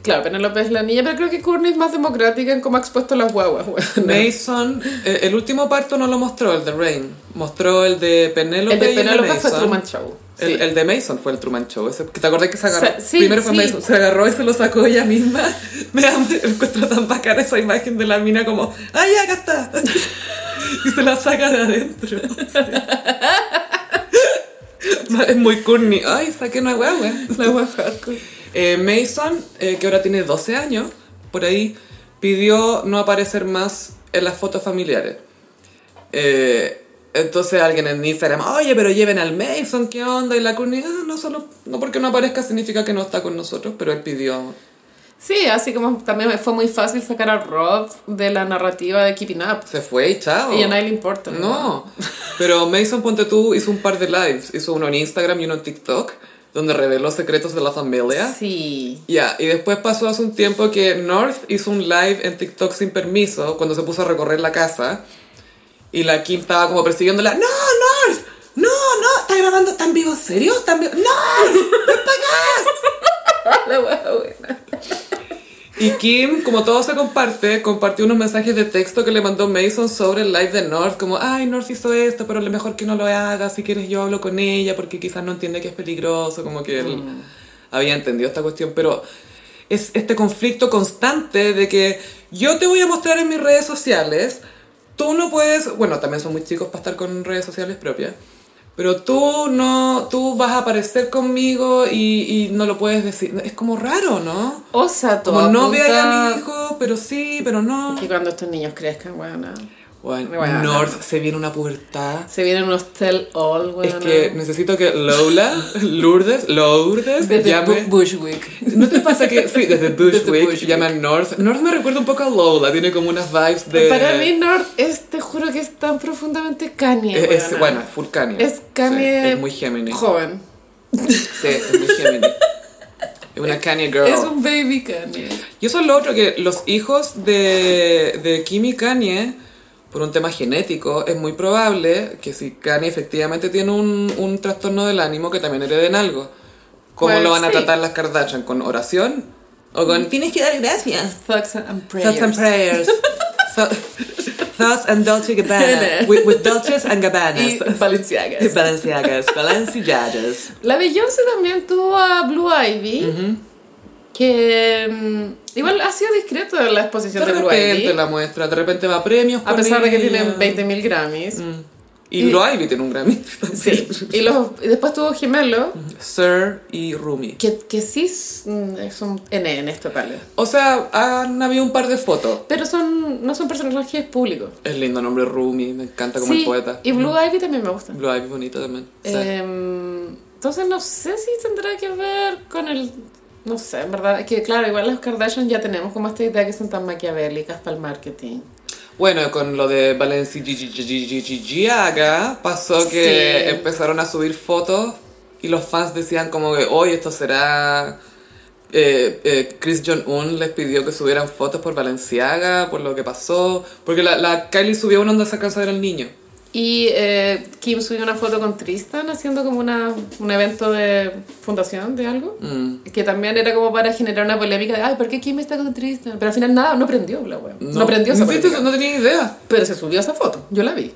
Speaker 2: Claro, Penélope es la niña, pero creo que Courtney es más democrática en cómo ha expuesto las guaguas. weona.
Speaker 1: Mason, eh, el último parto no lo mostró, el de Rain. Mostró el de Penélope.
Speaker 2: El de
Speaker 1: y el
Speaker 2: Penélope fue
Speaker 1: Mason.
Speaker 2: Truman Show.
Speaker 1: El,
Speaker 2: sí.
Speaker 1: el de Mason fue el Truman Show. ese- ¿Te acordás que se agarró?
Speaker 2: Se- sí,
Speaker 1: Primero fue
Speaker 2: sí.
Speaker 1: Mason. Se agarró y se lo sacó ella misma. Me da- me encuentro tan bacana esa imagen de la mina como, ¡ay, acá está! y se la saca de adentro. Sí. es muy corny. ¡Ay, saqué una hueá, weón!
Speaker 2: La guagua hardcore.
Speaker 1: Eh, Mason, eh, que ahora tiene 12 años, por ahí, pidió no aparecer más en las fotos familiares. Eh, entonces alguien en Instagram, oye, pero lleven al Mason, ¿qué onda? Y la Courtney, "Ah, no solo, no porque no aparezca significa que no está con nosotros, pero él pidió.
Speaker 2: Sí, así como también me fue muy fácil sacar a Rob de la narrativa de Keeping Up.
Speaker 1: Se fue y chao.
Speaker 2: Y a nadie le importa.
Speaker 1: No, pero Mason Ponte tú hizo un par de lives, hizo uno en Instagram y uno en TikTok, donde reveló secretos de la familia.
Speaker 2: Sí.
Speaker 1: Ya, y después pasó hace un tiempo que North hizo un live en TikTok sin permiso cuando se puso a recorrer la casa y la Kim estaba como persiguiéndola. ¡No, North! ¡No, no! ¿Está grabando tan vivo? ¿En serio? ¿Tan vivo? ¡No!
Speaker 2: La guagua buena.
Speaker 1: Y Kim, como todo se comparte, compartió unos mensajes de texto que le mandó Mason sobre el live de North, como, ay, North hizo esto, pero lo mejor que no lo haga, si quieres yo hablo con ella, porque quizás no entiende que es peligroso, como que él había entendido esta cuestión, pero es este conflicto constante de que yo te voy a mostrar en mis redes sociales, tú no puedes, bueno, también son muy chicos para estar con redes sociales propias, pero tú no, tú vas a aparecer conmigo y, y no lo puedes decir, es como raro, ¿no?
Speaker 2: O sea, todo
Speaker 1: Como no
Speaker 2: apunta
Speaker 1: vea a mi hijo, pero sí, pero no.
Speaker 2: Que cuando estos niños crezcan, bueno,
Speaker 1: Bueno,
Speaker 2: Bueno.
Speaker 1: North se viene una pubertad.
Speaker 2: se vienen unos tell-all, bueno.
Speaker 1: Es que necesito que Lola, Lourdes, Lourdes,
Speaker 2: Desde Bu-
Speaker 1: llame.
Speaker 2: Bushwick.
Speaker 1: ¿No te pasa que, sí, desde Bushwick,
Speaker 2: Bushwick.
Speaker 1: llama a North? North me recuerda un poco a Lola, tiene como unas vibes de...
Speaker 2: Para mí, Nord, es, te juro que es tan profundamente Kanye.
Speaker 1: es, es-
Speaker 2: weona.
Speaker 1: bueno, full Kanye.
Speaker 2: Es Kanye.
Speaker 1: Sí, es muy Géminis.
Speaker 2: Joven.
Speaker 1: Sí, es muy Géminis. Es una Kanye girl.
Speaker 2: Es un baby Kanye.
Speaker 1: Y eso es lo otro, que los hijos de, de Kim y Kanye, por un tema genético, es muy probable que si Kanye efectivamente tiene un, un trastorno del ánimo, que también hereden algo. ¿Cómo
Speaker 2: Pues
Speaker 1: lo van a
Speaker 2: sí.
Speaker 1: tratar las Kardashian? ¿Con oración? ¿O con
Speaker 3: Tienes que dar gracias.
Speaker 2: Thoughts and prayers.
Speaker 1: thoughts and prayers? So- thoughts and Dolce Gabbana. With, with Dolces and Gabbanas.
Speaker 2: Y Balenciagas.
Speaker 1: Y Balenciagas. Balenciagas.
Speaker 2: La Beyoncé también tuvo a Blue Ivy, que mm, igual ha sido discreto en la exposición
Speaker 1: De
Speaker 2: de, Blue
Speaker 1: repente
Speaker 2: Ivy,
Speaker 1: la muestra, de repente va a premios.
Speaker 2: a
Speaker 1: con
Speaker 2: pesar de que
Speaker 1: ella.
Speaker 2: tienen 20.000 Grammys.
Speaker 1: Y Blue Ivy tiene un Grammy.
Speaker 2: Sí. Y, los, y después tuvo Gemelo,
Speaker 1: Sir y Rumi.
Speaker 2: que, que sí es mm, es un NN esto, vale.
Speaker 1: O sea, han habido un par de fotos.
Speaker 2: Pero son, no son personajes públicos.
Speaker 1: Es lindo nombre Rumi, me encanta como
Speaker 2: sí,
Speaker 1: el poeta.
Speaker 2: y Blue Ivy también me gusta.
Speaker 1: Blue Ivy es bonito también. Sí.
Speaker 2: Em, entonces no sé si tendrá que ver con el... No sé, en verdad, es que claro, igual las Kardashian ya tenemos como esta idea que son tan maquiavélicas para el marketing.
Speaker 1: Bueno, con lo de Valencia Giaga pasó que
Speaker 2: Sí.
Speaker 1: empezaron a subir fotos y los fans decían como que hoy esto será... eh, eh, Chris Jong-un les pidió que subieran fotos por Valenciaga, por lo que pasó, porque la, la Kylie subió una onda sacando a ver al niño.
Speaker 2: Y eh, Kim subió una foto con Tristan haciendo como una, un evento de fundación de algo.
Speaker 1: Mm,
Speaker 2: Que también era como para generar una polémica de, ay, ¿por qué Kim está con Tristan? Pero al final nada, no prendió la wea. No, prendió esa
Speaker 1: ¿Viste?
Speaker 2: polémica.
Speaker 1: No tenía idea.
Speaker 2: Pero se subió esa foto, yo la vi.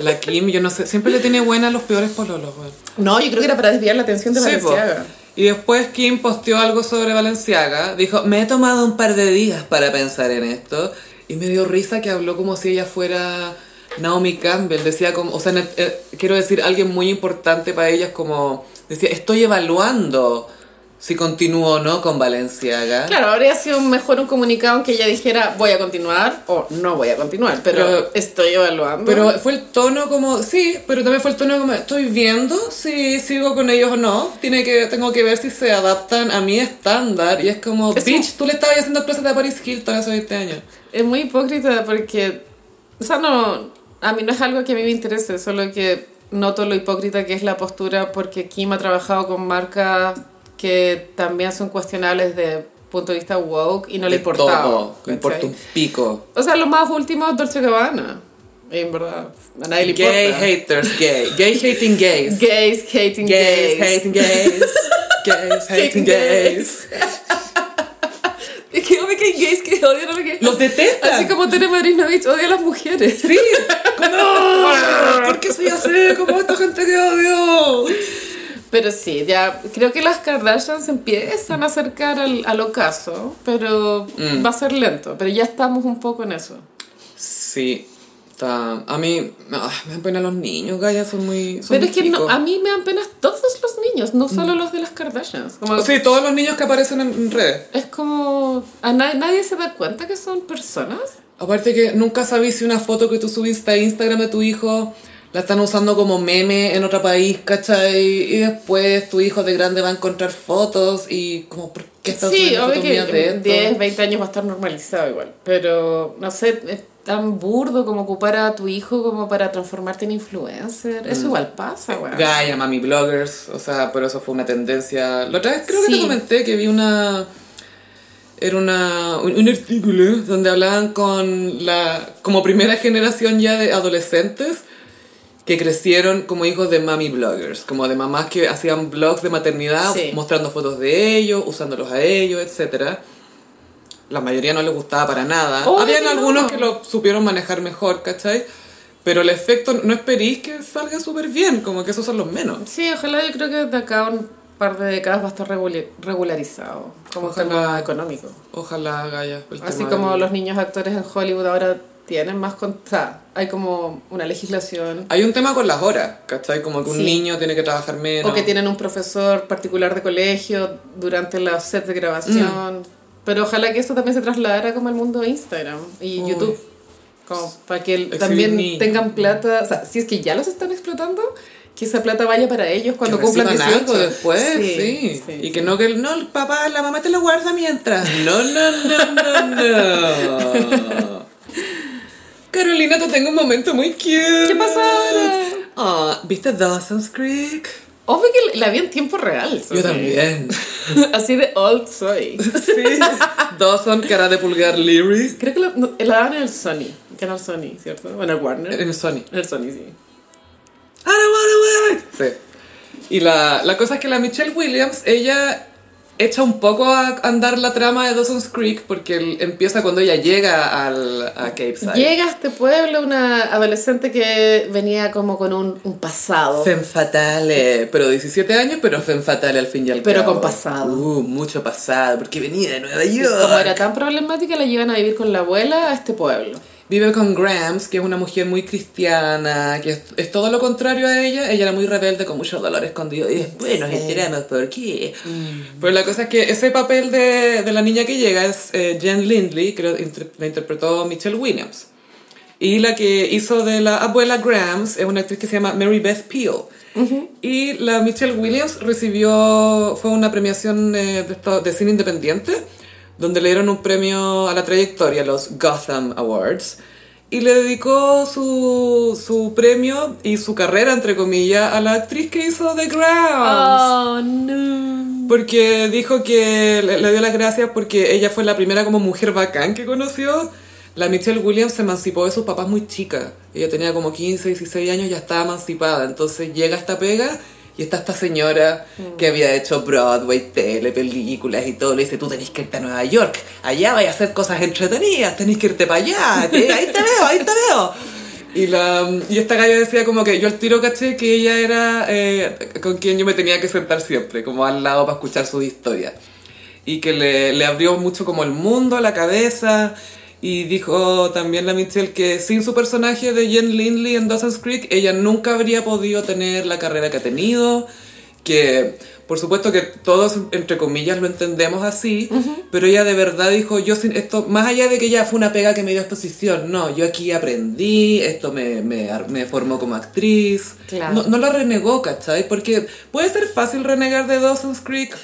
Speaker 1: La Kim, yo no sé, siempre le tiene buena a los peores pololos, weón.
Speaker 2: No, yo creo que era para desviar la atención de
Speaker 1: Sí, po.
Speaker 2: Balenciaga.
Speaker 1: Y después Kim posteó algo sobre Valenciaga. Dijo, me he tomado un par de días para pensar en esto. Y me dio risa que habló como si ella fuera Naomi Campbell. Decía como, o sea, en el- eh, quiero decir, alguien muy importante para ellas como, decía, estoy evaluando si continúo o no con Valenciaga.
Speaker 2: Claro, habría sido mejor un comunicado en que ella dijera voy a continuar o no voy a continuar, pero,
Speaker 1: Pero-
Speaker 2: estoy evaluando.
Speaker 1: Pero fue el tono como, sí, pero también fue el tono como, estoy viendo si sigo con ellos o no. Tiene que, tengo que ver si se adaptan a mi estándar. Y es como,
Speaker 2: Es
Speaker 1: bitch, tú le estabas haciendo clases de Paris Hilton hace 20 años.
Speaker 2: es muy hipócrita porque, o sea, no, a mí no es algo que a mí me interese, solo que noto lo hipócrita que es la postura porque Kim ha trabajado con marcas que también son cuestionables de punto de vista woke y no le
Speaker 1: De
Speaker 2: importaba.
Speaker 1: todo,
Speaker 2: ¿cachai?
Speaker 1: me importa un pico.
Speaker 2: O sea, lo más último es Dolce Gabbana. En verdad, a nadie le importa.
Speaker 1: Gay haters, gay. Gay hating gays.
Speaker 2: Gays hating
Speaker 1: Gays
Speaker 2: gays.
Speaker 1: hating gays. Gays hating gays.
Speaker 2: Es que obvio que hay gays que odian a los gays.
Speaker 1: Los detestan.
Speaker 2: Así como Tere Marinovich odia a las mujeres.
Speaker 1: Sí, como, ¿por qué soy así? Como esta gente que odio.
Speaker 2: Pero sí, ya creo que las Kardashians empiezan a acercar al, al ocaso, pero
Speaker 1: Mm.
Speaker 2: va a ser lento. Pero ya estamos un poco en eso.
Speaker 1: Sí. Está, a mí ah, me dan pena los niños, Gaya, son muy... Son
Speaker 2: pero
Speaker 1: muy
Speaker 2: es que no,
Speaker 1: chicos. Mm.
Speaker 2: a mí me dan penas todos los niños, no solo los de las Kardashians. Como,
Speaker 1: Sí, todos los niños que aparecen en redes.
Speaker 2: Es como... A na- nadie se da cuenta que son personas.
Speaker 1: Aparte que nunca sabís si una foto que tú subiste a Instagram de tu hijo la están usando como meme en otro país, ¿cachai? Y después tu hijo de grande va a encontrar fotos y como, ¿por qué estás
Speaker 2: Sí,
Speaker 1: subiendo
Speaker 2: obvio
Speaker 1: fotos
Speaker 2: que
Speaker 1: mías de
Speaker 2: en
Speaker 1: esto?
Speaker 2: 10, 20 años va a estar normalizado igual. Pero, no sé, es tan burdo como ocupar a tu hijo como para transformarte en influencer.
Speaker 1: Mm.
Speaker 2: Eso igual pasa, weón.
Speaker 1: Gaia, mami bloggers, o sea, pero eso fue una tendencia. La otra vez creo que
Speaker 2: Sí.
Speaker 1: te comenté que vi una. Era una, un, un artículo donde hablaban con la. como primera generación ya de adolescentes que crecieron como hijos de mami bloggers, como de mamás que hacían blogs de maternidad
Speaker 2: Sí.
Speaker 1: mostrando fotos de ellos, usándolos a ellos, etcétera la mayoría no les gustaba para nada.
Speaker 2: Obvio
Speaker 1: Habían
Speaker 2: que no.
Speaker 1: algunos que lo supieron manejar mejor, ¿cachai? Pero el efecto, no esperéis que salga súper bien, como que esos son los menos.
Speaker 2: Sí, ojalá yo creo que de acá a un par de décadas va a estar reguli- regularizado como
Speaker 1: Ojalá.
Speaker 2: tema económico.
Speaker 1: Ojalá, Gaya. el
Speaker 2: Así
Speaker 1: tema
Speaker 2: como
Speaker 1: del-
Speaker 2: los niños actores en Hollywood ahora tienen más contra. Hay como una legislación.
Speaker 1: Hay un tema con las horas, ¿cachai? Como que un
Speaker 2: Sí.
Speaker 1: niño tiene que trabajar menos.
Speaker 2: O que tienen un profesor particular de colegio durante los sets de grabación.
Speaker 1: Mm.
Speaker 2: Pero ojalá que eso también se trasladara como al mundo de Instagram y
Speaker 1: Uy.
Speaker 2: YouTube. Como para que el-
Speaker 1: Exhibir
Speaker 2: también
Speaker 1: niños.
Speaker 2: tengan plata. O sea, si es que ya los están explotando, que esa plata vaya para ellos cuando
Speaker 1: Que
Speaker 2: cumplan
Speaker 1: reciban
Speaker 2: 18.
Speaker 1: algo después, sí,
Speaker 2: sí.
Speaker 1: Y que no, que el- no, el papá, la mamá te lo guarda mientras. No, no, no, no, no. Carolina, te tengo un momento muy cute.
Speaker 2: ¿Qué pasó ahora?
Speaker 1: Ah, ¿Viste Dawson's Creek?
Speaker 2: Obvio que la vi en tiempo real. Sophie.
Speaker 1: Yo también.
Speaker 2: Así de old soy.
Speaker 1: Sí. Dawson, cara de pulgar Leary.
Speaker 2: Creo que la, no, la daban en el Sony. Canal Sony, ¿cierto? Bueno, el Warner.
Speaker 1: En Eh, Sony.
Speaker 2: En el Sony, sí.
Speaker 1: I
Speaker 2: Ah,
Speaker 1: don't wanna wait. Sí. Y la, la cosa es que la Michelle Williams, ella echa un poco a andar la trama de Dawson's Creek porque el- empieza cuando ella llega al, a Cape Side.
Speaker 2: Llega a este pueblo una adolescente que venía como con un, un pasado.
Speaker 1: Femme fatale, pero 17 años, pero femme fatale al fin y al
Speaker 2: Pero
Speaker 1: cabo.
Speaker 2: con pasado.
Speaker 1: Uh, mucho pasado, porque venía de Nueva
Speaker 2: Y como era
Speaker 1: York.
Speaker 2: tan problemática, la llevan a vivir con la abuela a este pueblo.
Speaker 1: Vive con Grams, que es una mujer muy cristiana, que es, es todo lo contrario a ella. Ella era muy rebelde, con mucho dolor escondido. Y después nos enteramos por qué. Pero la cosa es que ese papel de, de la niña que llega es eh, Jen Lindley, que lo inter- la interpretó Michelle Williams. Y la que hizo de la abuela Grams es una actriz que se llama Mary Beth Peel. Y la Michelle Williams recibió, fue una premiación eh, de, esto- de cine independiente, donde le dieron un premio a la trayectoria, los Gotham Awards. Y le dedicó su, su premio y su carrera, entre comillas, a la actriz que hizo The Grams.
Speaker 2: no.
Speaker 1: Porque dijo que le, le dio las gracias porque ella fue la primera como mujer bacán que conoció La Michelle Williams se emancipó de sus papás muy chica. Ella tenía como 15, 16 años y ya estaba emancipada. Entonces llega esta pega y está esta señora que había hecho Broadway, tele, películas y todo. Le dice, tú tenés que irte a Nueva York. Allá vais a hacer cosas entretenidas. Tenés que irte para allá. Te- Ahí te veo, ahí te veo. Y, la, y esta galla decía como que yo al tiro caché que ella era eh, con quien yo me tenía que sentar siempre, como al lado para escuchar sus historias y que le, le abrió mucho como el mundo, la cabeza. Y dijo también la Mitchell que sin su personaje de Jen Lindley en Dawson's Creek, ella nunca habría podido tener la carrera que ha tenido. Que por supuesto que todos, entre comillas, lo entendemos así, pero ella de verdad dijo: Yo sin esto, más allá de que ella fue una pega que me dio exposición, no, yo aquí aprendí, esto me, me, ar- me formó como actriz.
Speaker 2: Claro.
Speaker 1: No, no la renegó, ¿cachai? Porque puede ser fácil renegar de Dawson's Creek,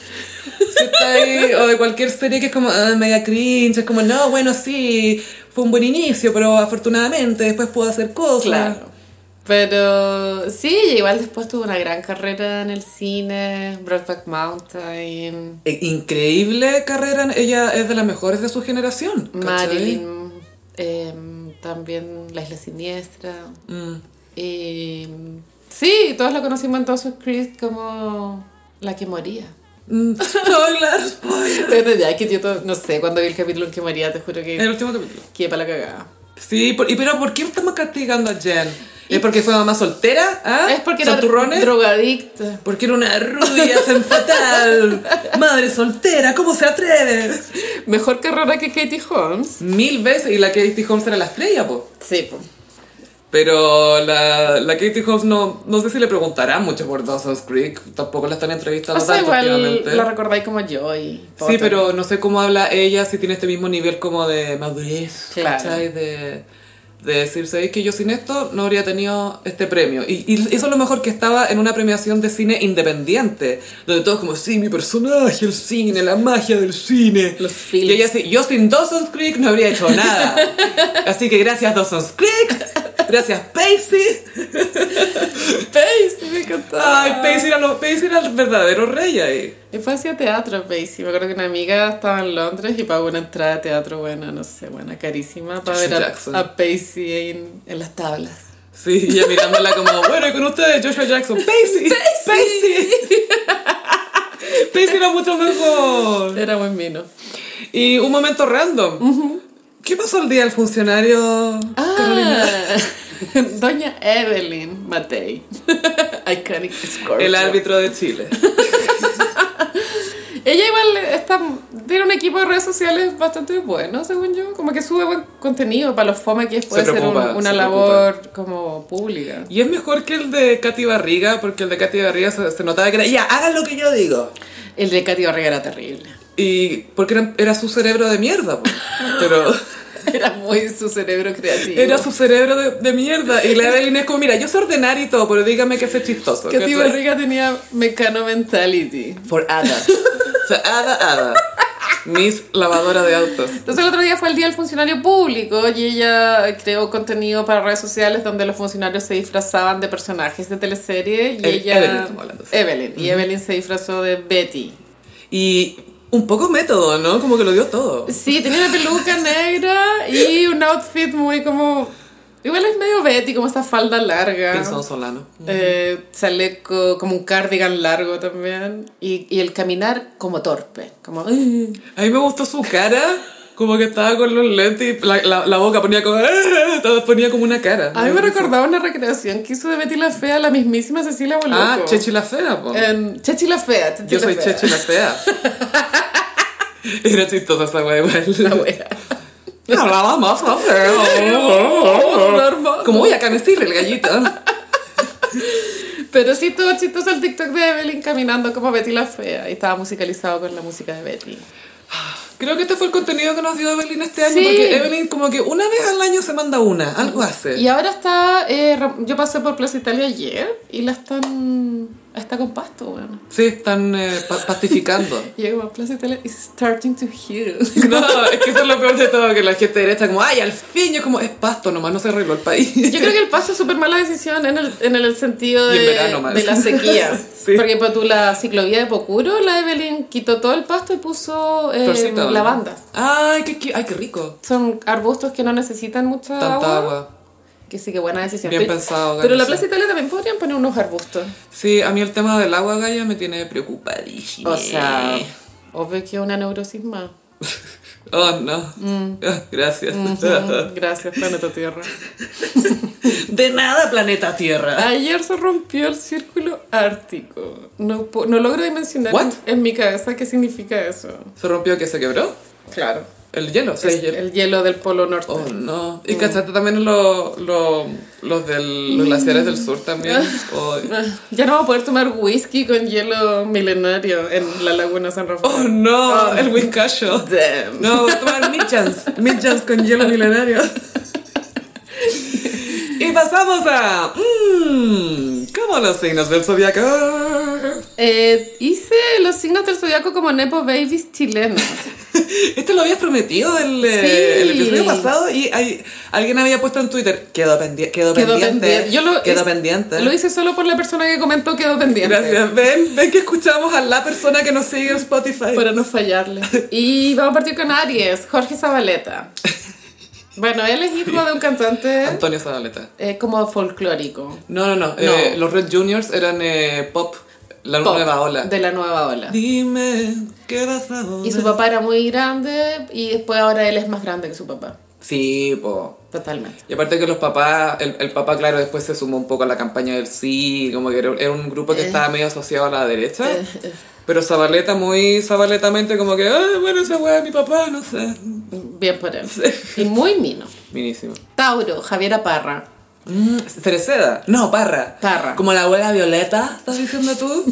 Speaker 1: si está ahí, o de cualquier serie que es como ah, media cringe, es como, no, bueno, sí, fue un buen inicio, pero afortunadamente después puedo hacer cosas.
Speaker 2: Claro. Pero sí, igual después tuvo una gran carrera en el cine, Broadback Mountain,
Speaker 1: E- Increíble carrera, ella es de las mejores de su generación. ¿cachai?
Speaker 2: Marilyn, em, también La Isla Siniestra.
Speaker 1: Mm.
Speaker 2: Y sí, todos la conocimos en Dawson's Creek como la que moría.
Speaker 1: Mm, spoiler, spoiler.
Speaker 2: Pero ya que yo to- no sé, cuando vi el capítulo en que moría, te juro que
Speaker 1: El último capítulo.
Speaker 2: que para la cagada.
Speaker 1: Sí, por- y pero ¿por qué estamos castigando a Jen? ¿Es porque fue mamá soltera? ¿Ah?
Speaker 2: Es porque era
Speaker 1: ¿Santurrones?
Speaker 2: drogadicta.
Speaker 1: porque era una rubia hacen fatal. Madre soltera, ¿cómo se atreve?
Speaker 2: Mejor carrera que Katie Holmes.
Speaker 1: Mil veces, y la Katie Holmes era la estrella, po.
Speaker 2: Sí, po.
Speaker 1: Pero la, la Katie Holmes no, no sé si le preguntarán mucho por Dawson's Creek, tampoco la están entrevistando
Speaker 2: O sea,
Speaker 1: tanto
Speaker 2: igual
Speaker 1: últimamente.
Speaker 2: la recordáis como yo y...
Speaker 1: Sí, pero no sé cómo habla ella, si tiene este mismo nivel como de madurez,
Speaker 2: Claro.
Speaker 1: ¿cachai? De, de decir, ¿sabéis que yo sin esto no habría tenido este premio? Y, y eso es lo mejor que estaba en una premiación de cine independiente, donde todos como, sí, mi personaje, el cine, la magia del cine.
Speaker 2: Los
Speaker 1: y
Speaker 2: feels.
Speaker 1: ella así, yo sin Dawson's Creek no habría hecho nada. Así que gracias Dawson's Creek, gracias Pacey.
Speaker 2: Paisy, me encantaba.
Speaker 1: Ay, Pacey era, lo- Pacey era el verdadero rey ahí.
Speaker 2: Y fue hacia teatro, Paisy. Me acuerdo que una amiga estaba en Londres y pagó una entrada de teatro buena, no sé, buena, carísima, para
Speaker 1: Percy
Speaker 2: ver
Speaker 1: Jackson.
Speaker 2: a, a Paisy ahí en, en las tablas.
Speaker 1: Sí, y ella mirándola como, bueno, y con ustedes, Joshua Jackson, Pacey, Pacey. Pacey era mucho mejor.
Speaker 2: Era buen vino.
Speaker 1: Y un momento random. ¿Qué pasó el día del funcionario, Carolina?
Speaker 2: Ah, Doña Evelyn Matei. Iconic Scorpio.
Speaker 1: El árbitro de Chile.
Speaker 2: Ella igual está, tiene un equipo de redes sociales bastante bueno, según yo. Como que sube buen contenido para los fome que es, puede ser
Speaker 1: preocupa,
Speaker 2: un- una
Speaker 1: se
Speaker 2: labor como pública.
Speaker 1: Y es mejor que el de Katy Barriga, porque el de Katy Barriga se, se notaba que era, ya, hagan lo que yo digo.
Speaker 2: El de Katy Barriga era terrible.
Speaker 1: Y porque era, era su cerebro de mierda, po. pero...
Speaker 2: Era muy su cerebro creativo.
Speaker 1: Era su cerebro de, de mierda. Y la Evelyn es como, mira, yo sé ordenar y todo, pero dígame que es chistoso.
Speaker 2: Katy
Speaker 1: ¿cachai?
Speaker 2: Barriga tenía mecano mentality.
Speaker 1: For Ada. For Ada, Ada. Miss lavadora de autos.
Speaker 2: Entonces el otro día fue el día del funcionario público y ella creó contenido para redes sociales donde los funcionarios se disfrazaban de personajes de teleserie y
Speaker 1: El-
Speaker 2: ella...
Speaker 1: E- Evelyn estamos hablando.
Speaker 2: Evelyn. Y Evelyn se disfrazó de Betty.
Speaker 1: Y un poco método, ¿no? Como que lo dio todo.
Speaker 2: Sí, tenía una peluca negra y un outfit muy como... Igual es medio Betty, como esa falda larga.
Speaker 1: Pinzón Solano.
Speaker 2: Eh, chaleco, como un cardigan largo también. Y, y el caminar como torpe. Como... "Ugh".
Speaker 1: A mí me gustó su cara. Como que estaba con los lentes y la, la- la boca ponía como... "Ah", Ponía como una cara.
Speaker 2: A mí me recordaba una recreación que hizo de Betty la Fea la mismísima Cecilia Boloco.
Speaker 1: Ah, Chechi la Fea, po.
Speaker 2: En Chechi la Fea. Eh, Chechi
Speaker 1: Yo
Speaker 2: la
Speaker 1: soy
Speaker 2: Fea.
Speaker 1: Chechi la Fea. Era chistosa esa wea igual. La
Speaker 2: wea.
Speaker 1: Hablaba más
Speaker 2: Oh,
Speaker 1: Oh.
Speaker 2: Normal.
Speaker 1: Como voy acá me sirve el gallito.
Speaker 2: Pero sí, todo chistoso el TikTok de Evelyn caminando como Betty la Fea. Y estaba musicalizado con la música de Betty.
Speaker 1: Creo que este fue el contenido que nos dio Evelyn este año,
Speaker 2: Sí.
Speaker 1: porque Evelyn como que una vez al año se manda una, algo hace.
Speaker 2: Y ahora está. eh, Ra- yo pasé por Plaza Italia ayer y la están Está con pasto, weón.
Speaker 1: Sí, están eh, pa- pastificando.
Speaker 2: Y yo como Plaza Italia is starting to heal.
Speaker 1: No, es que eso es lo peor de todo, que la gente derecha como, ay, al fin, yo como, es pasto, nomás no se arregló el país.
Speaker 2: Yo creo que el pasto es súper mala decisión en el, en el sentido
Speaker 1: Y en
Speaker 2: de,
Speaker 1: verano más.
Speaker 2: de la sequía.
Speaker 1: Sí.
Speaker 2: Porque pues, tú la ciclovía de Pocuro, la Evelyn quitó todo el pasto y puso eh,
Speaker 1: Florcita, ¿no?
Speaker 2: lavandas.
Speaker 1: Ay, qué, qué- ay, qué rico.
Speaker 2: Son arbustos que no necesitan mucha
Speaker 1: Tanta
Speaker 2: agua.
Speaker 1: agua.
Speaker 2: Que sí, que buena decisión.
Speaker 1: Bien
Speaker 2: Pero-
Speaker 1: pensado,
Speaker 2: Pero la
Speaker 1: Galicia.
Speaker 2: Plaza Italia también podrían poner unos arbustos.
Speaker 1: Sí, a mí el tema del agua, Gaya, me tiene preocupadísima.
Speaker 2: O sea, obvio que es una neurosis más.
Speaker 1: Oh, no. Ah, Gracias.
Speaker 2: Mm. Ujú, Gracias, planeta Tierra.
Speaker 1: De nada, planeta Tierra.
Speaker 2: Ayer se rompió el círculo ártico. No, po- no logro dimensionar
Speaker 1: What?
Speaker 2: en, en mi cabeza qué significa eso.
Speaker 1: ¿Se rompió que se quebró?
Speaker 2: Claro.
Speaker 1: El hielo, sí,
Speaker 2: Es
Speaker 1: hielo.
Speaker 2: el hielo del Polo Norte.
Speaker 1: Oh, no. Y cachaste también lo- lo- los, del, los glaciares del sur también. Oh,
Speaker 2: Ya no vamos a poder tomar whisky con hielo milenario en la laguna San
Speaker 1: Oh,
Speaker 2: Rafael.
Speaker 1: no,
Speaker 2: Oh.
Speaker 1: el Wincacho.
Speaker 2: Damn.
Speaker 1: No, voy a tomar Mitchans. Mitchans con hielo milenario. Y pasamos a. Mmm, ¿Cómo los signos del zodiaco?
Speaker 2: Eh, hice los signos del zodiaco como Nepo Babies chilenos.
Speaker 1: Este lo habías prometido el, eh,
Speaker 2: Sí.
Speaker 1: el episodio pasado y hay- alguien había puesto en Twitter: Quedó, pendi- quedó
Speaker 2: Quedó
Speaker 1: pendiente.
Speaker 2: pendiente. Yo lo,
Speaker 1: quedó
Speaker 2: es-
Speaker 1: pendiente.
Speaker 2: Lo hice solo por la persona que comentó quedó pendiente.
Speaker 1: Gracias. Ven, ven que escuchamos a la persona que nos sigue en Spotify.
Speaker 2: Para no fallarle. Y vamos a partir con Aries, Jorge Zabaleta. Bueno, él es hijo de un cantante
Speaker 1: Antonio Zabaleta.
Speaker 2: eh, como folclórico.
Speaker 1: No, no, no.
Speaker 2: No.
Speaker 1: eh, los Red Juniors eran eh, pop, la
Speaker 2: pop,
Speaker 1: nueva ola.
Speaker 2: De la nueva ola.
Speaker 1: Dime, ¿qué vas a hacer?
Speaker 2: Y su papá era muy grande y después ahora él es más grande que su papá.
Speaker 1: Sí, po.
Speaker 2: Totalmente.
Speaker 1: Y aparte que los papás, el, el papá, claro, después se sumó un poco a la campaña del sí, como que era, era un grupo
Speaker 2: Eh.
Speaker 1: que estaba medio asociado a la derecha. Pero Zabaleta, muy zabaletamente, como que, ay, bueno, esa weá es mi papá, no sé.
Speaker 2: Bien por él. Y muy mino.
Speaker 1: Minísimo.
Speaker 2: Tauro, Javiera Parra.
Speaker 1: Cereceda. Mm, No, Parra.
Speaker 2: Parra.
Speaker 1: Como la abuela Violeta, estás diciendo tú.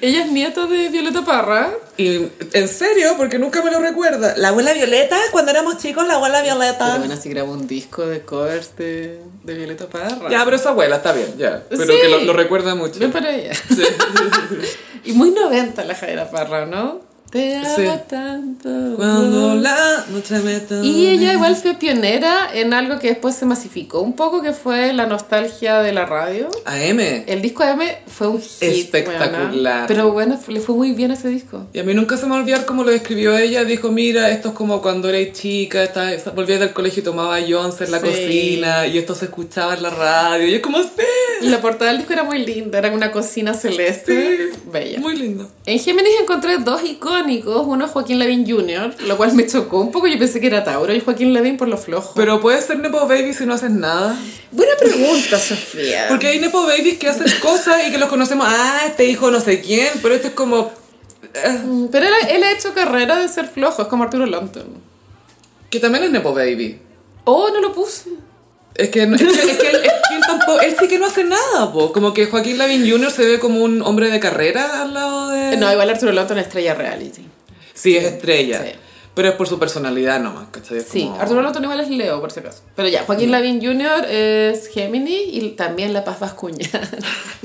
Speaker 2: Ella es nieta de Violeta Parra.
Speaker 1: y, ¿en serio? Porque nunca me lo recuerda. La abuela Violeta, cuando éramos chicos, la abuela Violeta.
Speaker 2: Pero bueno, si grabó un disco de covers de, de Violeta Parra.
Speaker 1: Ya, pero esa abuela está bien, ya. Pero
Speaker 2: Sí.
Speaker 1: que lo, lo recuerda mucho.
Speaker 2: Ven para ella. y muy 90 la Javiera Parra, ¿no? Te amo
Speaker 1: Sí.
Speaker 2: tanto.
Speaker 1: Cuando la noche me tome.
Speaker 2: Mm. Y ella igual fue pionera en algo que después se masificó un poco, que fue la nostalgia de la radio.
Speaker 1: AM.
Speaker 2: El disco AM fue un hit.
Speaker 1: Espectacular.
Speaker 2: weona. Pero bueno, f- le fue muy bien ese disco.
Speaker 1: Y a mí nunca se me va a olvidar cómo lo describió ella. Dijo, mira, esto es como cuando erais chica, estaba- esta- volvías del colegio y tomaba Johnson en la
Speaker 2: Sí.
Speaker 1: cocina. Y esto se escuchaba en la radio. Y es como, sí.
Speaker 2: Y la portada del disco era muy linda, era una cocina celeste. Bella.
Speaker 1: Muy lindo.
Speaker 2: En Géminis encontré dos icónicos, uno es Joaquín Lavín Jr., lo cual me chocó un poco, yo pensé que era Tauro y Joaquín Lavín por lo flojo.
Speaker 1: Pero puedes ser Nepo Baby si no haces nada.
Speaker 2: Buena pregunta, Sofía.
Speaker 1: Porque hay Nepo Babies que hacen cosas y que los conocemos. Ah, este hijo no sé quién. Pero este es como,
Speaker 2: Mm, Pero él, él ha hecho carrera de ser flojo, es como Arturo Longton.
Speaker 1: que también es Nepo Baby.
Speaker 2: Oh, no lo puse.
Speaker 1: Es que, no- es que, es que él, es que él tampoco, él sí que no hace nada, po. como que Joaquín Lavín Jr. se ve como un hombre de carrera al lado de...
Speaker 2: Eh, No, igual Arturo Longton es estrella reality.
Speaker 1: sí, es estrella,
Speaker 2: Sí.
Speaker 1: pero es por su personalidad nomás, ¿cachai? Es
Speaker 2: Sí,
Speaker 1: como-
Speaker 2: Arturo Longton igual es Leo, por si acaso. Pero ya, Joaquín Lavín Jr. es Géminis y también la Paz Vascuña.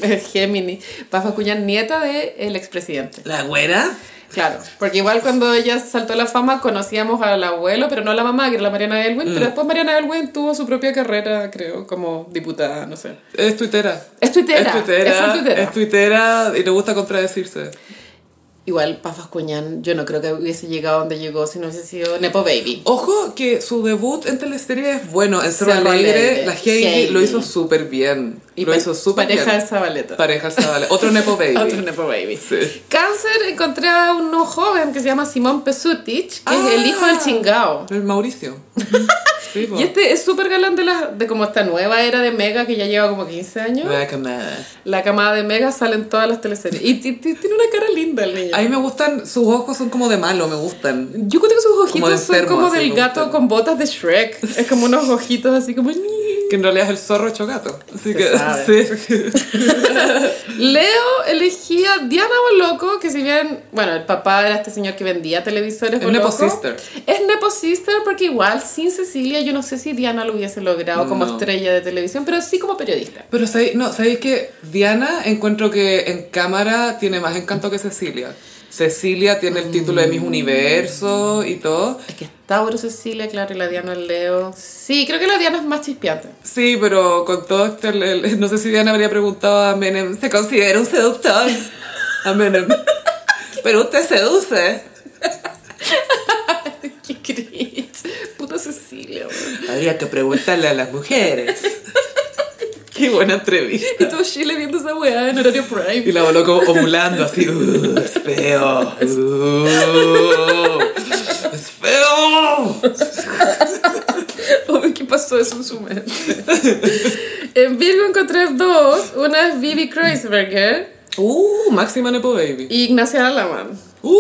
Speaker 2: es Géminis. Paz Vascuña, nieta del el expresidente.
Speaker 1: ¿La güera?
Speaker 2: Claro, porque igual cuando ella saltó a la fama conocíamos al abuelo, pero no a la mamá, que era la Mariana Elwin. Pero después Mariana Elwin tuvo su propia carrera, creo, como diputada, no sé.
Speaker 1: Es tuitera.
Speaker 2: Es tuitera,
Speaker 1: Es tuitera,
Speaker 2: es full tuitera.
Speaker 1: es tuitera y le gusta contradecirse.
Speaker 2: Igual Paz Vascuñán, yo no creo que hubiese llegado donde llegó si no hubiese sido Nepo Baby.
Speaker 1: Ojo que su debut en teleserie es bueno, en Cerro
Speaker 2: Cerro
Speaker 1: Alegre,
Speaker 2: Alegre,
Speaker 1: la Heidi,
Speaker 2: Heidi.
Speaker 1: lo hizo súper bien, lo
Speaker 2: pa-
Speaker 1: hizo súper bien.
Speaker 2: Pareja de Zabaleta.
Speaker 1: Pareja Zabaleta. Otro Nepo Baby.
Speaker 2: Otro Nepo Baby.
Speaker 1: Sí.
Speaker 2: Cáncer encontré a un no joven que se llama Simón Pesutic, que
Speaker 1: Ah.
Speaker 2: es el hijo del chingao.
Speaker 1: El Mauricio. sí, po.
Speaker 2: Y este es súper galán de, la, de como esta nueva era de Mega que ya lleva como 15 años.
Speaker 1: Nueva camada.
Speaker 2: La camada de Mega sale en todas las teleseries. Y ti- ti- tiene una cara linda el niño.
Speaker 1: A mí me gustan, sus ojos son como de malo, me gustan.
Speaker 2: Yo creo que sus ojitos
Speaker 1: Como de enfermo,
Speaker 2: son como
Speaker 1: así,
Speaker 2: del
Speaker 1: me
Speaker 2: gato
Speaker 1: gustan.
Speaker 2: con botas de Shrek. Es como unos ojitos así como...
Speaker 1: Que en realidad es el zorro hecho gato. Así
Speaker 3: Se
Speaker 1: que,
Speaker 3: sabe.
Speaker 1: sí.
Speaker 2: Leo elegía a Diana Boloco, que si bien, bueno, el papá era este señor que vendía televisores.
Speaker 1: Es
Speaker 2: Boloco,
Speaker 1: Nepo Sister.
Speaker 2: Es Nepo Sister porque igual sin Cecilia yo no sé si Diana lo hubiese logrado como
Speaker 1: No.
Speaker 2: estrella de televisión, pero sí como periodista.
Speaker 1: Pero sabéis, no, sabéis que Diana encuentro que en cámara tiene más encanto que Cecilia. Cecilia tiene el título de Mis Universo y todo.
Speaker 2: Es que es Tauro, Cecilia, claro, y la Diana es Leo. Sí, creo que la Diana es más chispeante.
Speaker 1: Sí, pero con todo este, el- el- no sé si Diana habría preguntado a Menem, ¿se considera un seductor? A Menem. Pero usted seduce.
Speaker 2: Qué cringe. Puta Cecilia, weón.
Speaker 1: Habría que preguntarle a las mujeres. Qué buena entrevista.
Speaker 2: Y todo Chile viendo esa weá en horario prime.
Speaker 1: Y la voló como ovulando así. "Uh, es feo. Uh, es feo.
Speaker 2: Oh, ¿Qué pasó eso en su mente? en Virgo encontré dos. Una es Vivi Kreuzberger
Speaker 1: Uh, máxima Nepo Baby.
Speaker 2: y Ignacia Alaman.
Speaker 1: Uh,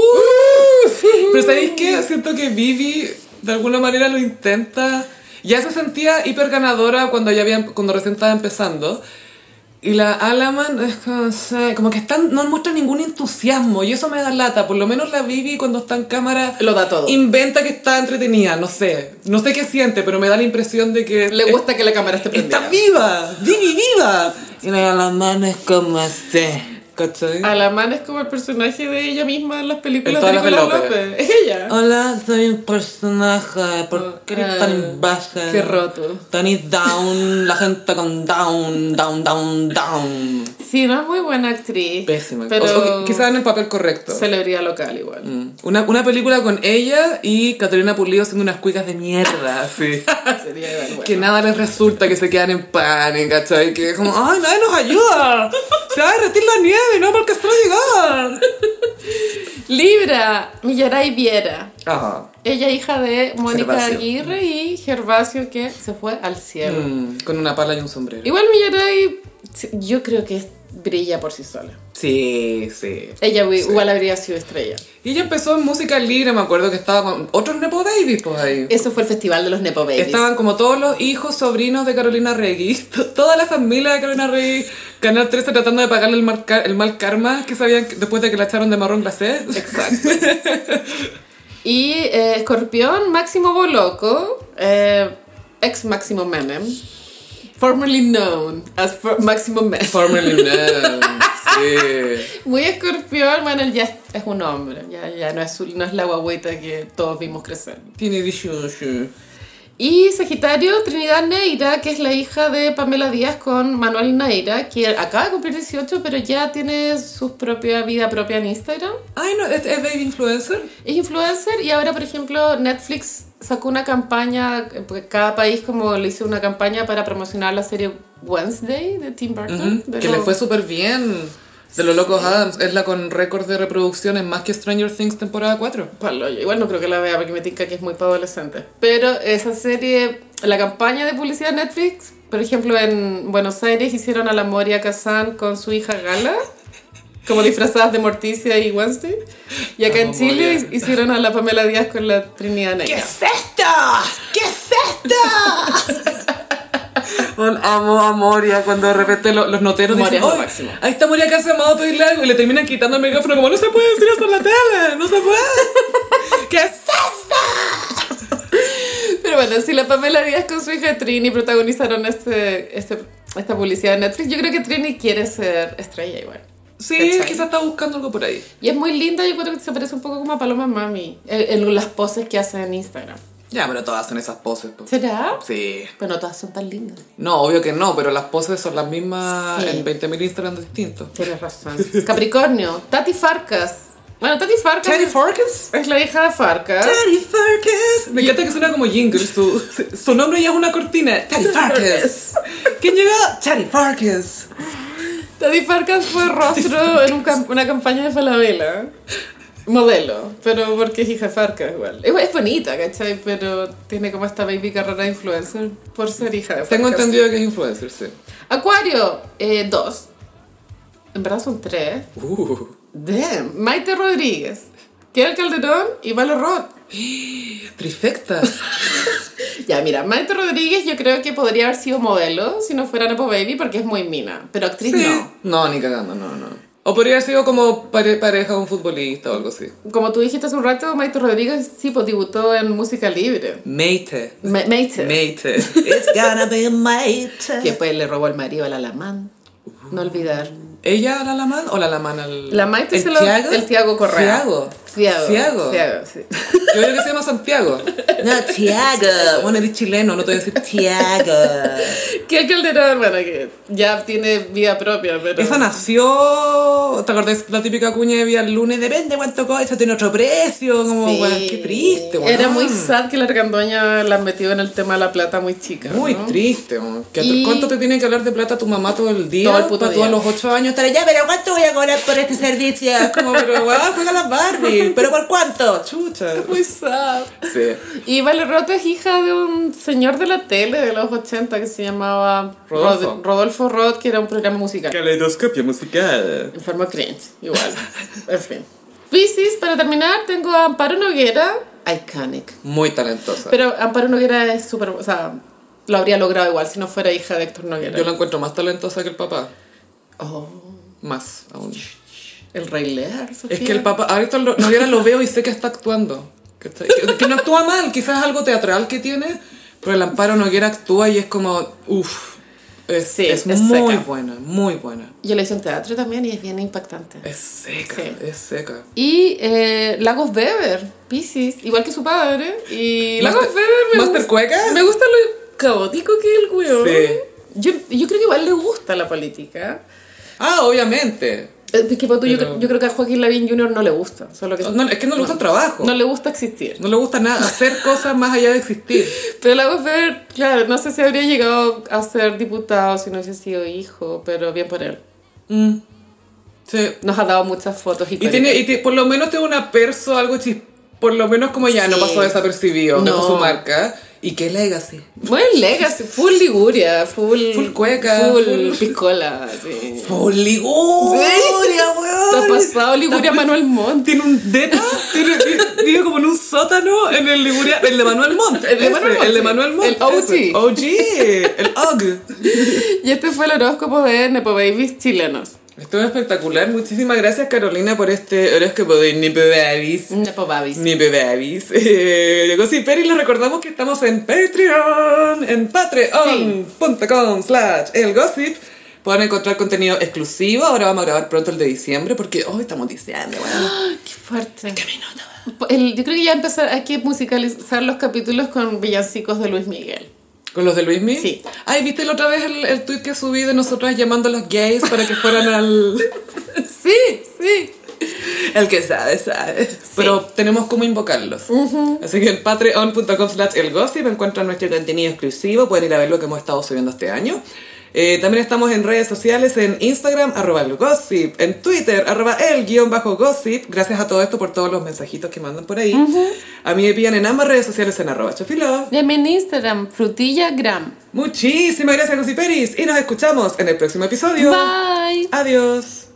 Speaker 1: pero ¿sabéis qué? Siento que Vivi de alguna manera lo intenta. Ya se sentía hiper ganadora cuando, ya había, cuando recién estaba empezando. Y la Alaman es como, no sé, como que están, no muestra ningún entusiasmo y eso me da lata. Por lo menos la Vivi cuando está en cámara
Speaker 2: Lo da todo.
Speaker 1: inventa que está entretenida, no sé. No sé qué siente, pero me da la impresión de que
Speaker 2: Le gusta que la cámara esté prendida.
Speaker 1: está viva, Vivi viva. Y la Alaman es como este, ¿cachai?
Speaker 2: Alaman es como el personaje de ella misma en las películas
Speaker 1: En
Speaker 2: de
Speaker 1: todas las de
Speaker 2: Nicolás López.
Speaker 1: López. Ah.
Speaker 2: Es ella.
Speaker 1: Hola, soy un personaje.
Speaker 3: Oh,
Speaker 1: ¿Por qué eres tan
Speaker 2: Ah,
Speaker 3: eh,
Speaker 1: imbécil?
Speaker 2: qué roto.
Speaker 1: Tenés down, la gente con down, down, down, down.
Speaker 2: Sí, no es muy buena actriz.
Speaker 1: Pésima.
Speaker 2: Pero
Speaker 1: quizás en el papel correcto.
Speaker 2: celebridad local igual.
Speaker 1: Mm. Una, una película con ella y Catalina Pulido haciendo unas cuicas de mierda, así.
Speaker 2: Sería igual. bueno.
Speaker 1: que nada les resulta, que se quedan en pánico, ¿cachai? Que es como, ¡ay, nadie nos ayuda! ¡Se va a derretir la nieve, no porque se va a llegar!
Speaker 2: Libra, Millaray Viera.
Speaker 1: Ajá.
Speaker 2: Ella hija de Mónica
Speaker 1: Gervasio.
Speaker 2: Aguirre y Gervasio que se fue al cielo.
Speaker 1: Mm, con una pala y un sombrero.
Speaker 2: Igual Millaray, sí, yo creo que es- brilla por sí sola.
Speaker 1: Sí, sí.
Speaker 2: Ella wi- igual habría sido estrella.
Speaker 1: Y ella empezó en música libre, me acuerdo que estaba con otros Nepo Babies, pues ahí.
Speaker 2: Eso fue el festival de los Nepo Babies.
Speaker 1: Estaban como todos los hijos, sobrinos de Carolina Regui, to- toda la familia de Carolina Regui, Canal 13 tratando de pagarle el mal, ca- el mal karma que sabían que- después de que la echaron de marrón glacé. Exacto.
Speaker 2: Y eh, Escorpión, Máximo Boloco, eh, ex Máximo Menem, formerly known as for- Máximo Menem.
Speaker 1: Formerly known. Sí.
Speaker 2: Muy Escorpión, bueno, él ya es- es un hombre, ya, ya no, es, no es la guagüita que todos vimos crecer.
Speaker 1: Tiene dishu.
Speaker 2: Y Sagitario, Trinidad Neira, que es la hija de Pamela Díaz con Manuel Neira, que acaba de cumplir 18, pero ya tiene su propia vida propia en Instagram.
Speaker 1: Ay, no, ¿es, es baby influencer?
Speaker 2: Es influencer y ahora, por ejemplo, Netflix sacó una campaña, eh, porque cada país como le hizo una campaña para promocionar la serie Wednesday de Tim Burton. de
Speaker 1: Que le
Speaker 2: lo-
Speaker 1: fue súper bien. De los locos Adams, es la con récord de reproducciones más que Stranger Things temporada 4.
Speaker 2: Palo, yo igual no creo que la vea porque me tinca que es muy para adolescentes. Pero esa serie, la campaña de publicidad de Netflix, por ejemplo, en Buenos Aires hicieron a la Moria Kazan con su hija Gala, como disfrazadas de Morticia y Wednesday. Y acá en
Speaker 1: Amo
Speaker 2: Chile
Speaker 1: Moria.
Speaker 2: hicieron a la Pamela Díaz con la Trinidad Negra.
Speaker 1: esto? ¿Qué es esto? amo a Moria cuando de repente lo- los noteros
Speaker 2: Moria
Speaker 1: dicen
Speaker 2: es lo
Speaker 1: "Ay,
Speaker 2: máximo".
Speaker 1: Ahí está Moria Casa Amado a pedirle algo y le terminan quitando el micrófono como no se puede decir eso en la tele, no se puede. ¿Qué es
Speaker 2: Pero bueno, si la Pamela Díaz con su hija Trini protagonizaron este, este, esta publicidad de Netflix, yo creo que Trini quiere ser estrella igual.
Speaker 1: Sí,
Speaker 2: ¿Cachai?
Speaker 1: quizás está buscando algo por ahí.
Speaker 2: Y es muy linda, yo creo que se parece un poco como a Paloma Mami en, en las poses que hace en Instagram.
Speaker 1: Ya, pero todas hacen esas poses. pues.
Speaker 2: ¿Será?
Speaker 1: Sí.
Speaker 2: Pero no todas son tan lindas.
Speaker 1: No, obvio que no, pero las poses son las mismas
Speaker 2: Sí.
Speaker 1: en 20.000 Instagram distintos.
Speaker 2: Tienes razón. Capricornio, Tati Farcas. Bueno, Tati Farcas
Speaker 1: Teddy
Speaker 2: es-
Speaker 1: Farkas.
Speaker 2: es la hija de Farcas.
Speaker 1: Teddy Farkas. Me encanta que suena como jingle. Su, su nombre ya es una cortina. Teddy Farkas. ¿Quién llegó? Teddy Farkas.
Speaker 2: Tati Farcas fue rostro en un cam- una campaña de Falabella. Modelo, pero porque es hija de Farcas igual. Es, es bonita, ¿cachai? Pero tiene como esta baby carrera de influencer por ser hija de Farcas.
Speaker 1: Tengo entendido que es influencer, sí.
Speaker 2: Acuario, eh, dos. En verdad son tres.
Speaker 1: Uh.
Speaker 2: Damn. Maite Rodríguez, Kiel Calderón y Valo Roth.
Speaker 1: Trifecta.
Speaker 2: Ya, mira, Maite Rodríguez yo creo que podría haber sido modelo si no fuera Nepo Baby porque es muy mina, pero actriz no.
Speaker 1: No, ni cagando, no, no. O podría haber sido como pare- pareja de un futbolista o algo así.
Speaker 2: Como tú dijiste hace un rato, Maite Rodríguez sí, pues debutó en música libre.
Speaker 1: Mate.
Speaker 2: Ma- Maite.
Speaker 1: Mate.
Speaker 3: It's gonna be mate.
Speaker 2: Que después le robó el marido al alamán. No olvidar.
Speaker 1: ¿Ella a la Laman o la Laman al.?
Speaker 2: La Maite
Speaker 1: ¿El
Speaker 2: se lo...
Speaker 1: Thiago?
Speaker 2: El Tiago Correa.
Speaker 1: Thiago.
Speaker 2: Thiago.
Speaker 1: Thiago.
Speaker 2: Thiago, sí.
Speaker 1: Yo creo que se llama Santiago.
Speaker 3: No, Tiago.
Speaker 1: Bueno, eres chileno, no te voy a decir.
Speaker 3: Tiago.
Speaker 2: Que el Calderón, bueno, que ya tiene vida propia, pero...
Speaker 1: Esa nació. ¿Te acordás la típica cuña de Vía el lunes? Depende cuánto cuesta, tiene otro precio. Como,
Speaker 2: Sí.
Speaker 1: weón, qué triste, weón.
Speaker 2: Era muy sad que la argandoña la metió en el tema de la plata muy chica.
Speaker 1: Muy
Speaker 2: ¿no?
Speaker 1: triste, weón. Que
Speaker 2: Y-
Speaker 1: ¿Cuánto te tiene que hablar de plata tu mamá todo el día?
Speaker 2: Todo el puto
Speaker 1: Pa' tú a
Speaker 2: día.
Speaker 1: los 8 años estar
Speaker 3: Pero ya, pero ¿cuánto voy a cobrar por este servicio?
Speaker 1: como, pero weón, juega las Barbie.
Speaker 3: ¿Pero por cuánto?
Speaker 1: Chucha.
Speaker 2: Muy sad.
Speaker 1: Sí.
Speaker 2: Y Vale Roto es hija de un señor de la tele de los 80 que se llamaba
Speaker 1: Rodolfo.
Speaker 2: Rod- Rodolfo Roth, que era un programa musical.
Speaker 1: Caleidoscopio musical.
Speaker 2: Enfermo cringe, igual. en fin. Piscis, para terminar, tengo a Amparo Noguera, iconic.
Speaker 1: Muy talentosa.
Speaker 2: Pero Amparo Noguera es súper. O sea, lo habría logrado igual si no fuera hija de Héctor Noguera.
Speaker 1: Yo la encuentro más talentosa que el papá.
Speaker 2: Oh,
Speaker 1: Más aún.
Speaker 2: el Rey Lear.
Speaker 1: Es
Speaker 2: Sofía.
Speaker 1: que el papá, ahorita lo, Noguera lo veo y sé que está actuando. ¿cachai? Que, que no actúa mal, quizás algo teatral que tiene, pero el Amparo Noguera actúa y es como, uff, es,
Speaker 2: Sí,
Speaker 1: es
Speaker 2: es
Speaker 1: muy
Speaker 2: seca.
Speaker 1: buena, muy buena.
Speaker 2: Yo le hice un teatro también y es bien impactante.
Speaker 1: Es seca,
Speaker 2: Sí.
Speaker 1: es seca.
Speaker 2: Y eh, Lagos Weber, Pisces, igual que su padre. Y Lagos
Speaker 1: Master-
Speaker 2: Weber me
Speaker 1: Master
Speaker 2: gusta-
Speaker 1: Cueca.
Speaker 2: Me gusta lo caótico que es el weón.
Speaker 1: Sí.
Speaker 2: Yo, yo creo que igual le gusta la política.
Speaker 1: Ah, obviamente.
Speaker 2: Eh, Es que, pues, tú, yo,
Speaker 1: Pero-
Speaker 2: cre- yo creo que a Joaquín Lavín Jr. no le gusta. Solo que
Speaker 1: No, es que no le gusta el trabajo.
Speaker 2: Pues, no le gusta existir.
Speaker 1: No le gusta nada, hacer cosas más allá de existir.
Speaker 2: Pero Lagos Weber, claro, no sé si habría llegado a ser diputado si no hubiese sido hijo, pero bien por él.
Speaker 1: Mm. Sí.
Speaker 2: Nos ha dado muchas fotos
Speaker 1: Y,
Speaker 2: históricas.
Speaker 1: tiene, y ti- por lo menos tiene una perso, algo chis... Por lo menos como ya no
Speaker 2: Sí.
Speaker 1: pasó desapercibido, dejó
Speaker 2: No.
Speaker 1: su marca. ¿Y qué legacy?
Speaker 2: Buen legacy, full Liguria, full...
Speaker 1: Full cueca,
Speaker 2: Full,
Speaker 1: full-
Speaker 2: piscola, sí.
Speaker 1: ¡Por Liguria, weón!
Speaker 2: Te ha pasado Liguria Manuel Montt.
Speaker 1: Tiene un depa, tiene, vi- vive como en un sótano en el Liguria, el de Manuel Montt.
Speaker 2: El de
Speaker 1: ese,
Speaker 2: Manuel Montt,
Speaker 1: El de
Speaker 2: sí.
Speaker 1: Manuel Montt.
Speaker 2: El OG.
Speaker 1: ese, OG, el OG.
Speaker 2: Y este fue el horóscopo de Nepo Babies chilenos.
Speaker 1: Estuvo espectacular. Muchísimas gracias, Carolina, por este horóscopo de Nipe Babies.
Speaker 2: Nepo Babies.
Speaker 1: Ni bebés. Eh, Gossip Peri, les recordamos que estamos en Patreon, en patreon.com slash el gossip. Pueden encontrar contenido exclusivo. Ahora vamos a grabar pronto el de diciembre porque hoy estamos en diciembre, weón.
Speaker 2: Qué fuerte. El- yo creo que ya empezar, hay que musicalizar los capítulos con villancicos de Luis Miguel.
Speaker 1: ¿Con los de Luismi?
Speaker 2: Sí.
Speaker 1: Ay, ¿viste la otra vez el, el tweet que subí de nosotras llamando a los gays para que fueran al...
Speaker 2: Sí, sí.
Speaker 1: El que sabe, sabe. Pero tenemos cómo invocarlos. Así que en patreon.com slash el gossip encuentran nuestro contenido exclusivo. Pueden ir a ver lo que hemos estado subiendo este año. Eh, también estamos en redes sociales, en Instagram, arroba el gossip, en Twitter, arroba el guión bajo gossip. Gracias a todo esto por todos los mensajitos que mandan por ahí. A mí me pillan en ambas redes sociales en arroba chofilove.
Speaker 2: Llame en Instagram, frutillagram.
Speaker 1: Muchísimas gracias, Gossiperis. Y nos escuchamos en el próximo episodio.
Speaker 2: Bye.
Speaker 1: Adiós.